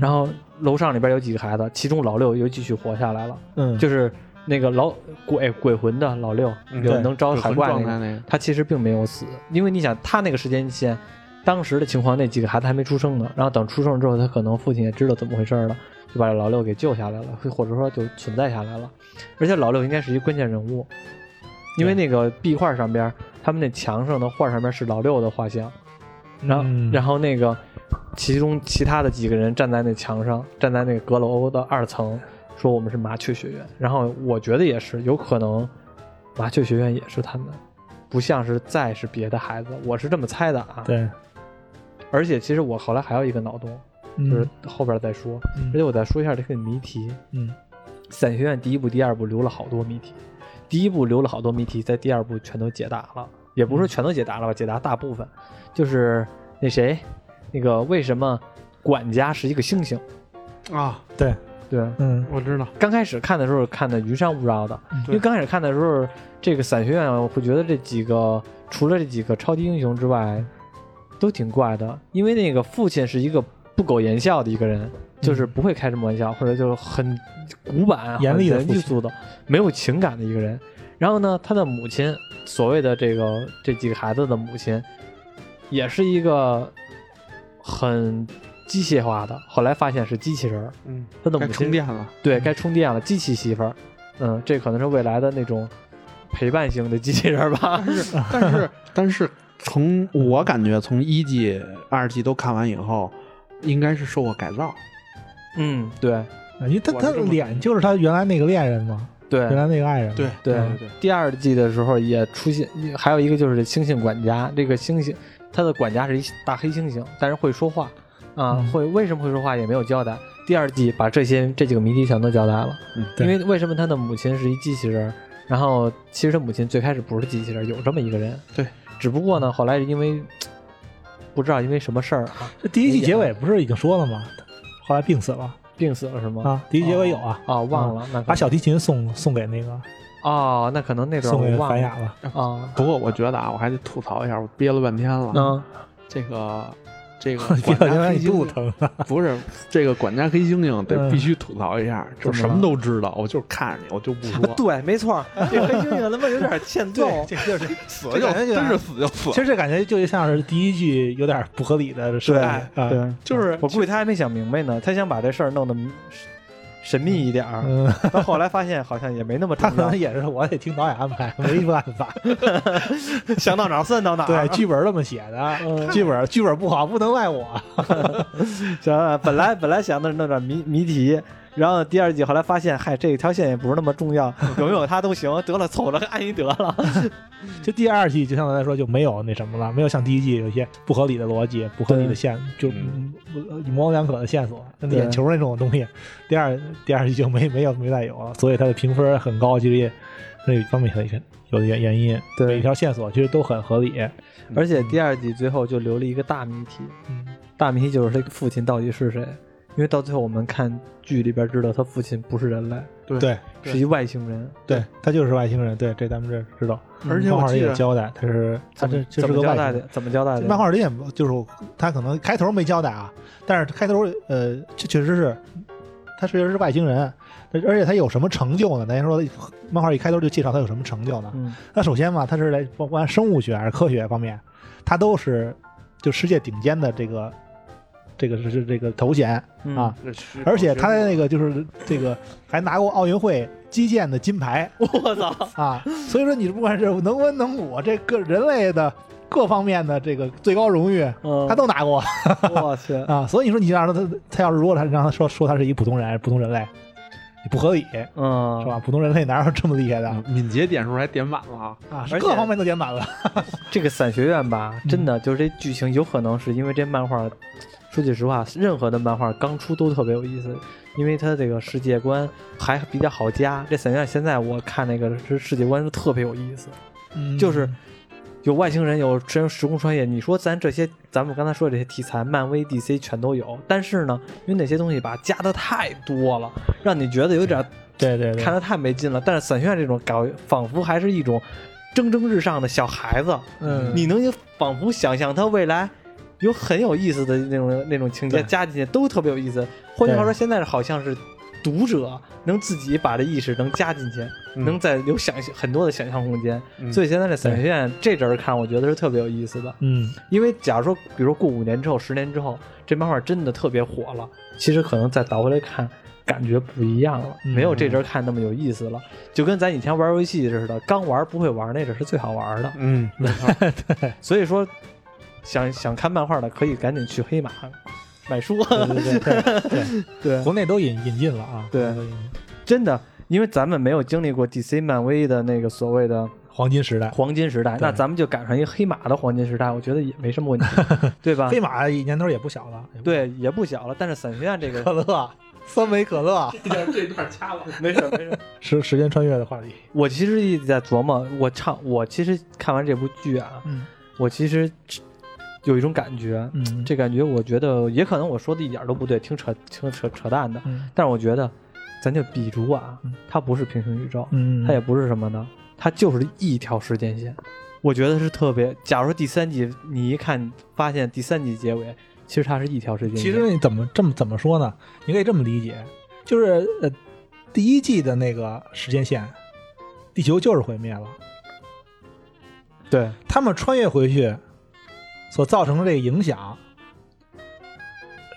Speaker 1: 然后楼上里边有几个孩子，其中老六又继续活下来了。
Speaker 2: 嗯，
Speaker 1: 就是那个老鬼哎鬼魂的老六，
Speaker 3: 嗯
Speaker 1: 有
Speaker 2: 对
Speaker 1: 能招海
Speaker 3: 很
Speaker 1: 怪
Speaker 3: 状
Speaker 1: 那
Speaker 3: 态
Speaker 1: 个，
Speaker 3: 那个，
Speaker 1: 他其实并没有死，因为你想他那个时间线，当时的情况，那几个孩子还没出生呢，然后等出生了之后，他可能父亲也知道怎么回事了，就把老六给救下来了，或者说就存在下来了，而且老六应该是一关键人物，因为那个壁画上边，他们那墙上的画上面是老六的画像。然后，
Speaker 2: 嗯
Speaker 1: 然后那个其中其他的几个人站在那墙上，站在那个阁楼的二层，说我们是麻雀学院。然后我觉得也是有可能，麻雀学院也是他们，不像是再是别的孩子，我是这么猜的啊。
Speaker 2: 对，
Speaker 1: 而且其实我后来还有一个脑洞，就是
Speaker 2: 嗯
Speaker 1: 后边再说。
Speaker 2: 嗯
Speaker 1: 而且我再说一下这个谜题，
Speaker 2: 嗯
Speaker 1: 伞学院第一部、第二部留了好多谜题，第一部留了好多谜题，在第二部全都解答了，也不是说全都解答了吧，解答大部分，就是那谁，那个为什么管家是一个猩猩？
Speaker 3: 啊，
Speaker 2: 对，
Speaker 1: 对，
Speaker 2: 嗯
Speaker 3: 我知道，
Speaker 1: 刚开始看的时候看的云山雾绕的，因为
Speaker 3: 对
Speaker 1: 刚开始看的时候，这个伞学院我会觉得这几个除了这几个超级英雄之外，都挺怪的，因为那个父亲是一个不苟言笑的一个
Speaker 2: 嗯
Speaker 1: 人，就是不会开什么玩笑，或者就是很古板、
Speaker 2: 严厉的
Speaker 1: 很
Speaker 2: 父
Speaker 1: 严
Speaker 2: 亲
Speaker 1: 厉肃的、没有情感的一个人。然后呢，他的母亲，所谓的这个这几个孩子的母亲，也是一个很机械化的，后来发现是机器人儿，
Speaker 3: 嗯，
Speaker 1: 他的
Speaker 3: 该
Speaker 1: 母
Speaker 3: 充
Speaker 1: 亲
Speaker 3: 电了，
Speaker 2: 嗯
Speaker 1: 对该充电了，机器媳妇儿，嗯，这可能是未来的那种陪伴型的机器人儿 吧。
Speaker 3: 但是 但是从我感觉，从一季、二季都看完以后，应该是受过改造，
Speaker 1: 嗯，对
Speaker 2: 因为他
Speaker 3: 我
Speaker 2: 他
Speaker 3: 是这么
Speaker 2: 脸就是他原来那个恋人嘛，
Speaker 1: 对
Speaker 2: 原来那个爱人嘛。
Speaker 3: 对
Speaker 1: 对
Speaker 3: 对对，
Speaker 1: 第二季的时候也出现，还有一个就是猩猩管家，这个猩猩他的管家是一大黑猩猩，但是会说话啊，
Speaker 2: 嗯
Speaker 1: 会为什么会说话也没有交代。第二季把这些这几个谜题全都交代了，
Speaker 3: 嗯
Speaker 2: 对
Speaker 1: 因为为什么他的母亲是一机器人儿，然后其实他母亲最开始不是机器人儿，有这么一个人，
Speaker 3: 对，
Speaker 1: 只不过呢后来是因为不知道因为什么事儿啊，
Speaker 2: 这第一季结尾不是已经说了吗？后来病死了
Speaker 1: 病死了是吗？
Speaker 2: 啊，第一季结尾有啊，
Speaker 1: 啊，忘了，那可
Speaker 2: 把
Speaker 1: 能
Speaker 2: 小提琴送送给那个
Speaker 1: 哦，那可能那段
Speaker 2: 送
Speaker 1: 我
Speaker 2: 给
Speaker 1: 忘
Speaker 2: 凡
Speaker 1: 了
Speaker 2: 雅了。
Speaker 1: 啊，
Speaker 3: 不过我觉得啊，我还得吐槽一下，我憋了半天了，
Speaker 1: 嗯，
Speaker 3: 这个这个
Speaker 2: 别
Speaker 3: 管家
Speaker 2: 让
Speaker 3: 黑
Speaker 2: 你肚
Speaker 3: 猩
Speaker 2: 子
Speaker 3: 猩
Speaker 2: 疼了。
Speaker 3: 不是这个管家黑猩猩得
Speaker 2: 嗯
Speaker 3: 必须吐槽一下，就
Speaker 1: 怎么
Speaker 3: 什么
Speaker 1: 了
Speaker 3: 都知道，我就是看着你，我就不说，
Speaker 1: 对，没错，这黑猩猩他妈有点欠揍，
Speaker 2: 对，这就是
Speaker 3: 死
Speaker 2: 这
Speaker 3: 就
Speaker 2: 感觉就
Speaker 3: 真
Speaker 2: 是
Speaker 3: 是死就死
Speaker 2: 其，实这感觉就像是第一季有点不合理的设定
Speaker 3: 哎
Speaker 2: 啊，
Speaker 1: 对，
Speaker 3: 就是
Speaker 1: 我估计他还没想明白呢，他想把这事儿弄得神秘一点儿，
Speaker 2: 嗯，
Speaker 1: 到后来发现好像也没那么
Speaker 2: 他
Speaker 1: 重
Speaker 2: 可能
Speaker 1: 要，
Speaker 2: 也是我得听导演安排，没办法，
Speaker 1: 想到哪儿算到哪儿，啊
Speaker 2: 对， 剧本这么写的，嗯剧本剧本不好不能赖我，
Speaker 1: 想本来本来想的是弄点谜谜题。然后第二季后来发现，嗨，这条线也不是那么重 要，有没有他都行，得了，凑了， 安逸得了。
Speaker 2: 就第二季，就相对来说就没有那什么了，没有像第一季有一些不合理的逻辑、不合理的线，就
Speaker 3: 嗯
Speaker 2: 嗯模棱两可的线索，那
Speaker 1: 对
Speaker 2: 眼球那种东西。第二第二季就没没有没再有了，所以它的评分很高，其实也那一方面有一有的原原因。
Speaker 1: 对
Speaker 2: 每一条线索其实都很合理。
Speaker 1: 而且第二季最后就留了一个大谜题，
Speaker 2: 嗯，
Speaker 1: 大谜就是他父亲到底是谁？因为到最后我们看剧里边知道他父亲不是人类，
Speaker 2: 对
Speaker 3: 对
Speaker 1: 是一外星人。
Speaker 2: 对，他就是外星人，对，这咱们这知道。
Speaker 3: 而且
Speaker 2: 漫
Speaker 3: 我
Speaker 2: 画里
Speaker 3: 记
Speaker 2: 有
Speaker 3: 得
Speaker 2: 交代，他是他
Speaker 1: 怎
Speaker 2: 这
Speaker 1: 么
Speaker 2: 这
Speaker 1: 怎
Speaker 2: 是
Speaker 1: 么
Speaker 2: 个
Speaker 1: 交
Speaker 2: 外星
Speaker 1: 代
Speaker 2: 人
Speaker 1: 的？。怎么交代的？
Speaker 2: 漫画里也就是我他可能开头没交代啊，但是开头呃，这确实是他确实是外星人，而而且他有什么成就呢？咱先说漫画一开头就介绍他有什么成就呢？
Speaker 1: 嗯，
Speaker 2: 那首先嘛，他是来不管生物学还是科学方面，他都是就世界顶尖的这个这个是是这个头衔，
Speaker 1: 嗯
Speaker 2: 啊，
Speaker 3: 这是
Speaker 2: 而且他
Speaker 3: 我觉
Speaker 2: 的
Speaker 3: 得
Speaker 2: 那个就是这个还拿过奥运会击剑的金牌，
Speaker 1: 我操，
Speaker 2: 啊，所以说你不管是能文能武，这个人类的各方面的这个最高荣誉，
Speaker 1: 嗯
Speaker 2: 他都拿过
Speaker 1: 我去，
Speaker 2: 啊。所以你说你让他，他要是如果他让他说说他是一普通人，普通人类，也不合理，
Speaker 1: 嗯，
Speaker 2: 是吧？普通人类哪有这么厉害的
Speaker 3: 啊敏捷点数还点满了啊！
Speaker 2: 啊？
Speaker 1: 而
Speaker 2: 是
Speaker 1: 且
Speaker 2: 各方面都点满了。
Speaker 1: 这个伞学院吧，
Speaker 2: 嗯
Speaker 1: 真的就是这剧情有可能是因为这漫画，说句实话，任何的漫画刚出都特别有意思，因为它这个世界观还比较好加。这伞学院现在我看那个是世界观是特别有意思，
Speaker 2: 嗯
Speaker 1: 就是有外星人，有时时空穿越。你说咱这些，咱们刚才说的这些题材，漫威、DC 全都有，但是呢，因为那些东西吧加的太多了，让你觉得有点
Speaker 2: 对对对，
Speaker 1: 看着太没劲了。但是伞学院这种搞，仿佛还是一种蒸蒸日上的小孩子，
Speaker 2: 嗯，
Speaker 1: 你能仿佛想象他未来有很有意思的那种那种情节
Speaker 2: 对
Speaker 1: 加进去，都特别有意思。换句话
Speaker 2: 对
Speaker 1: 说，现在好像是读者能自己把这意识能加进去，
Speaker 3: 嗯
Speaker 1: 能在有想很多的想象空间。
Speaker 3: 嗯
Speaker 1: 所以现在这伞学院这阵儿看，我觉得是特别有意思的。
Speaker 2: 嗯，
Speaker 1: 因为假如说，比如说过五年之后、十年之后，这漫画真的特别火了，其实可能再倒回来看，感觉不一样了，
Speaker 2: 嗯
Speaker 1: 没有这阵儿看那么有意思了。就跟咱以前玩游戏似的，刚玩不会玩那阵儿是最好玩的。
Speaker 3: 嗯，
Speaker 1: 所以说，想想看漫画的可以赶紧去黑马买书。
Speaker 2: 对对对对，
Speaker 1: 对
Speaker 2: 国内都引引进了啊，
Speaker 1: 对
Speaker 2: 国内都引进
Speaker 1: 真的，因为咱们没有经历过 DC、漫威的那个所谓的
Speaker 2: 黄金时代，
Speaker 1: 黄金时代，
Speaker 2: 对
Speaker 1: 那咱们就赶上一个黑马的黄金时代，我觉得也没什么问题， 对吧
Speaker 2: 飞？马年头也不小了，也
Speaker 1: 啊
Speaker 2: 不，
Speaker 1: 对，也不小了，但是伞学院这个
Speaker 2: 可乐，啊酸梅可乐，啊
Speaker 3: 这段掐了。
Speaker 1: 没事没事。
Speaker 2: 时时间穿越的话题，
Speaker 1: 我其实一直在琢磨，我唱，我其实看完这部剧啊，
Speaker 2: 嗯
Speaker 1: 我其实有一种感觉，
Speaker 2: 嗯，
Speaker 1: 这感觉我觉得也可能我说的一点都不对，挺扯挺扯扯淡的，
Speaker 2: 嗯
Speaker 1: 但是我觉得，咱就比如啊
Speaker 2: 嗯，
Speaker 1: 它不是平行宇宙，
Speaker 2: 嗯，
Speaker 1: 它也不是什么呢，它就是一条时间线。我觉得是特别。假如说第三集你一看发现第三集结尾，其实它是一条时间线。
Speaker 2: 嗯其实你怎么这么怎么说呢？你可以这么理解，就是呃，第一季的那个时间线，地球就是毁灭了，
Speaker 1: 对，
Speaker 2: 他们穿越回去所造成的这个影响，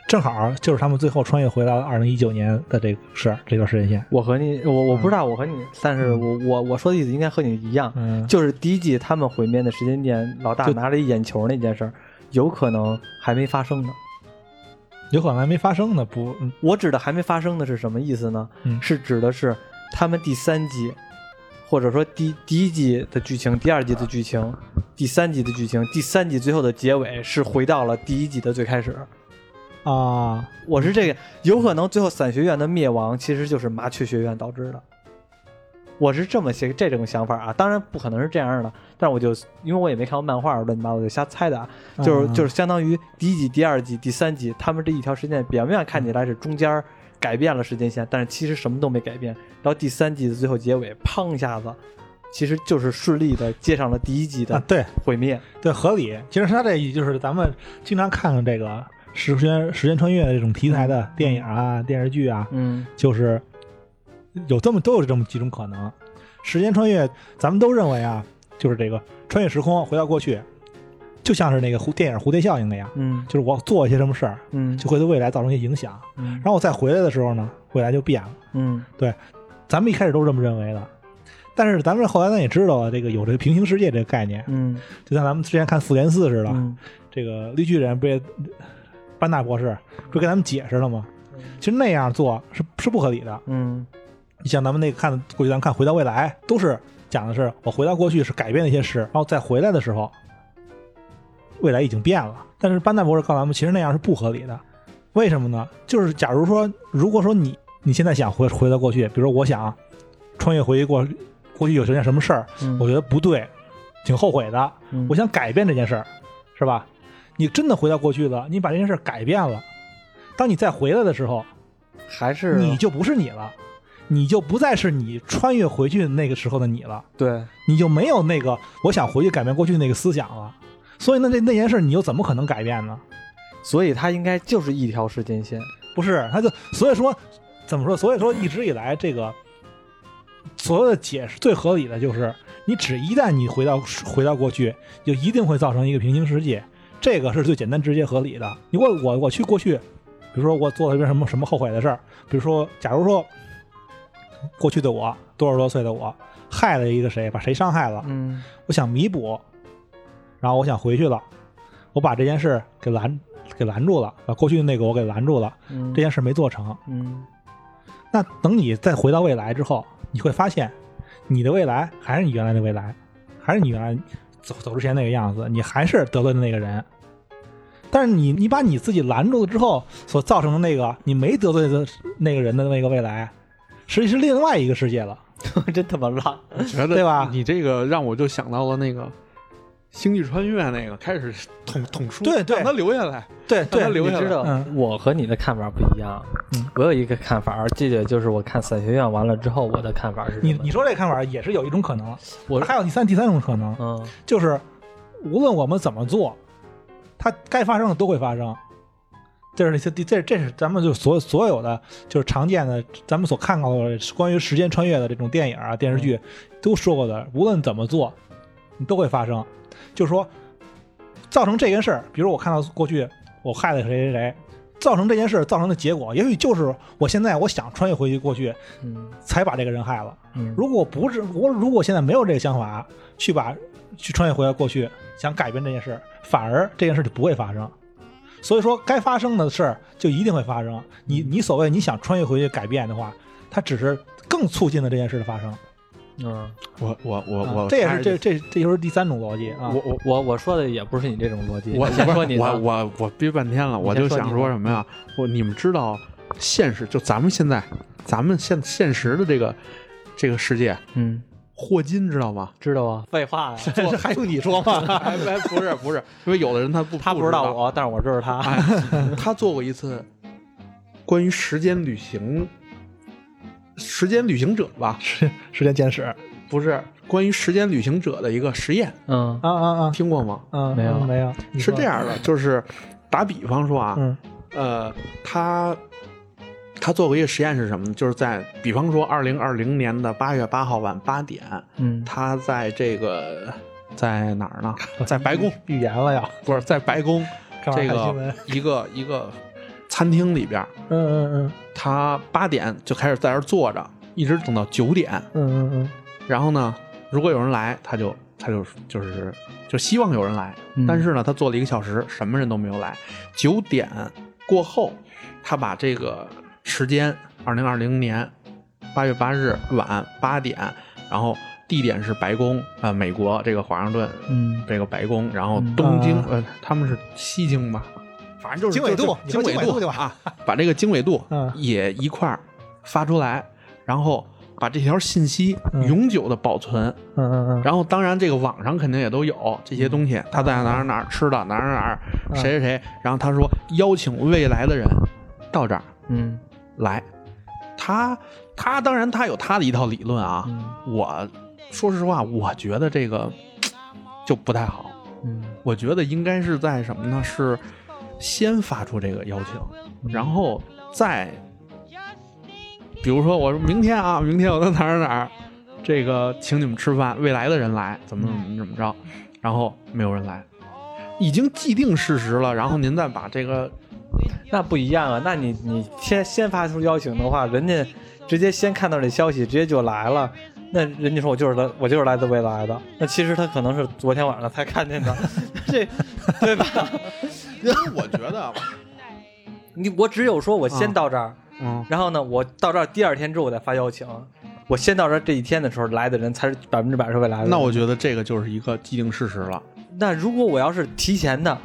Speaker 2: 正好就是他们最后穿越回到二零一九年的这个事儿，这段时间线。
Speaker 1: 我和你，我我不知道我和你，但是我我我说的意思应该和你一样，
Speaker 2: 嗯，
Speaker 1: 就是第一季他们毁灭的时间点，老大
Speaker 2: 就
Speaker 1: 拿着一眼球那件事儿，有可能还没发生呢。
Speaker 2: 有可能还没发生呢，不，嗯
Speaker 1: 我指的还没发生的是什么意思呢？
Speaker 2: 嗯
Speaker 1: 是指的是他们第三季，或者说第第一季的剧情、第二季的剧情、第三季的剧情、第三季最后的结尾是回到了第一季的最开始。
Speaker 2: 啊，
Speaker 1: 我是这个，有可能最后伞学院的灭亡其实就是麻雀学院导致的。我是这么些这种想法啊，当然不可能是这样的，但是我就因为我也没看过漫画，乱七八糟，我就瞎猜的啊。就是
Speaker 2: 嗯
Speaker 1: 就是相当于第一季、第二季、第三季，他们这一条时间线表面上看起来是中间儿改变了时间线，但是其实什么都没改变。到第三季的最后结尾，砰一下子，其实就是顺利的接上了第一季的，
Speaker 2: 啊 对
Speaker 1: 毁灭。
Speaker 2: 对，合理。其实他这就是咱们经常看看这个时间时间穿越这种题材的电影啊、电视剧啊，
Speaker 1: 嗯，
Speaker 2: 就是有这么都有这么几种可能。时间穿越，咱们都认为啊，就是这个穿越时空回到过去，就像是那个蝴电影《蝴蝶效应》那样，
Speaker 1: 嗯
Speaker 2: 就是我做一些什么事儿，
Speaker 1: 嗯
Speaker 2: 就会对未来造成一些影响，
Speaker 1: 嗯
Speaker 2: 然后我再回来的时候呢，未来就变了。
Speaker 1: 嗯
Speaker 2: 咱们一开始都是这么认为的，但是咱们后来咱也知道了，这个有这个平行世界这个概念，
Speaker 1: 嗯
Speaker 2: 就像咱们之前看《复联四》似的，
Speaker 1: 嗯
Speaker 2: 这个绿巨人不也班纳博士不是给咱们解释了吗
Speaker 1: 嗯？
Speaker 2: 其实那样做是是不合理的，
Speaker 1: 嗯
Speaker 2: 你像咱们那个看过去，咱们看《回到未来》，都是讲的是我回到过去是改变了一些事，然后再回来的时候，未来已经变了。但是班纳博士告诉咱们，其实那样是不合理的。为什么呢？就是假如说，如果说你你现在想回回到过去，比如说我想穿越回去过过去有件什么事儿，
Speaker 1: 嗯，
Speaker 2: 我觉得不对，挺后悔的，
Speaker 1: 嗯
Speaker 2: 我想改变这件事儿，是吧？你真的回到过去了，你把这件事儿改变了，当你再回来的时候，
Speaker 1: 还是啊
Speaker 2: 你就不是你了，你就不再是你穿越回去那个时候的你了，
Speaker 1: 对
Speaker 2: 你就没有那个我想回去改变过去那个思想了。所以呢，这那件事你又怎么可能改变呢？
Speaker 1: 所以它应该就是一条时间线。
Speaker 2: 不是，他就所以说怎么说？所以说一直以来这个所有的解释最合理的就是，你只一旦你回到回到过去，就一定会造成一个平行世界，这个是最简单直接合理的。你我我我去过去，比如说我做了一个什么什么后悔的事儿，比如说假如说过去的我多少多岁的我害了一个谁，把谁伤害了，
Speaker 1: 嗯
Speaker 2: 我想弥补，然后我想回去了，我把这件事给拦给拦住了，把过去那个我给拦住了。
Speaker 1: 嗯
Speaker 2: 这件事没做成。
Speaker 1: 嗯
Speaker 2: 那等你再回到未来之后，你会发现，你的未来还是你原来的未来，还是你原来走走之前那个样子，你还是得罪的那个人。但是你你把你自己拦住了之后，所造成的那个你没得罪的那个人的那个未来，实际是另外一个世界了。
Speaker 1: 真他妈烂！
Speaker 3: 觉得
Speaker 2: 对吧
Speaker 3: 你这个让我就想到了那个《星际穿越》那个，开始捅捅书，
Speaker 2: 对对
Speaker 3: 让他留下来，
Speaker 2: 对
Speaker 3: 让他
Speaker 2: 对，
Speaker 3: 留
Speaker 8: 你
Speaker 3: 下
Speaker 8: 知
Speaker 3: 来。
Speaker 8: 道、
Speaker 2: 嗯
Speaker 8: 我和你的看法不一样，
Speaker 2: 嗯
Speaker 8: 我有一个看法，而这个就是我看伞学院完了之后我的看法是什么
Speaker 2: 你你说这看法也是有一种可能，
Speaker 8: 我
Speaker 2: 还有第三第三种可能，
Speaker 8: 嗯
Speaker 2: 就是无论我们怎么做，它该发生的都会发生。这是这这这是咱们就所所有的就是常见的，咱们所看到的关于时间穿越的这种电影啊、电视剧，都说过的，无论怎么做，你都会发生。就是说，造成这件事儿，比如我看到过去我害了谁谁谁，造成这件事儿造成的结果，也许就是我现在我想穿越回去过去，
Speaker 8: 嗯
Speaker 2: 才把这个人害了。
Speaker 8: 嗯，
Speaker 2: 如果不是我，如果现在没有这个想法，去把去穿越回到过去，想改变这件事，反而这件事就不会发生。所以说，该发生的事儿就一定会发生。你
Speaker 3: 嗯
Speaker 2: 你所谓你想穿越回去改变的话，它只是更促进了这件事的发生。
Speaker 8: 嗯，
Speaker 3: 我我我
Speaker 2: 啊
Speaker 3: 我，
Speaker 2: 这也是
Speaker 3: 插一
Speaker 2: 这这
Speaker 3: 句
Speaker 2: 这就是第三种逻辑啊。
Speaker 3: 我我
Speaker 8: 我我说的也不是你这种逻辑，
Speaker 3: 我
Speaker 8: 你先
Speaker 3: 不
Speaker 8: 说
Speaker 3: 是
Speaker 8: 你的
Speaker 3: 我我我憋半天了，我就
Speaker 8: 先说
Speaker 3: 想
Speaker 8: 你
Speaker 3: 说
Speaker 8: 的
Speaker 3: 什么呀？我你们知道现实就咱们现在咱们现现实的这个这个世界，
Speaker 8: 嗯，
Speaker 3: 霍金知道吗？
Speaker 8: 知道啊，废话呀，
Speaker 2: 这还用你说吗？
Speaker 3: 哎哎，不是不是，因为有的人他不
Speaker 8: 他
Speaker 3: 不
Speaker 8: 不知道我，但是我知道他，
Speaker 3: 他做过一次关于时间旅行，时间旅行者吧，
Speaker 2: 时 时间简史啊
Speaker 3: 不是关于时间旅行者的一个实验，
Speaker 8: 嗯
Speaker 2: 啊啊
Speaker 3: 听过吗？
Speaker 2: 啊！
Speaker 8: 没有
Speaker 2: 嗯没有，你
Speaker 3: 是
Speaker 2: 说
Speaker 3: 这，样的，就是打比方说啊，
Speaker 2: 嗯
Speaker 3: 呃，他他做过一个实验是什么呢？就是在比方说二零二零年的八月八号晚八点，
Speaker 8: 嗯
Speaker 3: 他在这个在哪儿呢？在白宫
Speaker 2: 预言了呀，
Speaker 3: 不是在白宫
Speaker 2: 干嘛
Speaker 3: 这
Speaker 2: 看新闻
Speaker 3: 个一个一个餐厅里边，
Speaker 2: 嗯嗯
Speaker 3: 他八点就开始在这儿坐着，一直等到九点。
Speaker 2: 嗯嗯嗯
Speaker 3: 然后呢，如果有人来，他就他就就是就希望有人来，
Speaker 8: 嗯
Speaker 3: 但是呢，他坐了一个小时，什么人都没有来。九点过后，他把这个时间，二零二零年八月八日晚八点，然后地点是白宫，呃，美国这个华盛顿
Speaker 8: 嗯
Speaker 3: 这个白宫，然后
Speaker 8: 嗯
Speaker 3: 东京
Speaker 2: 啊，
Speaker 3: 呃，他们是西京吧，反正就是
Speaker 2: 经纬度
Speaker 3: 就
Speaker 2: 你
Speaker 3: 是经
Speaker 2: 说经纬
Speaker 3: 纬
Speaker 2: 度
Speaker 3: 度
Speaker 2: 就完
Speaker 3: 啊，把这个经纬度
Speaker 2: 嗯
Speaker 3: 也一块儿发出来，然后把这条信息
Speaker 2: 嗯
Speaker 3: 永久的保存。
Speaker 2: 嗯嗯嗯
Speaker 3: 然后当然这个网上肯定也都有这些东西，他在哪儿哪儿吃的哪儿哪儿哪儿
Speaker 2: 嗯
Speaker 3: 谁谁谁，然后他说邀请未来的人到这儿
Speaker 8: 嗯
Speaker 3: 来，他他当然他有他的一套理论啊，
Speaker 8: 嗯
Speaker 3: 我说实话，我觉得这个就不太好。
Speaker 8: 嗯
Speaker 3: 我觉得应该是在什么呢？是先发出这个邀请，然后再，比如说我说明天啊，明天我在哪儿哪儿哪儿，这个请你们吃饭，未来的人来，怎么怎么怎么着，然后没有人来，已经既定事实了，然后您再把这个
Speaker 1: 那不一样啊！那你你先先发出邀请的话，人家直接先看到这消息，直接就来了。那人家说我就是来，我就是来自未来的。那其实他可能是昨天晚上才看见的， 这对吧？
Speaker 3: 因为我觉得，啊
Speaker 1: 你我只有说我先到这儿，
Speaker 3: 嗯，
Speaker 1: 然后呢，我到这儿第二天之后我再发邀请。我先到这儿这一天的时候来的人才是百分之百是未来的人。
Speaker 3: 那我觉得这个就是一个既定事实了。
Speaker 1: 那如果我要是提前的，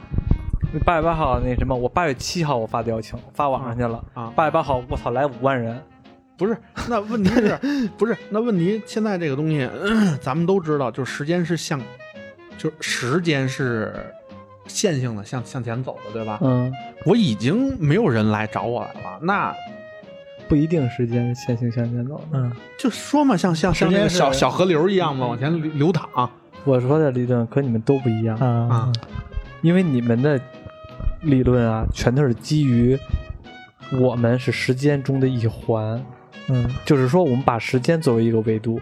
Speaker 1: 八月八号那什么，我八月七号我发的邀请发网上去了
Speaker 3: 啊
Speaker 1: 八月八号我操来五万人，
Speaker 3: 不是，那问题是不是？那问题现在这个东西，咱们都知道，就是时间是向，就是时间是线性的向向前走的，对吧？
Speaker 1: 嗯，
Speaker 3: 我已经没有人来找我来了，那
Speaker 1: 不一定时间线性向前走的。
Speaker 2: 嗯，
Speaker 3: 就说嘛，像像像那个
Speaker 2: 时间是
Speaker 3: 小小河流一样嘛，往前流流淌
Speaker 1: 我说的理论和你们都不一样，
Speaker 2: 啊
Speaker 3: 啊。
Speaker 1: 因为你们的理论啊，全都是基于我们是时间中的一环，
Speaker 2: 嗯
Speaker 1: 就是说我们把时间作为一个维度，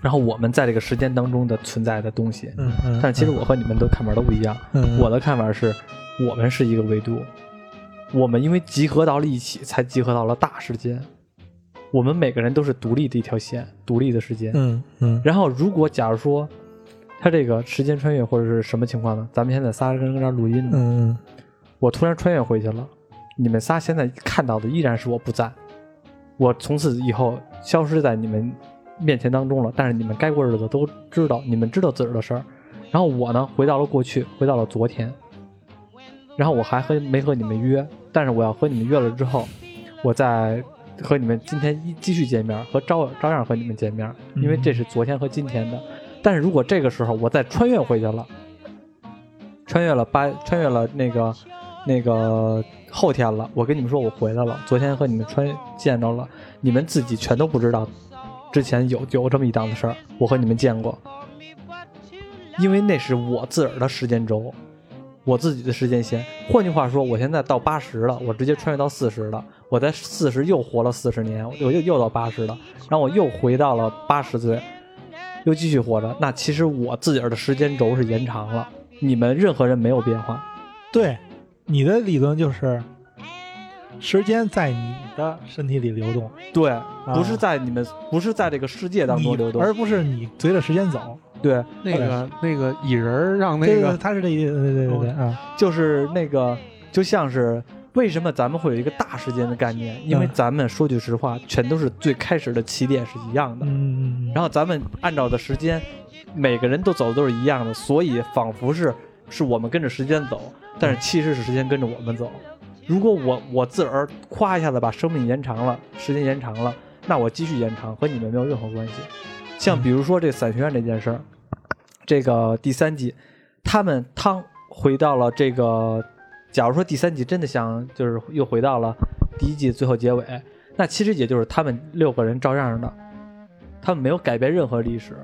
Speaker 1: 然后我们在这个时间当中的存在的东西。
Speaker 2: 嗯嗯，
Speaker 1: 但是其实我和你们的看法都不一样，
Speaker 2: 嗯
Speaker 1: 我的看法是，我们是一个维度，我们因为集合到了一起，才集合到了大时间。我们每个人都是独立的一条线，独立的时间。
Speaker 2: 嗯嗯
Speaker 1: 然后，如果假如说他这个时间穿越或者是什么情况呢？咱们现在仨人跟这儿录音呢，
Speaker 2: 嗯
Speaker 1: 我突然穿越回去了，你们仨现在看到的依然是我不在，我从此以后消失在你们面前当中了，但是你们该过日子都知道，你们知道自个儿的事儿。然后我呢，回到了过去，回到了昨天。然后我还和没和你们约，但是我要和你们约了之后，我再和你们今天一继续见面，和照照样和你们见面，因为这是昨天和今天的。但是如果这个时候我再穿越回去了，穿越了八，穿越了那个那个后天了，我跟你们说我回来了，昨天和你们穿见着了，你们自己全都不知道，之前有有这么一档子事儿，我和你们见过，因为那是我自个儿的时间轴，我自己的时间线。换句话说，我现在到八十了，我直接穿越到四十了，我在四十又活了四十年，我又又到八十了，然后我又回到了八十岁，又继续活着。那其实我自己儿的时间轴是延长了，你们任何人没有变化。
Speaker 2: 对，你的理论就是时间在你的身体里流动，
Speaker 1: 对，不是在你们，不是在这个世界当中
Speaker 2: 你
Speaker 1: 流动，
Speaker 2: 而不是你随着时间走。
Speaker 1: 对，
Speaker 3: 那个那个蚁人儿让那
Speaker 2: 这
Speaker 3: 个
Speaker 2: 他是这意思，对对对对
Speaker 1: 哦
Speaker 2: 啊，
Speaker 1: 就是那个，就像是为什么咱们会有一个大时间的概念？因为
Speaker 2: 嗯
Speaker 1: 咱们说句实话，全都是最开始的起点是一样的，
Speaker 2: 嗯嗯嗯，
Speaker 1: 然后咱们按照的时间，每个人都走的都是一样的，所以仿佛是是我们跟着时间走，但是其实是时间跟着我们走。如果我我自个儿夸一下子把生命延长了，时间延长了，那我继续延长和你们没有任何关系。像比如说这伞学院这件事儿，这个第三季，他们汤回到了这个，假如说第三季真的像就是又回到了第一季最后结尾，那其实也就是他们六个人照样的，他们没有改变任何历史，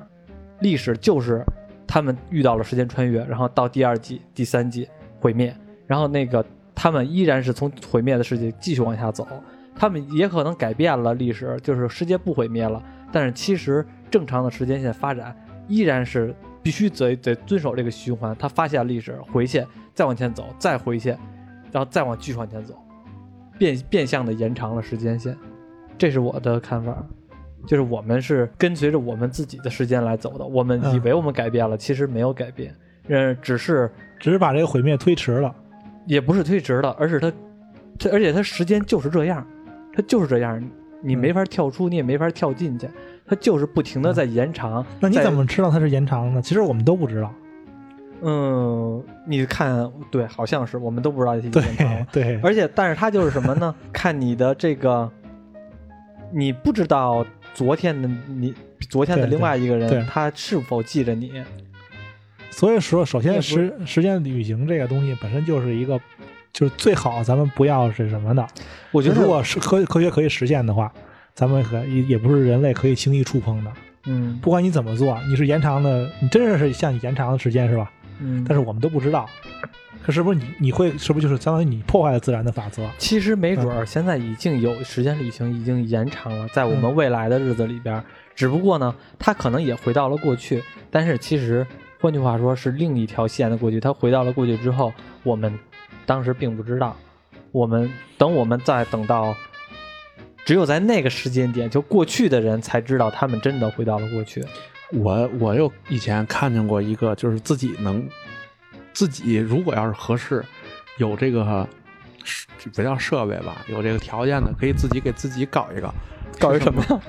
Speaker 1: 历史就是他们遇到了时间穿越，然后到第二季、第三季毁灭，然后那个他们依然是从毁灭的世界继续往下走，他们也可能改变了历史，就是世界不毁灭了，但是其实正常的时间线发展依然是必须得得遵守这个循环，他发现历史回去，再往前走，再回去，然后再往继续往前走，变变相的延长了时间线，这是我的看法。就是我们是跟随着我们自己的时间来走的，我们
Speaker 2: 嗯
Speaker 1: 以为我们改变了，其实没有改变，嗯，只是
Speaker 2: 只是把这个毁灭推迟了。
Speaker 1: 也不是推迟了，而是它，它而且它时间就是这样，它就是这样，你
Speaker 2: 嗯
Speaker 1: 没法跳出，你也没法跳进去，它就是不停的在延长。
Speaker 2: 嗯那你
Speaker 1: 在
Speaker 2: 怎么知道它是延长的？其实我们都不知道。
Speaker 1: 嗯？你看，对，好像是我们都不知道它
Speaker 2: 对
Speaker 1: 延长了，
Speaker 2: 对，
Speaker 1: 哦而且但是它就是什么 呢？看你的这个，你不知道昨天的你，昨天的
Speaker 2: 对
Speaker 1: 另外一个
Speaker 2: 对
Speaker 1: 人他是否记着你。
Speaker 2: 所以说，首
Speaker 1: 也
Speaker 2: 先
Speaker 1: 不
Speaker 2: 时时间旅行这个东西本身就是一个，就是最好咱们不要是什么的。
Speaker 1: 我觉得
Speaker 2: 如果是科科学可以实现的话，咱们可也也不是人类可以轻易触碰的。
Speaker 1: 嗯
Speaker 2: 不管你怎么做，你是延长的，你真是像你延长的时间是吧？
Speaker 1: 嗯，
Speaker 2: 但是我们都不知道，可是不是你你会是不是就是相当于你破坏了自然的法则？
Speaker 1: 其实没准儿
Speaker 2: 嗯
Speaker 1: 现在已经有时间旅行已经延长了，在我们
Speaker 2: 嗯
Speaker 1: 未来的日子里边儿，只不过呢，它可能也回到了过去，但是其实换句话说是另一条线的过去。它回到了过去之后，我们当时并不知道，我们等我们再等到。只有在那个时间点，就过去的人才知道他们真的回到了过去。
Speaker 3: 我我又以前看见过一个，就是自己能自己如果要是合适，有这个设不叫设备吧，有这个条件的，可以自己给自己搞一个，
Speaker 1: 搞一
Speaker 3: 是
Speaker 1: 什么
Speaker 3: 么？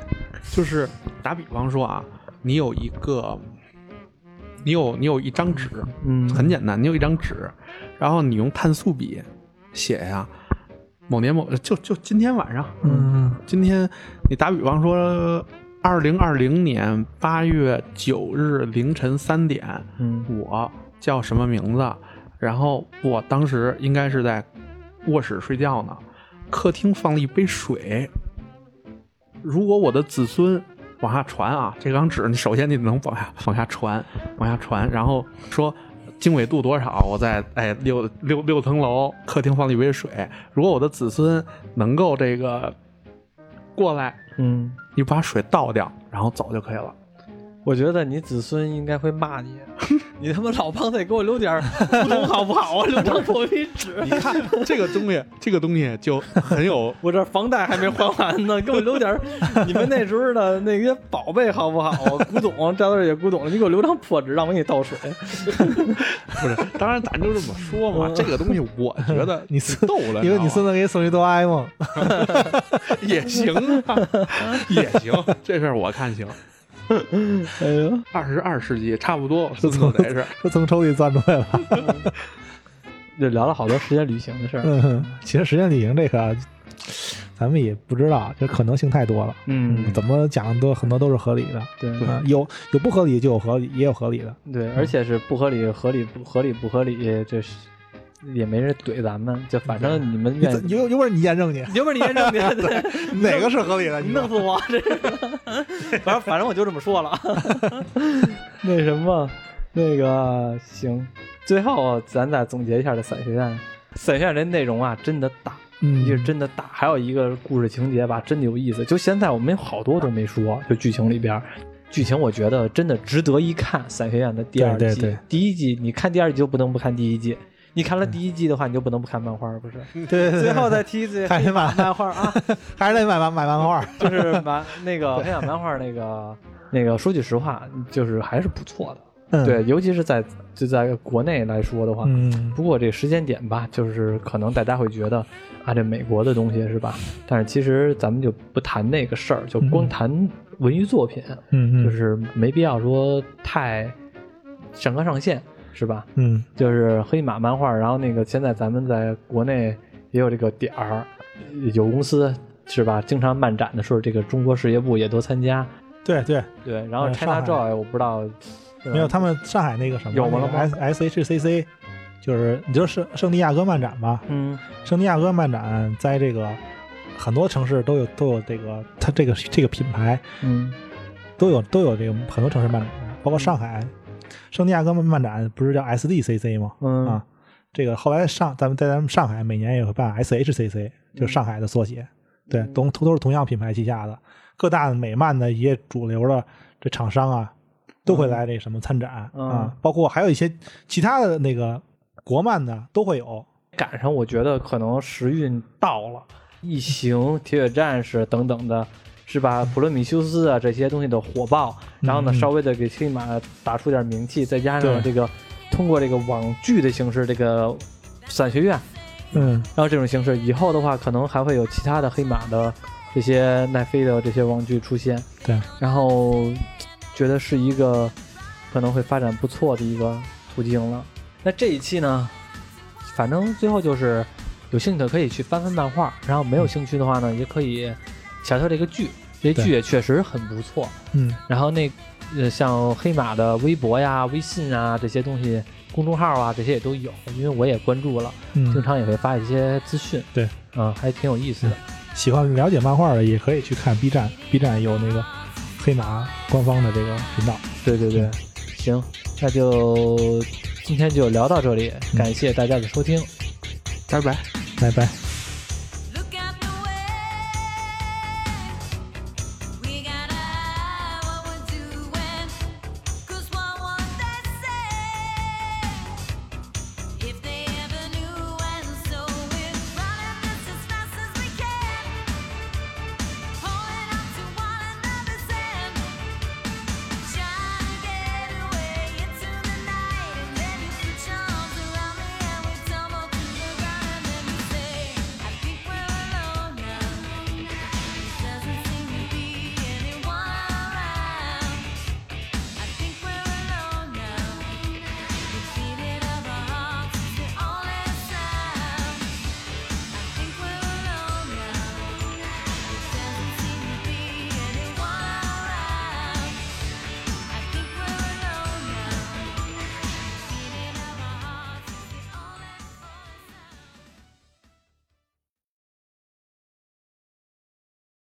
Speaker 3: 就是打比方说啊，你有一个，你有你有一张纸，
Speaker 1: 嗯，
Speaker 3: 很简单，你有一张纸，然后你用碳素笔写呀、某年某就就今天晚上，
Speaker 2: 嗯，
Speaker 3: 今天你打比方说，二零二零年八月九日凌晨三点，
Speaker 1: 嗯
Speaker 3: 我叫什么名字？然后我当时应该是在卧室睡觉呢，客厅放了一杯水。如果我的子孙往下传啊，这张纸你首先你能往下往下传，往下传，然后说经纬度多少，我在哎六六六层楼客厅放了一杯水。如果我的子孙能够这个过来，
Speaker 1: 嗯，
Speaker 3: 你把水倒掉，然后走就可以了。
Speaker 1: 我觉得你子孙应该会骂 你，你他妈老帮得给我留点儿胡同好不好啊？ 留张破皮纸，
Speaker 3: 你看这个东西，这个东西就很有
Speaker 1: 我这房贷还没还完呢，给我留 点儿你们那时候的那些宝贝好不好啊？古董， 这都是也古董了，你给我留张破纸，让我给你倒水。
Speaker 3: 不是，当然咱就这么说嘛。这个东西我觉得
Speaker 2: 嗯 你孙
Speaker 3: 逗了，
Speaker 2: 因为你
Speaker 1: 啊
Speaker 2: 孙
Speaker 3: 知道吗
Speaker 2: 子给你送一哆啦 A 梦，
Speaker 3: 也行啊，也行，这事儿我 看行。
Speaker 1: 哎呦，
Speaker 3: 二十二世纪差不多，孙子得是
Speaker 2: 都从抽屉钻出来了。
Speaker 1: 就聊了好多时间旅行的事儿。
Speaker 2: 嗯，其实实践旅行这个，咱们也不知道，这可能性太多了。
Speaker 1: 嗯，
Speaker 2: 怎么讲都很多都是合理的，
Speaker 1: 对
Speaker 2: 嗯，有有不合理就有合理，也有合理的。
Speaker 1: 对，而且是不合理，合理不合理不合理，这是也没人怼咱们，就反正你们
Speaker 2: 你
Speaker 1: 愿
Speaker 2: 怎
Speaker 1: 意。
Speaker 2: 有有本事你验证去，
Speaker 1: 有本事你先弄 你对
Speaker 2: 哪个是合理的？
Speaker 1: 你
Speaker 2: 你
Speaker 1: 弄死 我！这是，反正反正我就这么说了。 那什么，那个行，最后咱再总结一下这伞学院。伞学院这内容啊，真的大，
Speaker 2: 嗯，
Speaker 1: 一个是真的大，还有一个故事情节吧，真的有意思。就现在我们有好多都没说，就剧情里边儿，剧情我觉得真的值得一看。伞学院的第二季，
Speaker 2: 对对对
Speaker 1: 第一季你看第二季就不能不看第一季，你看了第一季的话，你就不能不看漫画，不是？
Speaker 2: 对对对，
Speaker 1: 最后再提一嘴
Speaker 2: 还是买
Speaker 1: 漫画啊，
Speaker 2: 还是得买漫买漫画。
Speaker 1: 就是漫那个黑暗漫画那个那个，说句实话，就是还是不错的。
Speaker 2: 嗯，
Speaker 1: 对，尤其是在就在国内来说的话，
Speaker 2: 嗯，
Speaker 1: 不过这时间点吧，就是可能大家会觉得啊，这美国的东西是吧？但是其实咱们就不谈那个事儿，就光
Speaker 2: 嗯
Speaker 1: 谈文艺作品，
Speaker 2: 嗯嗯，
Speaker 1: 就是没必要说太上纲上线，是吧？
Speaker 2: 嗯
Speaker 1: 就是黑马漫画，然后那个现在咱们在国内也有这个点儿，有公司是吧？经常漫展的时候，这个中国事业部也都参加。
Speaker 2: 对对，
Speaker 1: 对，然后
Speaker 2: 嗯
Speaker 1: China
Speaker 2: 上海
Speaker 1: Joy 我不知道，
Speaker 2: 没有他们上海那个什么
Speaker 1: 有吗
Speaker 2: 那个 S S H C C，就是你知道圣圣地亚哥漫展吧？
Speaker 1: 嗯
Speaker 2: 圣地亚哥漫展在这个很多城市都有都有这个它这个这个品牌
Speaker 1: 嗯
Speaker 2: 都有都有这个很多城市漫展，包括上海圣地亚哥漫展不是叫 SDCC 吗？
Speaker 1: 嗯
Speaker 2: 啊，这个后来上咱们在咱们上海每年也会办 SHCC，就
Speaker 1: 嗯
Speaker 2: 是上海的缩写，对，都都是同样品牌旗下的各大美漫的一些主流的这厂商啊，都会来这什么参展、
Speaker 1: 嗯
Speaker 2: 啊，包括还有一些其他的那个国漫的都会有，
Speaker 1: 赶上我觉得可能时运到了，异形、铁血战士等等的，是吧？普罗米修斯啊这些东西的火爆，然后呢，
Speaker 2: 嗯
Speaker 1: 稍微的给黑马打出点名气，再加上
Speaker 2: 对
Speaker 1: 这个通过这个网剧的形式，这个伞学院。
Speaker 2: 嗯
Speaker 1: 然后这种形式以后的话，可能还会有其他的黑马的这些奈飞的这些网剧出现。
Speaker 2: 对，
Speaker 1: 然后觉得是一个可能会发展不错的一个途径了。那这一期呢，反正最后就是有兴趣的可以去翻翻漫画，然后没有兴趣的话呢，也可以瞧瞧这个剧，这
Speaker 2: 对
Speaker 1: 剧也确实很不错。
Speaker 2: 嗯，
Speaker 1: 然后那呃，像黑马的微博呀、微信啊这些东西，公众号啊这些也都有，因为我也关注了。经
Speaker 2: 嗯，
Speaker 1: 常也会发一些资讯，
Speaker 2: 对，
Speaker 1: 嗯，还挺有意思的。
Speaker 2: 喜欢了解漫画的也可以去看 B 站，B 站有那个黑马官方的这个频道，
Speaker 1: 对对对，行，那嗯就今天就聊到这里，感谢大家的收听。
Speaker 3: 拜拜。
Speaker 2: 拜拜。